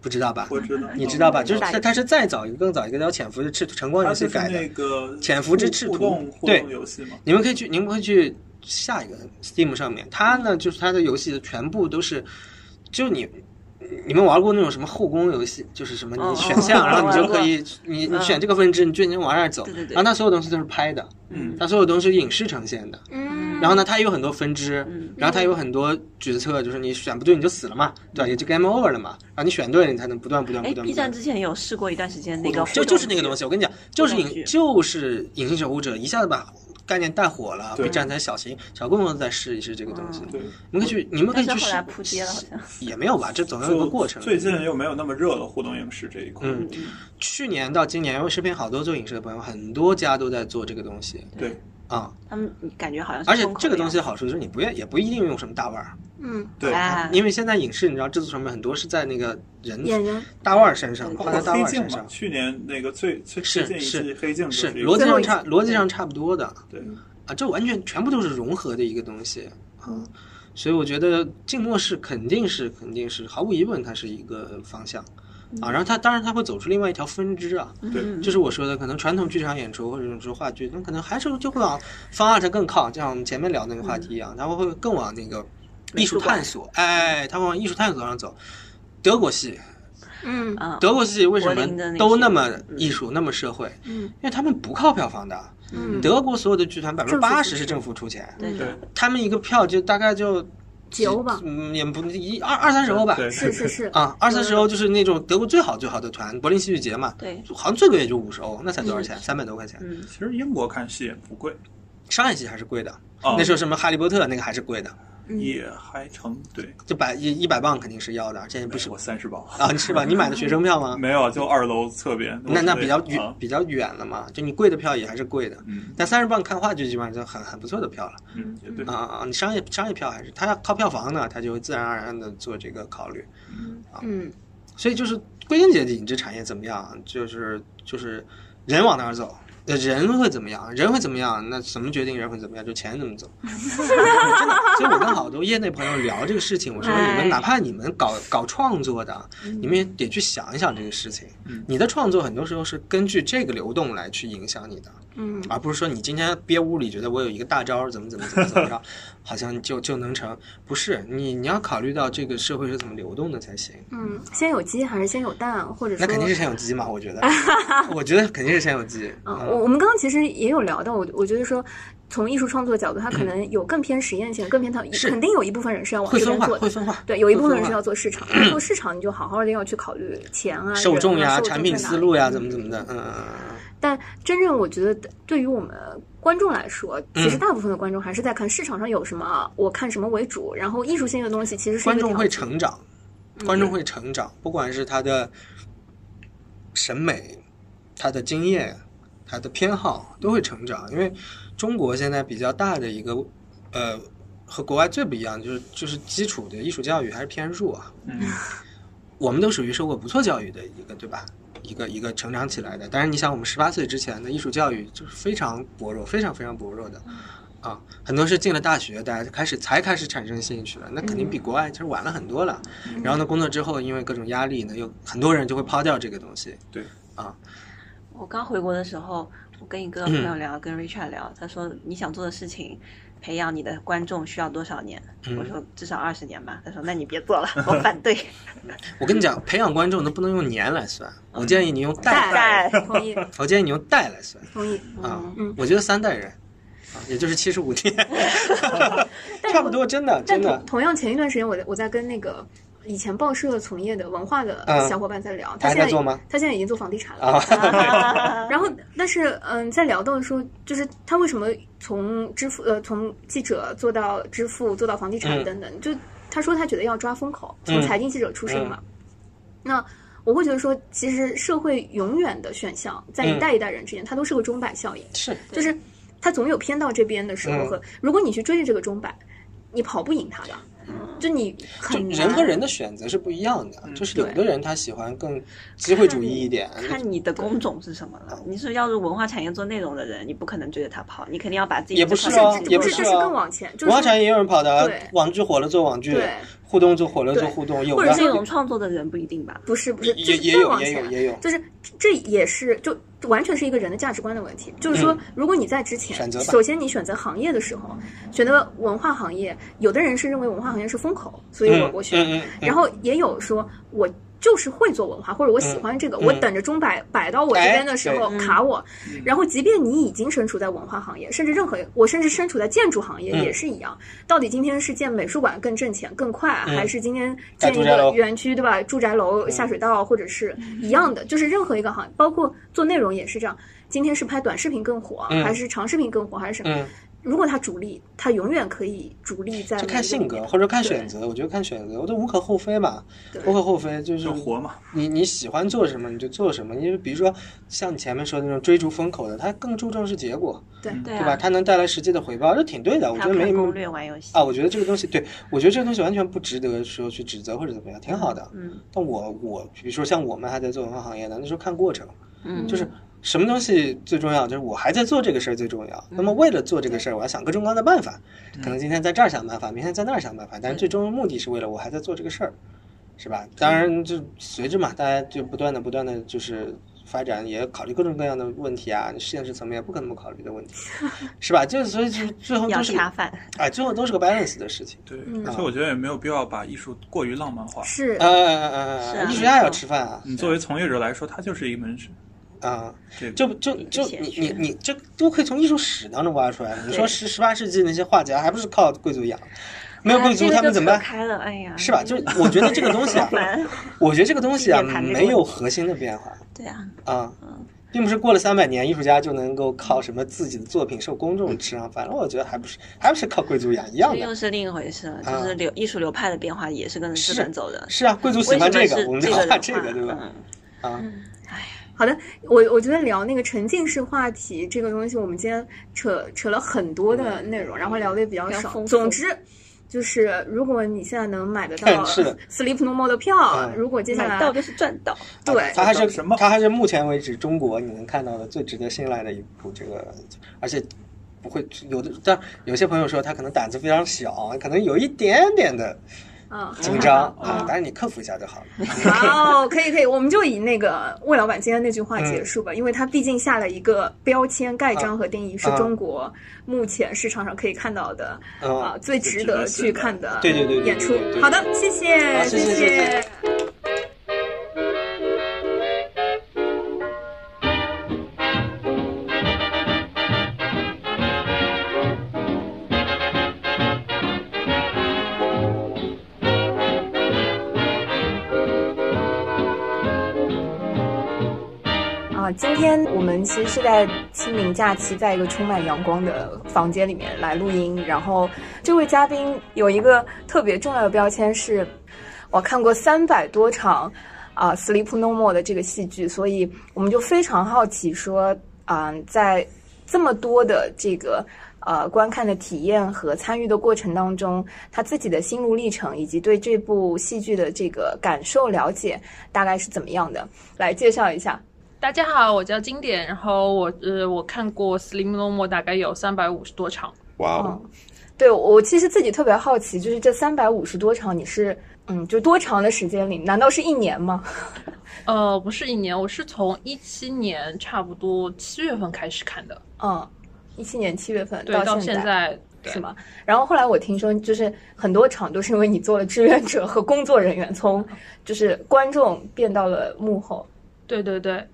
Speaker 5: 不知道吧？
Speaker 4: 我知道，
Speaker 5: 你知道吧？
Speaker 4: 嗯
Speaker 5: 就是它，它是再早一个，更早一个叫《潜伏之赤途》，晨光游
Speaker 4: 它
Speaker 5: 戏
Speaker 4: 就是
Speaker 5: 改的
Speaker 4: 那。个
Speaker 5: 潜伏之赤
Speaker 4: 互
Speaker 5: 兔
Speaker 4: 动互
Speaker 5: 对
Speaker 4: 动游戏嘛，
Speaker 5: 你们可以去，你们可以去下一个 Steam 上面，它呢就是它的游戏全部都是，就你你们玩过那种什么后宫游戏，就是什么你选项，
Speaker 3: 哦
Speaker 5: 然后你就
Speaker 3: 玩过
Speaker 5: 可以，你你
Speaker 3: 嗯
Speaker 5: 选这个分支，你就能往那儿走。
Speaker 3: 对对对
Speaker 5: 然后它所有东西都是拍的，
Speaker 4: 嗯
Speaker 5: 它所有东西是影视呈现的。
Speaker 2: 嗯，
Speaker 5: 然后呢，它也有很多分支，
Speaker 3: 嗯
Speaker 5: 然后它也有很多决策，就是你选不对你就死了嘛，对吧？也就 game over 了嘛。然后你选对了，你才能不断不断
Speaker 3: 嗯哎
Speaker 5: 不断。
Speaker 3: ，B
Speaker 5: 不
Speaker 3: 站
Speaker 5: 断
Speaker 3: 之前有试过一段时间那个，
Speaker 5: 就就是那个东
Speaker 3: 西，
Speaker 5: 西，我跟你讲，就是
Speaker 3: 互动
Speaker 5: 影
Speaker 3: 剧
Speaker 5: 就是隐形守护者一下子把概念带火了
Speaker 4: 对
Speaker 5: ，B 站才小型小规模地再试一试这个东西。
Speaker 3: 嗯
Speaker 4: 对，
Speaker 5: 你们可以去，你们可
Speaker 3: 但
Speaker 5: 以
Speaker 3: 是
Speaker 5: 去
Speaker 3: 后
Speaker 5: 试
Speaker 3: 来，扑街了，好像。
Speaker 5: 也没有吧，这总要有个过程。
Speaker 4: 最近又没有那么热了，互动影视这一块。
Speaker 5: 嗯，去年到今年，因为身边好多做影视的朋友，很多家都在做这个东西
Speaker 4: 对，
Speaker 5: 啊、
Speaker 3: 他们感觉好像是
Speaker 5: 而且
Speaker 3: 风口
Speaker 5: 这个
Speaker 3: 一样
Speaker 5: 东西的好处就是你不愿也不一定用什么大腕儿，
Speaker 2: 嗯，
Speaker 4: 对，
Speaker 3: 哎，
Speaker 5: 因为现在影视你知道制作成本很多是在那个人
Speaker 2: 演员
Speaker 5: 大腕儿身上，
Speaker 3: 对
Speaker 5: 花在
Speaker 4: 包括
Speaker 5: 大
Speaker 4: 哦黑
Speaker 5: 腕儿
Speaker 4: 镜
Speaker 5: 身
Speaker 4: 嘛
Speaker 5: 上，，
Speaker 4: 去年那个最最
Speaker 5: 是
Speaker 4: 最近一
Speaker 5: 是
Speaker 4: 季黑镜就是一个
Speaker 5: 逻辑上
Speaker 2: 最后一
Speaker 5: 差逻辑上差不多的。
Speaker 4: 对，
Speaker 5: 啊，这完全全部都是融合的一个东西啊，所以我觉得静默是肯定是肯定是毫无疑问，它是一个方向啊。然后它当然它会走出另外一条分支啊，
Speaker 4: 对
Speaker 5: 就是我说的可能传统剧场演出或者说话剧，那可能还是就会往方案上更靠，就像我们前面聊那个话题一样，它会更往那个艺术探索，哎，它会往艺术探索上走。德国戏，
Speaker 2: 嗯
Speaker 3: 啊，
Speaker 5: 德国戏为什
Speaker 3: 柏林的那
Speaker 5: 么
Speaker 3: 些
Speaker 5: 都那么艺术、那么社会？
Speaker 2: 嗯
Speaker 5: 因为他们不靠票房的。
Speaker 2: 嗯，
Speaker 5: 德国所有的剧团百分之
Speaker 2: 政府
Speaker 5: 八
Speaker 2: 出
Speaker 5: 十是
Speaker 2: 钱
Speaker 5: 政府出钱，
Speaker 3: 对
Speaker 4: 对
Speaker 5: 他们一个票就大概就
Speaker 2: 几欧吧，
Speaker 5: 嗯，也不一二二三十欧吧。
Speaker 4: 对
Speaker 2: 是是是，
Speaker 5: 啊，二三十欧就是那种德国最好最好的团，柏林戏剧节嘛，
Speaker 3: 对，
Speaker 5: 好像最贵也就五十欧，那才多少钱？三百多块钱。
Speaker 3: 嗯，
Speaker 4: 其实英国看戏也不贵，
Speaker 5: 商业戏还是贵的，
Speaker 4: 哦
Speaker 5: 那时候什么《哈利波特》那个还是贵的，
Speaker 4: 也还成。对，
Speaker 5: 就百一一百磅肯定是要的，而且也不是
Speaker 4: 我三十磅，
Speaker 5: 啊，是吧？你买的学生票吗？
Speaker 4: 没有，就二楼侧边。
Speaker 5: 那那比较
Speaker 4: 远
Speaker 5: 远，比较远了嘛，就你贵的票也还是贵的，
Speaker 4: 嗯
Speaker 5: 但三十磅看话剧基本上就很很不错的票了。
Speaker 4: 嗯，也对
Speaker 5: 啊。啊啊！你商业商业票还是它要靠票房呢，它就会自然而然的做这个考虑。
Speaker 2: 嗯
Speaker 5: 所以就是归根结底，你这产业怎么样，就是就是人往哪儿走。呃人会怎么样？人会怎么样？那怎么决定人会怎么样？就钱怎么走。真的，所以我跟好多业内朋友聊这个事情，我说你
Speaker 3: 哎
Speaker 5: 们哪怕你们搞搞创作的，你们也得去想一想这个事情
Speaker 4: 嗯。
Speaker 5: 你的创作很多时候是根据这个流动来去影响你的。
Speaker 2: 嗯
Speaker 5: 而不是说你今天憋屋里觉得我有一个大招儿，怎么怎么怎么怎么着，好像就就能成。不是你，你要考虑到这个社会是怎么流动的才行。
Speaker 2: 嗯，先有鸡还是先有蛋，或者说
Speaker 5: 那肯定是先有鸡嘛，我 觉得，我觉得肯定是先有嗯鸡。
Speaker 2: 啊，我我们刚刚其实也有聊到，我我觉得说，从艺术创作角度，它可能有更偏实验性，更偏它
Speaker 5: 嗯是
Speaker 2: 肯定有一部分人是要往
Speaker 5: 会
Speaker 2: 这
Speaker 5: 分
Speaker 2: 边
Speaker 5: 化，
Speaker 2: 做
Speaker 5: 会
Speaker 2: 的，
Speaker 5: 分化，
Speaker 2: 对，有一部分
Speaker 5: 会
Speaker 2: 人
Speaker 5: 分
Speaker 2: 是
Speaker 5: 化嗯
Speaker 2: 要做市场，做市场你就好好的要去考虑钱啊、
Speaker 5: 受众
Speaker 2: 人啊
Speaker 5: 呀、
Speaker 2: 受
Speaker 5: 产品
Speaker 2: 在哪
Speaker 5: 思
Speaker 2: 里
Speaker 5: 路呀，怎么怎么的，嗯嗯嗯。
Speaker 2: 但真正我觉得，对于我们观众来说，其实
Speaker 5: 嗯
Speaker 2: 大部分的观众还是在看市场上有什么，我看什么为主，然后艺术性的东西其实是一
Speaker 5: 观
Speaker 2: 个
Speaker 5: 众
Speaker 2: 调
Speaker 5: 会
Speaker 2: 剂
Speaker 5: 成长，
Speaker 2: 嗯
Speaker 5: 观众会成长，不管是他的审美、他的经验、他的偏好都会成长。因为中国现在比较大的一个呃和国外最不一样，就是就是基础的艺术教育还是偏弱啊。
Speaker 4: 嗯，
Speaker 5: 我们都属于受过不错教育的一个，对吧？一个一个成长起来的。但是你想，我们十八岁之前的艺术教育就是非常薄弱，非常非常薄弱的。啊，很多是进了大学，大家就开始才开始产生兴趣了，那肯定比国外其实晚了很多了。然后呢，工作之后因为各种压力呢，有很多人就会抛掉这个东西。
Speaker 4: 对，
Speaker 5: 啊，
Speaker 3: 我刚回国的时候，我跟一个
Speaker 5: 嗯
Speaker 3: 朋友聊，跟 Richard 聊，他说你想做的事情，培养你的观众需要多少年？
Speaker 5: 嗯
Speaker 3: 我说至少二十年吧。他说那你别做了，我反 对。
Speaker 5: 我跟你讲，培养观众都不能用年来算，我建议你用代，
Speaker 3: 代
Speaker 2: 同意
Speaker 5: 我建议你用代来算
Speaker 2: 同意。
Speaker 5: 啊。
Speaker 2: 嗯
Speaker 5: 我觉得三代人。啊，也就是七十五天， 差不多，真的，
Speaker 2: 但
Speaker 5: 真的
Speaker 2: 同。同样，前一段时间我在我在跟那个以前报社从业的文化的
Speaker 5: 嗯
Speaker 2: 小伙伴在聊，
Speaker 5: 他还
Speaker 2: 现在
Speaker 5: 在做吗
Speaker 2: 他现在已经做房地产了。
Speaker 5: 啊，
Speaker 2: 然后，但是，嗯，在聊到说，就是他为什么从支付呃从记者做到支付，做到房地产
Speaker 5: 嗯
Speaker 2: 等等，就他说他觉得要抓风口，从
Speaker 5: 嗯
Speaker 2: 财经记者出身嘛。那我会觉得说，其实社会永远的选项，在一
Speaker 5: 嗯
Speaker 2: 代一代人之间，它都是个钟摆效应，
Speaker 5: 是
Speaker 2: 就是它总有偏到这边的时候
Speaker 5: 嗯
Speaker 2: 和，如果你去追着这个钟摆，你跑不赢它的，就你
Speaker 5: 嗯
Speaker 2: 很
Speaker 5: 就
Speaker 2: 难
Speaker 5: 人和人的选择是不一样的，
Speaker 2: 嗯
Speaker 5: 就是有的人他喜欢更机会主义一点，
Speaker 3: 看你的工种是什么了。你是要是文化产业做内容的人，你不可能追着他跑，你肯定要把自己
Speaker 5: 也不
Speaker 3: 这
Speaker 5: 是
Speaker 3: 块
Speaker 5: 啊
Speaker 3: 东西
Speaker 5: 也
Speaker 2: 不
Speaker 5: 不
Speaker 2: 是，
Speaker 5: 是
Speaker 2: 这
Speaker 5: 啊
Speaker 2: 是更往前，就是
Speaker 5: 文化产业也有人跑的
Speaker 2: 对，
Speaker 5: 网剧火了做网剧
Speaker 2: 对，
Speaker 5: 互动做火了做
Speaker 2: 对
Speaker 5: 互动，有
Speaker 2: 或者
Speaker 5: 的
Speaker 2: 是
Speaker 3: 内容创作的人不一定吧？
Speaker 2: 不是不是，
Speaker 5: 也
Speaker 2: 就是
Speaker 5: 也
Speaker 2: 再
Speaker 5: 有
Speaker 2: 往
Speaker 5: 也有
Speaker 2: 前
Speaker 5: 也有
Speaker 2: 就是这这也是就就完全是一个人的价值观的问题。就是说，如果你在之前，
Speaker 5: 嗯选择吧
Speaker 2: 首先你选择行业的时候，选择文化行业，有的人是认为文化行业是风风口，所以我
Speaker 5: 嗯
Speaker 2: 我选。
Speaker 5: 嗯嗯嗯
Speaker 2: 然后也有说我。就是会做文化，或者我喜欢这个，
Speaker 5: 嗯
Speaker 2: 我等着钟摆摆到我这边的时候
Speaker 3: 哎对
Speaker 2: 卡我。然后，即便你已经身处在文化行业，甚至任何我甚至身处在建筑行业
Speaker 5: 嗯
Speaker 2: 也是一样。到底今天是建美术馆更挣钱更快，
Speaker 5: 嗯
Speaker 2: 还是今天
Speaker 5: 盖
Speaker 2: 建一
Speaker 5: 住宅
Speaker 2: 个
Speaker 5: 楼嗯
Speaker 2: 园区对吧？住宅楼、下水道或者是一样的，就是任何一个行，包括做内容也是这样。今天是拍短视频更火，
Speaker 5: 嗯
Speaker 2: 还是长视频更火，还是什么？
Speaker 5: 嗯，
Speaker 2: 如果它主力，它永远可以主力在
Speaker 5: 就
Speaker 2: 每
Speaker 5: 看
Speaker 2: 一个
Speaker 5: 性格
Speaker 2: 面
Speaker 5: 或者看选择，我觉得看选择，我觉得无可厚非吧
Speaker 2: 对，
Speaker 5: 无可厚非就是
Speaker 4: 就活嘛。
Speaker 5: 你你喜欢做什么你就做什么，因为比如说像你前面说的那种追逐风口的，他更注重是结果，
Speaker 2: 对
Speaker 3: 对
Speaker 5: 对
Speaker 3: 啊
Speaker 5: 吧？他能带来实际的回报，这挺对的，我觉
Speaker 3: 还
Speaker 5: 得
Speaker 3: 要
Speaker 5: 没
Speaker 3: 看攻略玩游戏
Speaker 5: 啊，我觉得这个东西，对我觉得这个东西完全不值得说去指责或者怎么样，挺好的。
Speaker 3: 嗯
Speaker 5: 但我我比如说像我们还在做文化行业呢，那时候看过程，
Speaker 3: 嗯，
Speaker 5: 就是什么东西最重要，就是我还在做这个事儿最重
Speaker 3: 嗯
Speaker 5: 要。那么为了做这个事儿，我要想各种各样的办法，可能今天在这儿想办法，明天在那儿想办法，但
Speaker 3: 嗯
Speaker 5: 是最终目的是为了我还在做这个事儿，是吧？当然就随之嘛，大家就不断的不断的就是。发展也考虑各种各样的问题啊，现实层面不可能不考虑的 问题，是吧？就是所以就最后
Speaker 3: 要
Speaker 5: 都是
Speaker 3: 恰饭，
Speaker 5: 哎，最后都是个 balance 的事情。
Speaker 4: 对，而且我觉得也没有必要把艺术过于浪漫化。
Speaker 2: 是
Speaker 5: 呃呃呃
Speaker 3: 是
Speaker 5: 呃，
Speaker 3: 啊
Speaker 5: 艺术家也要吃饭啊
Speaker 4: 你作为从业者来说，它就是一门
Speaker 5: 啊！
Speaker 4: 这个
Speaker 5: 就就就
Speaker 3: 显
Speaker 5: 你
Speaker 3: 学
Speaker 5: 你你这都可以从艺术史当中挖出来。你说十十八世纪那些画家还不是靠贵族养？没有
Speaker 3: 哎
Speaker 5: 贵族
Speaker 3: 这个
Speaker 5: 他们
Speaker 3: 就
Speaker 5: 怎么
Speaker 3: 扯
Speaker 5: 办？
Speaker 3: 开了，哎呀，，
Speaker 5: 是吧？就是我觉得这个东西啊
Speaker 3: 烦，
Speaker 5: 我觉得这个东西啊
Speaker 3: 避免谈这个
Speaker 5: 没有
Speaker 3: 问题
Speaker 5: 核心的变化
Speaker 3: 对 啊，
Speaker 5: 啊，并不是过了三百年艺术家就能够靠什么自己的作品受公众吃上饭了。我觉得还不是还不是靠贵族养一样
Speaker 3: 这
Speaker 5: 的。
Speaker 3: 又是另一回事了，就
Speaker 5: 啊
Speaker 3: 是流艺术流派的变化也是跟着资
Speaker 5: 是
Speaker 3: 本走的。
Speaker 5: 是啊，贵族喜
Speaker 3: 为什
Speaker 5: 欢
Speaker 3: 么
Speaker 5: 这
Speaker 3: 是
Speaker 5: 个，我们就
Speaker 3: 这
Speaker 5: 要
Speaker 3: 个
Speaker 5: 画
Speaker 3: 流
Speaker 5: 这个，
Speaker 3: 派嗯
Speaker 5: 对吧？？啊，
Speaker 2: 好的，我我觉得聊那个沉浸式话题这个东西，我们今天扯扯了很多的内容，然后聊的也比较
Speaker 3: 比较
Speaker 2: 少
Speaker 3: 丰。富
Speaker 2: 总之。就是如果你现在能买得到
Speaker 5: 嗯是的
Speaker 2: 《Sleep No More》的票，
Speaker 5: 嗯
Speaker 2: 如果接
Speaker 3: 嗯，
Speaker 2: 下
Speaker 3: 买
Speaker 2: 来
Speaker 3: 到就是赚到，
Speaker 2: 对
Speaker 5: 啊它还是
Speaker 4: 什么
Speaker 5: 它还是目前为止中国你能看到的最值得信赖的一部这个，而且不会有的，但有些朋友说他可能胆子非常小，可能有一点点的
Speaker 2: 嗯，
Speaker 5: 紧张
Speaker 2: 嗯
Speaker 5: 啊，但是你克服一下就好了。
Speaker 2: 好，可以可以，我们就以那个魏老板今天那句话结束吧，因为他毕竟下了一个标签盖章和定义，是
Speaker 5: 嗯啊
Speaker 2: 中国目前市场上可以看到的
Speaker 5: 嗯
Speaker 2: 啊最值得去看的
Speaker 5: 对对对对
Speaker 2: 演出
Speaker 5: 对对。对
Speaker 2: 好的，谢谢
Speaker 5: 好谢谢谢
Speaker 2: 谢
Speaker 5: 谢。
Speaker 6: 啊，今天我们其实是在清明假期，在一个充满阳光的房间里面来录音。然后这位嘉宾有一个特别重要的标签是，我看过三百多场啊、Sleep No More》的这个戏剧，所以我们就非常好奇说，啊、在这么多的这个呃观看的体验和参与的过程当中，他自己的心路历程以及对这部戏剧的这个感受了解大概是怎么样的，来介绍一下。
Speaker 7: 大家好，我叫经典，然后我呃我看过《Slim No More》大概有三百五十多场，
Speaker 8: 哇哦，
Speaker 6: 嗯对我其实自己特别好奇，就是这三百五十多场，你是嗯，就多长的时间里？难道是一年吗？
Speaker 7: 呃不是一年，我是从一七年差不多七月份开始看的，
Speaker 6: 嗯，一七年七月份
Speaker 7: 对，到
Speaker 6: 现
Speaker 7: 现在对
Speaker 6: 是吗？然后后来我听说，就是很多场都是因为你做了志愿者和工作人员， 从就是观众变到了幕后。
Speaker 7: 对对对，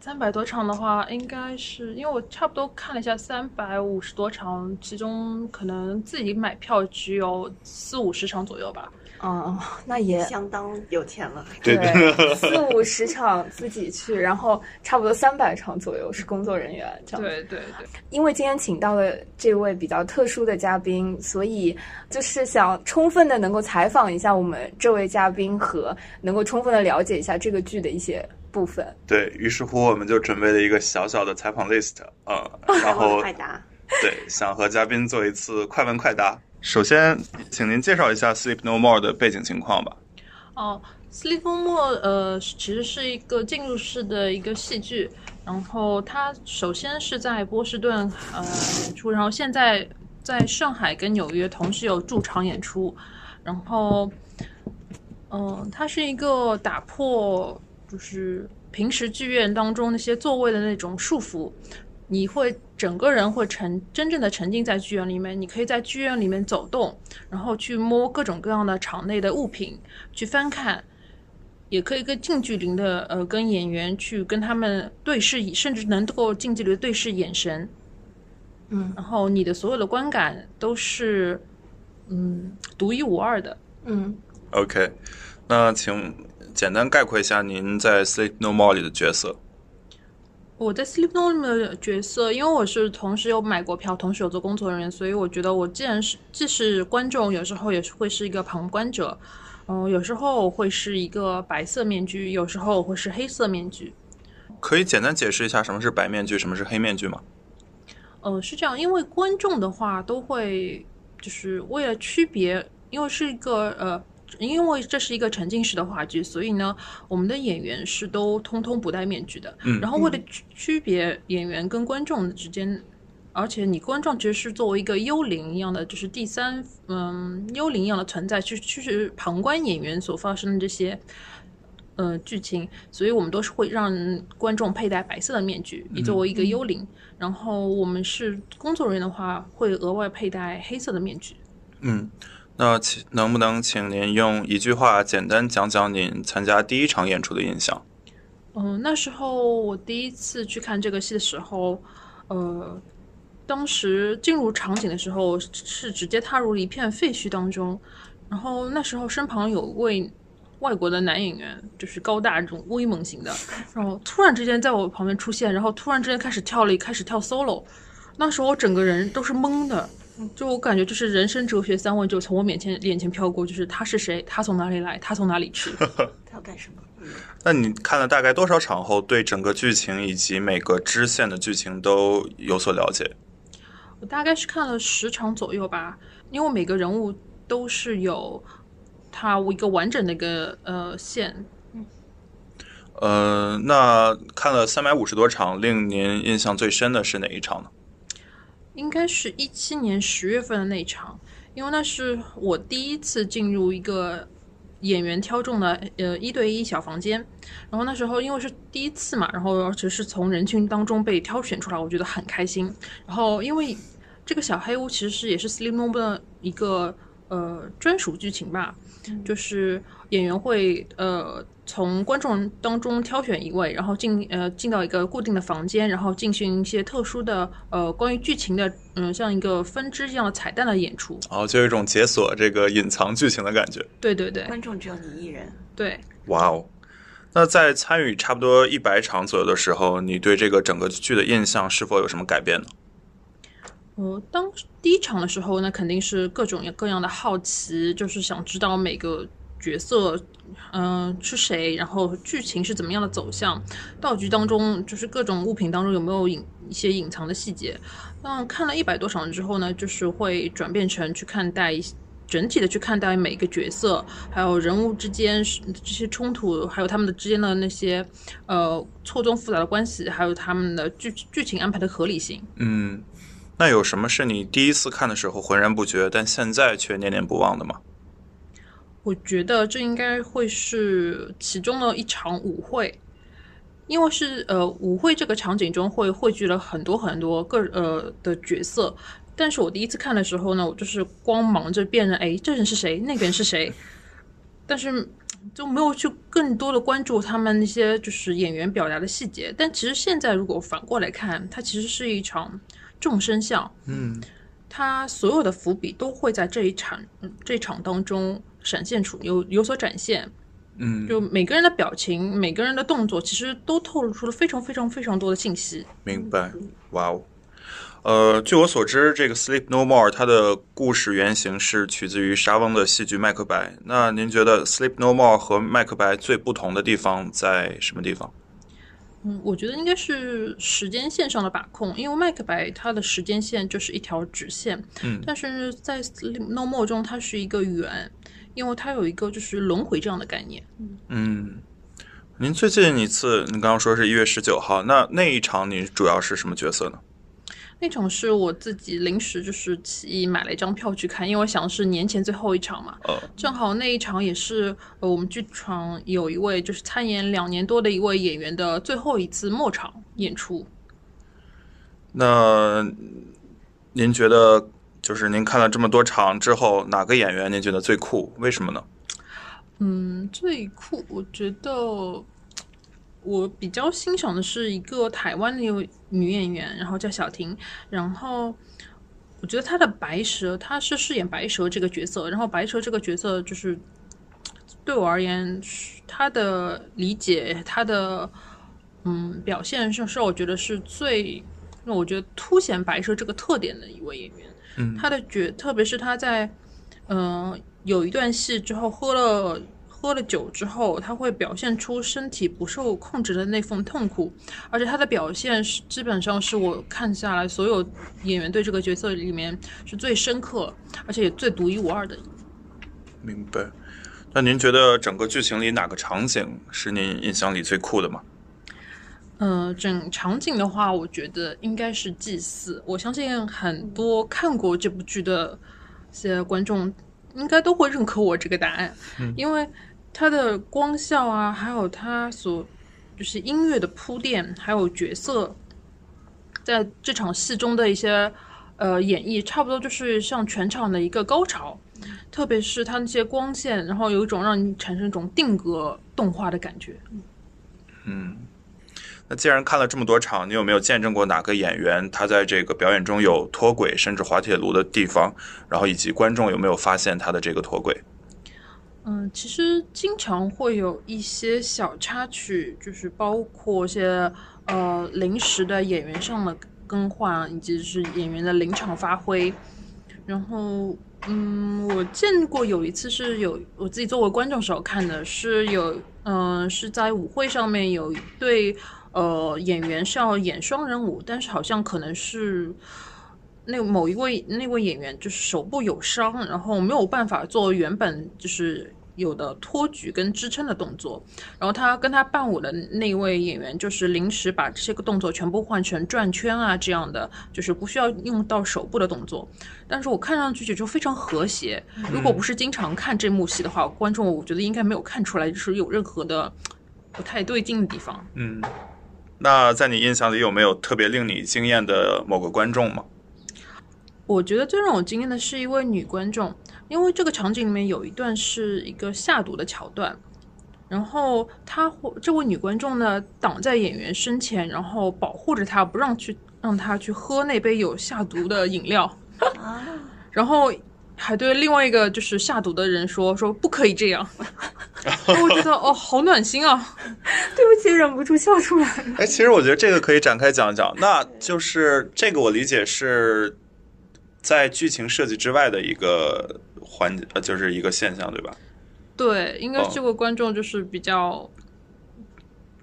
Speaker 7: 三百多场的话，应该是因为我差不多看了一下，三百五十多场，其中可能自己买票只有四五十场左右吧。
Speaker 6: 嗯，那也
Speaker 3: 相当有钱了。
Speaker 8: 对，
Speaker 6: 四五十场自己去，然后差不多三百场左右是工作人员这样子。
Speaker 7: 对对对，
Speaker 6: 因为今天请到了这位比较特殊的嘉宾，所以就是想充分的能够采访一下我们这位嘉宾和能够充分的了解一下这个剧的一些部分。
Speaker 8: 对于是乎，我们就准备了一个小小的采访 list，呃，然后
Speaker 3: 快答，
Speaker 8: 对，想和嘉宾做一次快问快答。首先，请您介绍一下《Sleep No More》的背景情况吧。
Speaker 7: 哦，《斯利风莫》呃，其实是一个进入式的一个戏剧，然后它首先是在波士顿呃演出，然后现在在上海跟纽约同时有驻场演出，然后嗯、呃它是一个打破就是平时剧院当中那些座位的那种束缚，你会整个人会沉真正的沉浸在剧院里面，你可以在剧院里面走动，然后去摸各种各样的场内的物品，去翻看，也可以跟近距离的呃跟演员去跟他们对视，甚至能够近距离地对视眼神，
Speaker 2: 嗯
Speaker 7: 然后你的所有的观感都是嗯独一无二的。
Speaker 2: 嗯，
Speaker 8: OK，那请简单概括一下您在《Sleep No More》里的角色。
Speaker 7: 我在 Sleep No 里面的角色，因为我是同时有买过票，同时有做工作人员，所以我觉得我既然是既是观众，有时候也是会是一个旁观者，嗯、有时候我会是一个白色面具，有时候我会是黑色面具。
Speaker 8: 可以简单解释一下什么是白面具，什么是黑面具吗？
Speaker 7: 呃，是这样，因为观众的话都会就是为了区别，因为是一个呃，因为这是一个沉浸式的话剧，所以呢，我们的演员是都通通不戴面具的。
Speaker 8: 嗯
Speaker 7: 然后为了区区别演员跟观众之间，而且你观众其实是作为一个幽灵一样的，就是第三嗯幽灵一样的存在，去去去旁观演员所发生的这些。呃，剧情，所以我们都是会让观众佩戴白色的面具，以作为一个幽灵。然后我们是工作人员的话，会额外佩戴黑色的面具。
Speaker 8: 嗯，那请能不能请您用一句话简单讲讲您参加第一场演出的印象？
Speaker 7: 嗯，那时候我第一次去看这个戏的时候，呃，当时进入场景的时候是是直接踏入了一片废墟当中，然后那时候身旁有位外国的男演员，就是高大这种威猛型的，然后突然之间在我旁边出现，然后突然之间开始跳了，开始跳 solo，那时候我整个人都是懵的。就我感觉，就是人生哲学三问就从我面前眼前飘过，就是他是谁，他从哪里来，他从哪里去。
Speaker 3: 他要干什么？
Speaker 8: 那你看了大概多少场后，对整个剧情以及每个支线的剧情都有所了解？
Speaker 7: 我大概是看了十场左右吧，因为每个人物都是有他一个完整的一个呃线。
Speaker 8: 呃，那看了三百五十多场，令您印象最深的是哪一场呢？
Speaker 7: 应该是一七年十月份的那一场，因为那是我第一次进入一个演员挑中的呃一对一小房间，然后那时候因为是第一次嘛，然后而且是从人群当中被挑选出来，我觉得很开心。然后因为这个小黑屋其实是也是 Sleep No More 的一个呃专属剧情吧，就是演员会呃从观众当中挑选一位，然后进呃进到一个固定的房间，然后进行一些特殊的呃关于剧情的嗯、像一个分支一样的彩蛋的演出。
Speaker 8: 哦，就有一种解锁这个隐藏剧情的感觉。
Speaker 7: 对对对
Speaker 3: 观众只有你一人，
Speaker 7: 对，
Speaker 8: 哇哦！那在参与差不多一百场左右的时候，你对这个整个剧的印象是否有什么改变呢？
Speaker 7: 呃，当时第一场的时候，那肯定是各种各样的好奇，就是想知道每个角色，嗯、是谁，然后剧情是怎么样的走向，道具当中就是各种物品当中有没有隐一些隐藏的细节。那看了一百多场之后呢，就是会转变成去看待一些整体的去看待每个角色，还有人物之间是这些冲突，还有他们的之间的那些呃错综复杂的关系，还有他们的剧剧情安排的合理性。
Speaker 8: 嗯，那有什么是你第一次看的时候浑然不觉，但现在却念念不忘的吗？
Speaker 7: 我觉得这应该会是其中的一场舞会，因为是呃舞会这个场景中会汇聚了很多很多个呃的角色，但是我第一次看的时候呢，我就是光忙着辨认，哎，这人是谁，那个人是谁，但是就没有去更多的关注他们那些就是演员表达的细节。但其实现在如果反过来看，它其实是一场众生相，
Speaker 8: 嗯，
Speaker 7: 他所有的伏笔都会在这一场嗯这一场当中闪现出有有所展现。
Speaker 8: 嗯，
Speaker 7: 就每个人的表情、每个人的动作，其实都透露出了非常非常非常多的信息。
Speaker 8: 明白。哇哦，呃，据我所知，这个《Sleep No More》它的故事原型是取自于莎翁的戏剧《麦克白》。那您觉得《Sleep No More》和《麦克白》最不同的地方在什么地方？
Speaker 7: 嗯，我觉得应该是时间线上的把控，因为麦克白它的时间线就是一条直线，
Speaker 8: 嗯
Speaker 7: 但是在 Sleep No More 中它是一个圆，因为它有一个就是轮回这样的概念。
Speaker 8: 嗯，您最近一次，您刚刚说是一月十九号，那那一场你主要是什么角色呢？
Speaker 7: 那场是我自己临时就是起意买了一张票去看，因为我想是年前最后一场嘛，
Speaker 8: 呃，
Speaker 7: 正好那一场也是呃我们剧场有一位就是参演两年多的一位演员的最后一次末场演出。
Speaker 8: 那您觉得，就是您看了这么多场之后，哪个演员您觉得最酷？为什么呢？
Speaker 7: 嗯，最酷，我觉得我比较欣赏的是一个台湾的有女演员，然后叫小婷，然后我觉得她的白蛇，她是饰演白蛇这个角色，然后白蛇这个角色就是对我而言，她的理解，她的嗯表现是是我觉得是最让我觉得凸显白蛇这个特点的一位演员。
Speaker 8: 嗯
Speaker 7: 他的角，特别是他在，嗯、有一段戏之后喝了喝了酒之后，他会表现出身体不受控制的那份痛苦，而且他的表现是基本上是我看下来所有演员对这个角色里面是最深刻，而且也最独一无二的。
Speaker 8: 明白。那您觉得整个剧情里哪个场景是您印象里最酷的吗？
Speaker 7: 嗯，整场景的话，我觉得应该是祭祀。我相信很多看过这部剧的一些观众，应该都会认可我这个答案，因为它的光效啊，还有它所就是音乐的铺垫，还有角色在这场戏中的一些呃演绎，差不多就是像全场的一个高潮。特别是它那些光线，然后有一种让你产生一种定格动画的感觉。
Speaker 8: 嗯，那既然看了这么多场，你有没有见证过哪个演员他在这个表演中有脱轨甚至滑铁卢的地方？然后以及观众有没有发现他的这个脱轨？
Speaker 7: 嗯，其实经常会有一些小插曲，就是包括一些呃临时的演员上的更换，啊以及是演员的临场发挥。然后，嗯，我见过有一次是有我自己作为观众时候看的，是有，嗯、是在舞会上面有一对呃演员是要演双人舞，但是好像可能是那某一位那位演员就是手部有伤，然后没有办法做原本就是有的托举跟支撑的动作，然后他跟他伴舞的那位演员，就是临时把这些个动作全部换成转圈啊这样的，就是不需要用到手部的动作。但是我看上去就非常和谐。如果不是经常看这幕戏的话，观众我觉得应该没有看出来，就是有任何的不太对劲的地方。
Speaker 8: 嗯，那在你印象里有没有特别令你惊艳的某个观众吗？
Speaker 7: 我觉得最让我惊艳的是一位女观众，因为这个场景里面有一段是一个下毒的桥段，然后她会这位女观众呢挡在演员身前，然后保护着她，不让去让她去喝那杯有下毒的饮料，
Speaker 3: 啊，
Speaker 7: 然后还对另外一个就是下毒的人说说不可以这样，我觉得哦好暖心啊，
Speaker 2: 对不起，忍不住笑出来了。
Speaker 8: 哎，其实我觉得这个可以展开讲讲。那就是这个，我理解是在剧情设计之外的一个环，呃，就是一个现象，对吧？
Speaker 7: 对，应该
Speaker 8: 哦
Speaker 7: 这位观众就是比较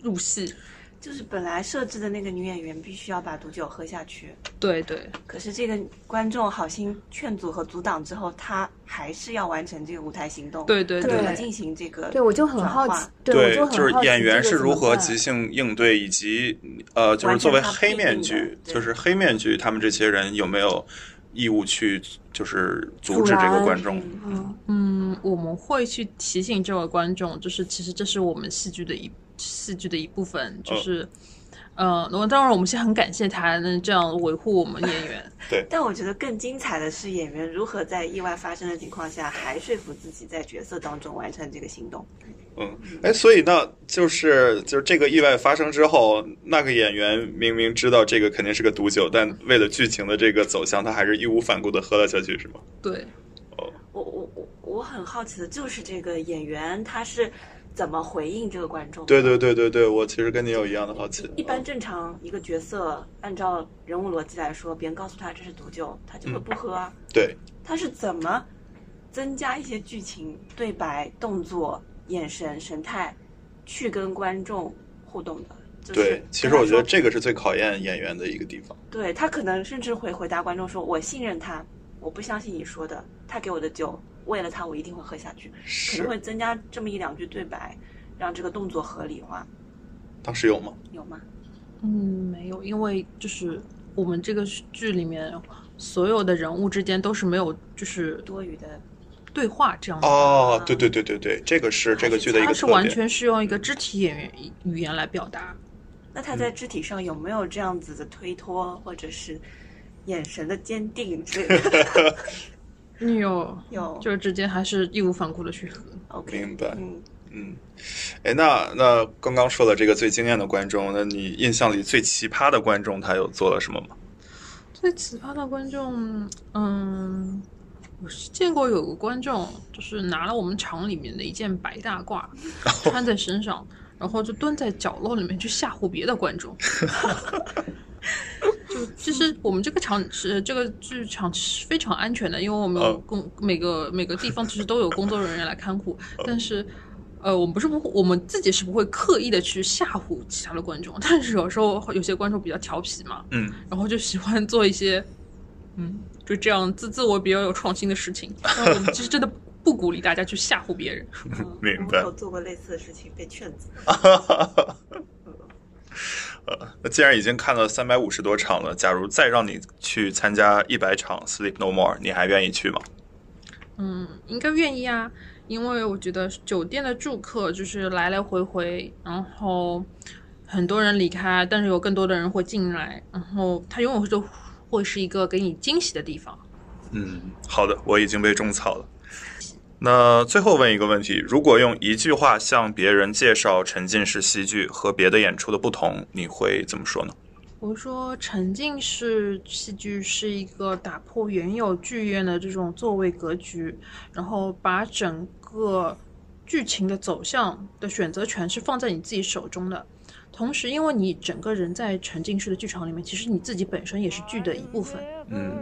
Speaker 7: 入戏，
Speaker 3: 就是本来设置的那个女演员必须要把毒酒喝下去，
Speaker 7: 对对
Speaker 3: 可是这个观众好心劝阻和阻挡之后，她还是要完成这个舞台行动，
Speaker 7: 对对
Speaker 3: 她
Speaker 7: 对
Speaker 3: 怎么进行这个？
Speaker 2: 对，我就很好
Speaker 3: 转
Speaker 2: 奇
Speaker 3: 化，
Speaker 2: 我就
Speaker 8: 就
Speaker 2: 很
Speaker 8: 是
Speaker 2: 好奇
Speaker 8: 演员
Speaker 2: 这
Speaker 8: 是
Speaker 2: 个怎
Speaker 8: 如
Speaker 2: 么
Speaker 8: 何
Speaker 2: 办
Speaker 8: 即兴应对，以及呃，就是作为
Speaker 3: 完全他不一
Speaker 8: 黑
Speaker 3: 定
Speaker 8: 面
Speaker 3: 的
Speaker 8: 具，
Speaker 3: 对
Speaker 8: 就是黑面具，他们这些人有没有义务去就是阻止这个观众？
Speaker 7: 嗯，我们会去提醒这位观众，就是其实这是我们戏剧的一戏剧的一部分，就是，呃，那么当然我们先很感谢他能这样维护我们演 员，
Speaker 3: 但我觉得更精彩的是演员如何在意外发生的情况下，还说服自己在角色当中完成这个行动。
Speaker 8: 嗯，哎，所以那就是就是这个意外发生之后，那个演员明明知道这个肯定是个毒酒，但为了剧情的这个走向，他还是义无反顾的喝了下去，是吗？
Speaker 7: 对，
Speaker 3: 我我我我很好奇的就是这个演员他是怎么回应这个观众？
Speaker 8: 对对。对对对，我其实跟你有一样的好奇。
Speaker 3: 一般正常一个角色，按照人物逻辑来说，别人告诉他这是毒酒，他
Speaker 8: 嗯
Speaker 3: 就会不喝啊。
Speaker 8: 对，
Speaker 3: 他是怎么增加一些剧情、对白、动作、眼神、神态，去跟观众互动的？就是
Speaker 8: 对，其实
Speaker 3: 跟他
Speaker 8: 我觉得
Speaker 3: 说
Speaker 8: 这个是最考验演员的一个地方。
Speaker 3: 对他可能甚至会回答观众说：“我信任他，我不相信你说的，他给我的酒，为了他我一定会喝下去。”可
Speaker 8: 是
Speaker 3: 能，会增加这么一两句对白，让这个动作合理化，
Speaker 8: 当时有吗？
Speaker 3: 有吗？
Speaker 7: 嗯，没有，因为就是我们这个剧里面所有的人物之间都是没有就是
Speaker 3: 多余的，
Speaker 7: 对话这样的，
Speaker 8: 哦，对对对对对，这个是这个剧的一
Speaker 7: 嗯它
Speaker 8: 个
Speaker 7: 是
Speaker 8: 特
Speaker 7: 完
Speaker 8: 点。
Speaker 7: 全是用一个肢体演员语言来表达，
Speaker 3: 那他
Speaker 8: 嗯
Speaker 3: 在肢体上有没有这样子的推脱，或者是眼神的坚定之类 的？
Speaker 7: 你有
Speaker 3: 有
Speaker 7: 就直接还是义无反顾的去喝。
Speaker 3: OK，
Speaker 8: 明白。
Speaker 3: 嗯，
Speaker 8: 嗯，哎，那那刚刚说了这个最惊艳的观众，那你印象里最奇葩的观众他有做了什么吗？
Speaker 7: 最奇葩的观众，嗯，我是见过有个观众，就是拿了我们厂里面的一件白大褂穿在身上，然后就蹲在角落里面去吓唬别的观众。就其实我们这个场是这个剧场是非常安全的，因为我们有
Speaker 8: 哦
Speaker 7: 工、每个每个地方其实都有工作人员来看护，但是。呃，我们不是不会，我们自己是不会刻意的去吓唬其他的观众，但是有时候有些观众比较调皮嘛，
Speaker 8: 嗯，
Speaker 7: 然后就喜欢做一些，嗯，就这样自自我比较有创新的事情。但我们其实真的不鼓励大家去吓唬别人。
Speaker 3: 嗯
Speaker 8: 明白
Speaker 3: 我们有做过类似的事情，被劝阻。
Speaker 8: 呃，那既然已经看了三百五十多场了，假如再让你去参加一百场《Sleep No More》，你还愿意去吗？
Speaker 7: 嗯，应该愿意啊，因为我觉得酒店的住客就是来来回回，然后很多人离开，但是有更多的人会进来，然后它永远会都会是一个给你惊喜的地方。
Speaker 8: 嗯，好的，我已经被种草了。那最后问一个问题：如果用一句话向别人介绍沉浸式戏剧和别的演出的不同，你会怎么说呢？
Speaker 7: 我说，沉浸式戏剧是一个打破原有剧院的这种座位格局，然后把整个剧情的走向的选择权是放在你自己手中的。同时，因为你整个人在沉浸式的剧场里面，其实你自己本身也是剧的一部分。
Speaker 8: 嗯，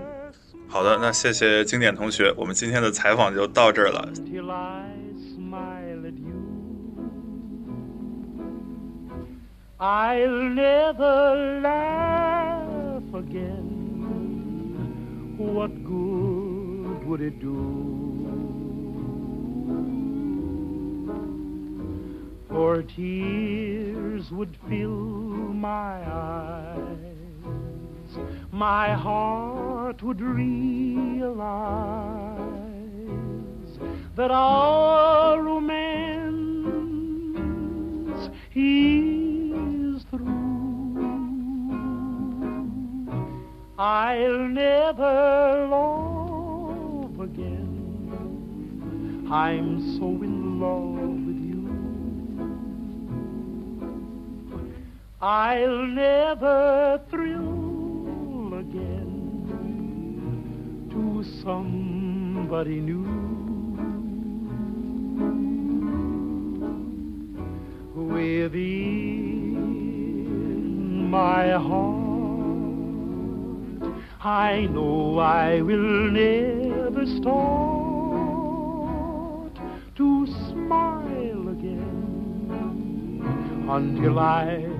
Speaker 8: 好的，那谢谢经典同学，我们今天的采访就到这儿了。
Speaker 9: till I smile at you. I'll never laugh again. What good would it do? For tears would fill my eyes, my heart would realize that our romance is through. I'll never love again. I'm so in love with you. I'll never thrill again to somebody new within my heart. I know I will never start to smile again until I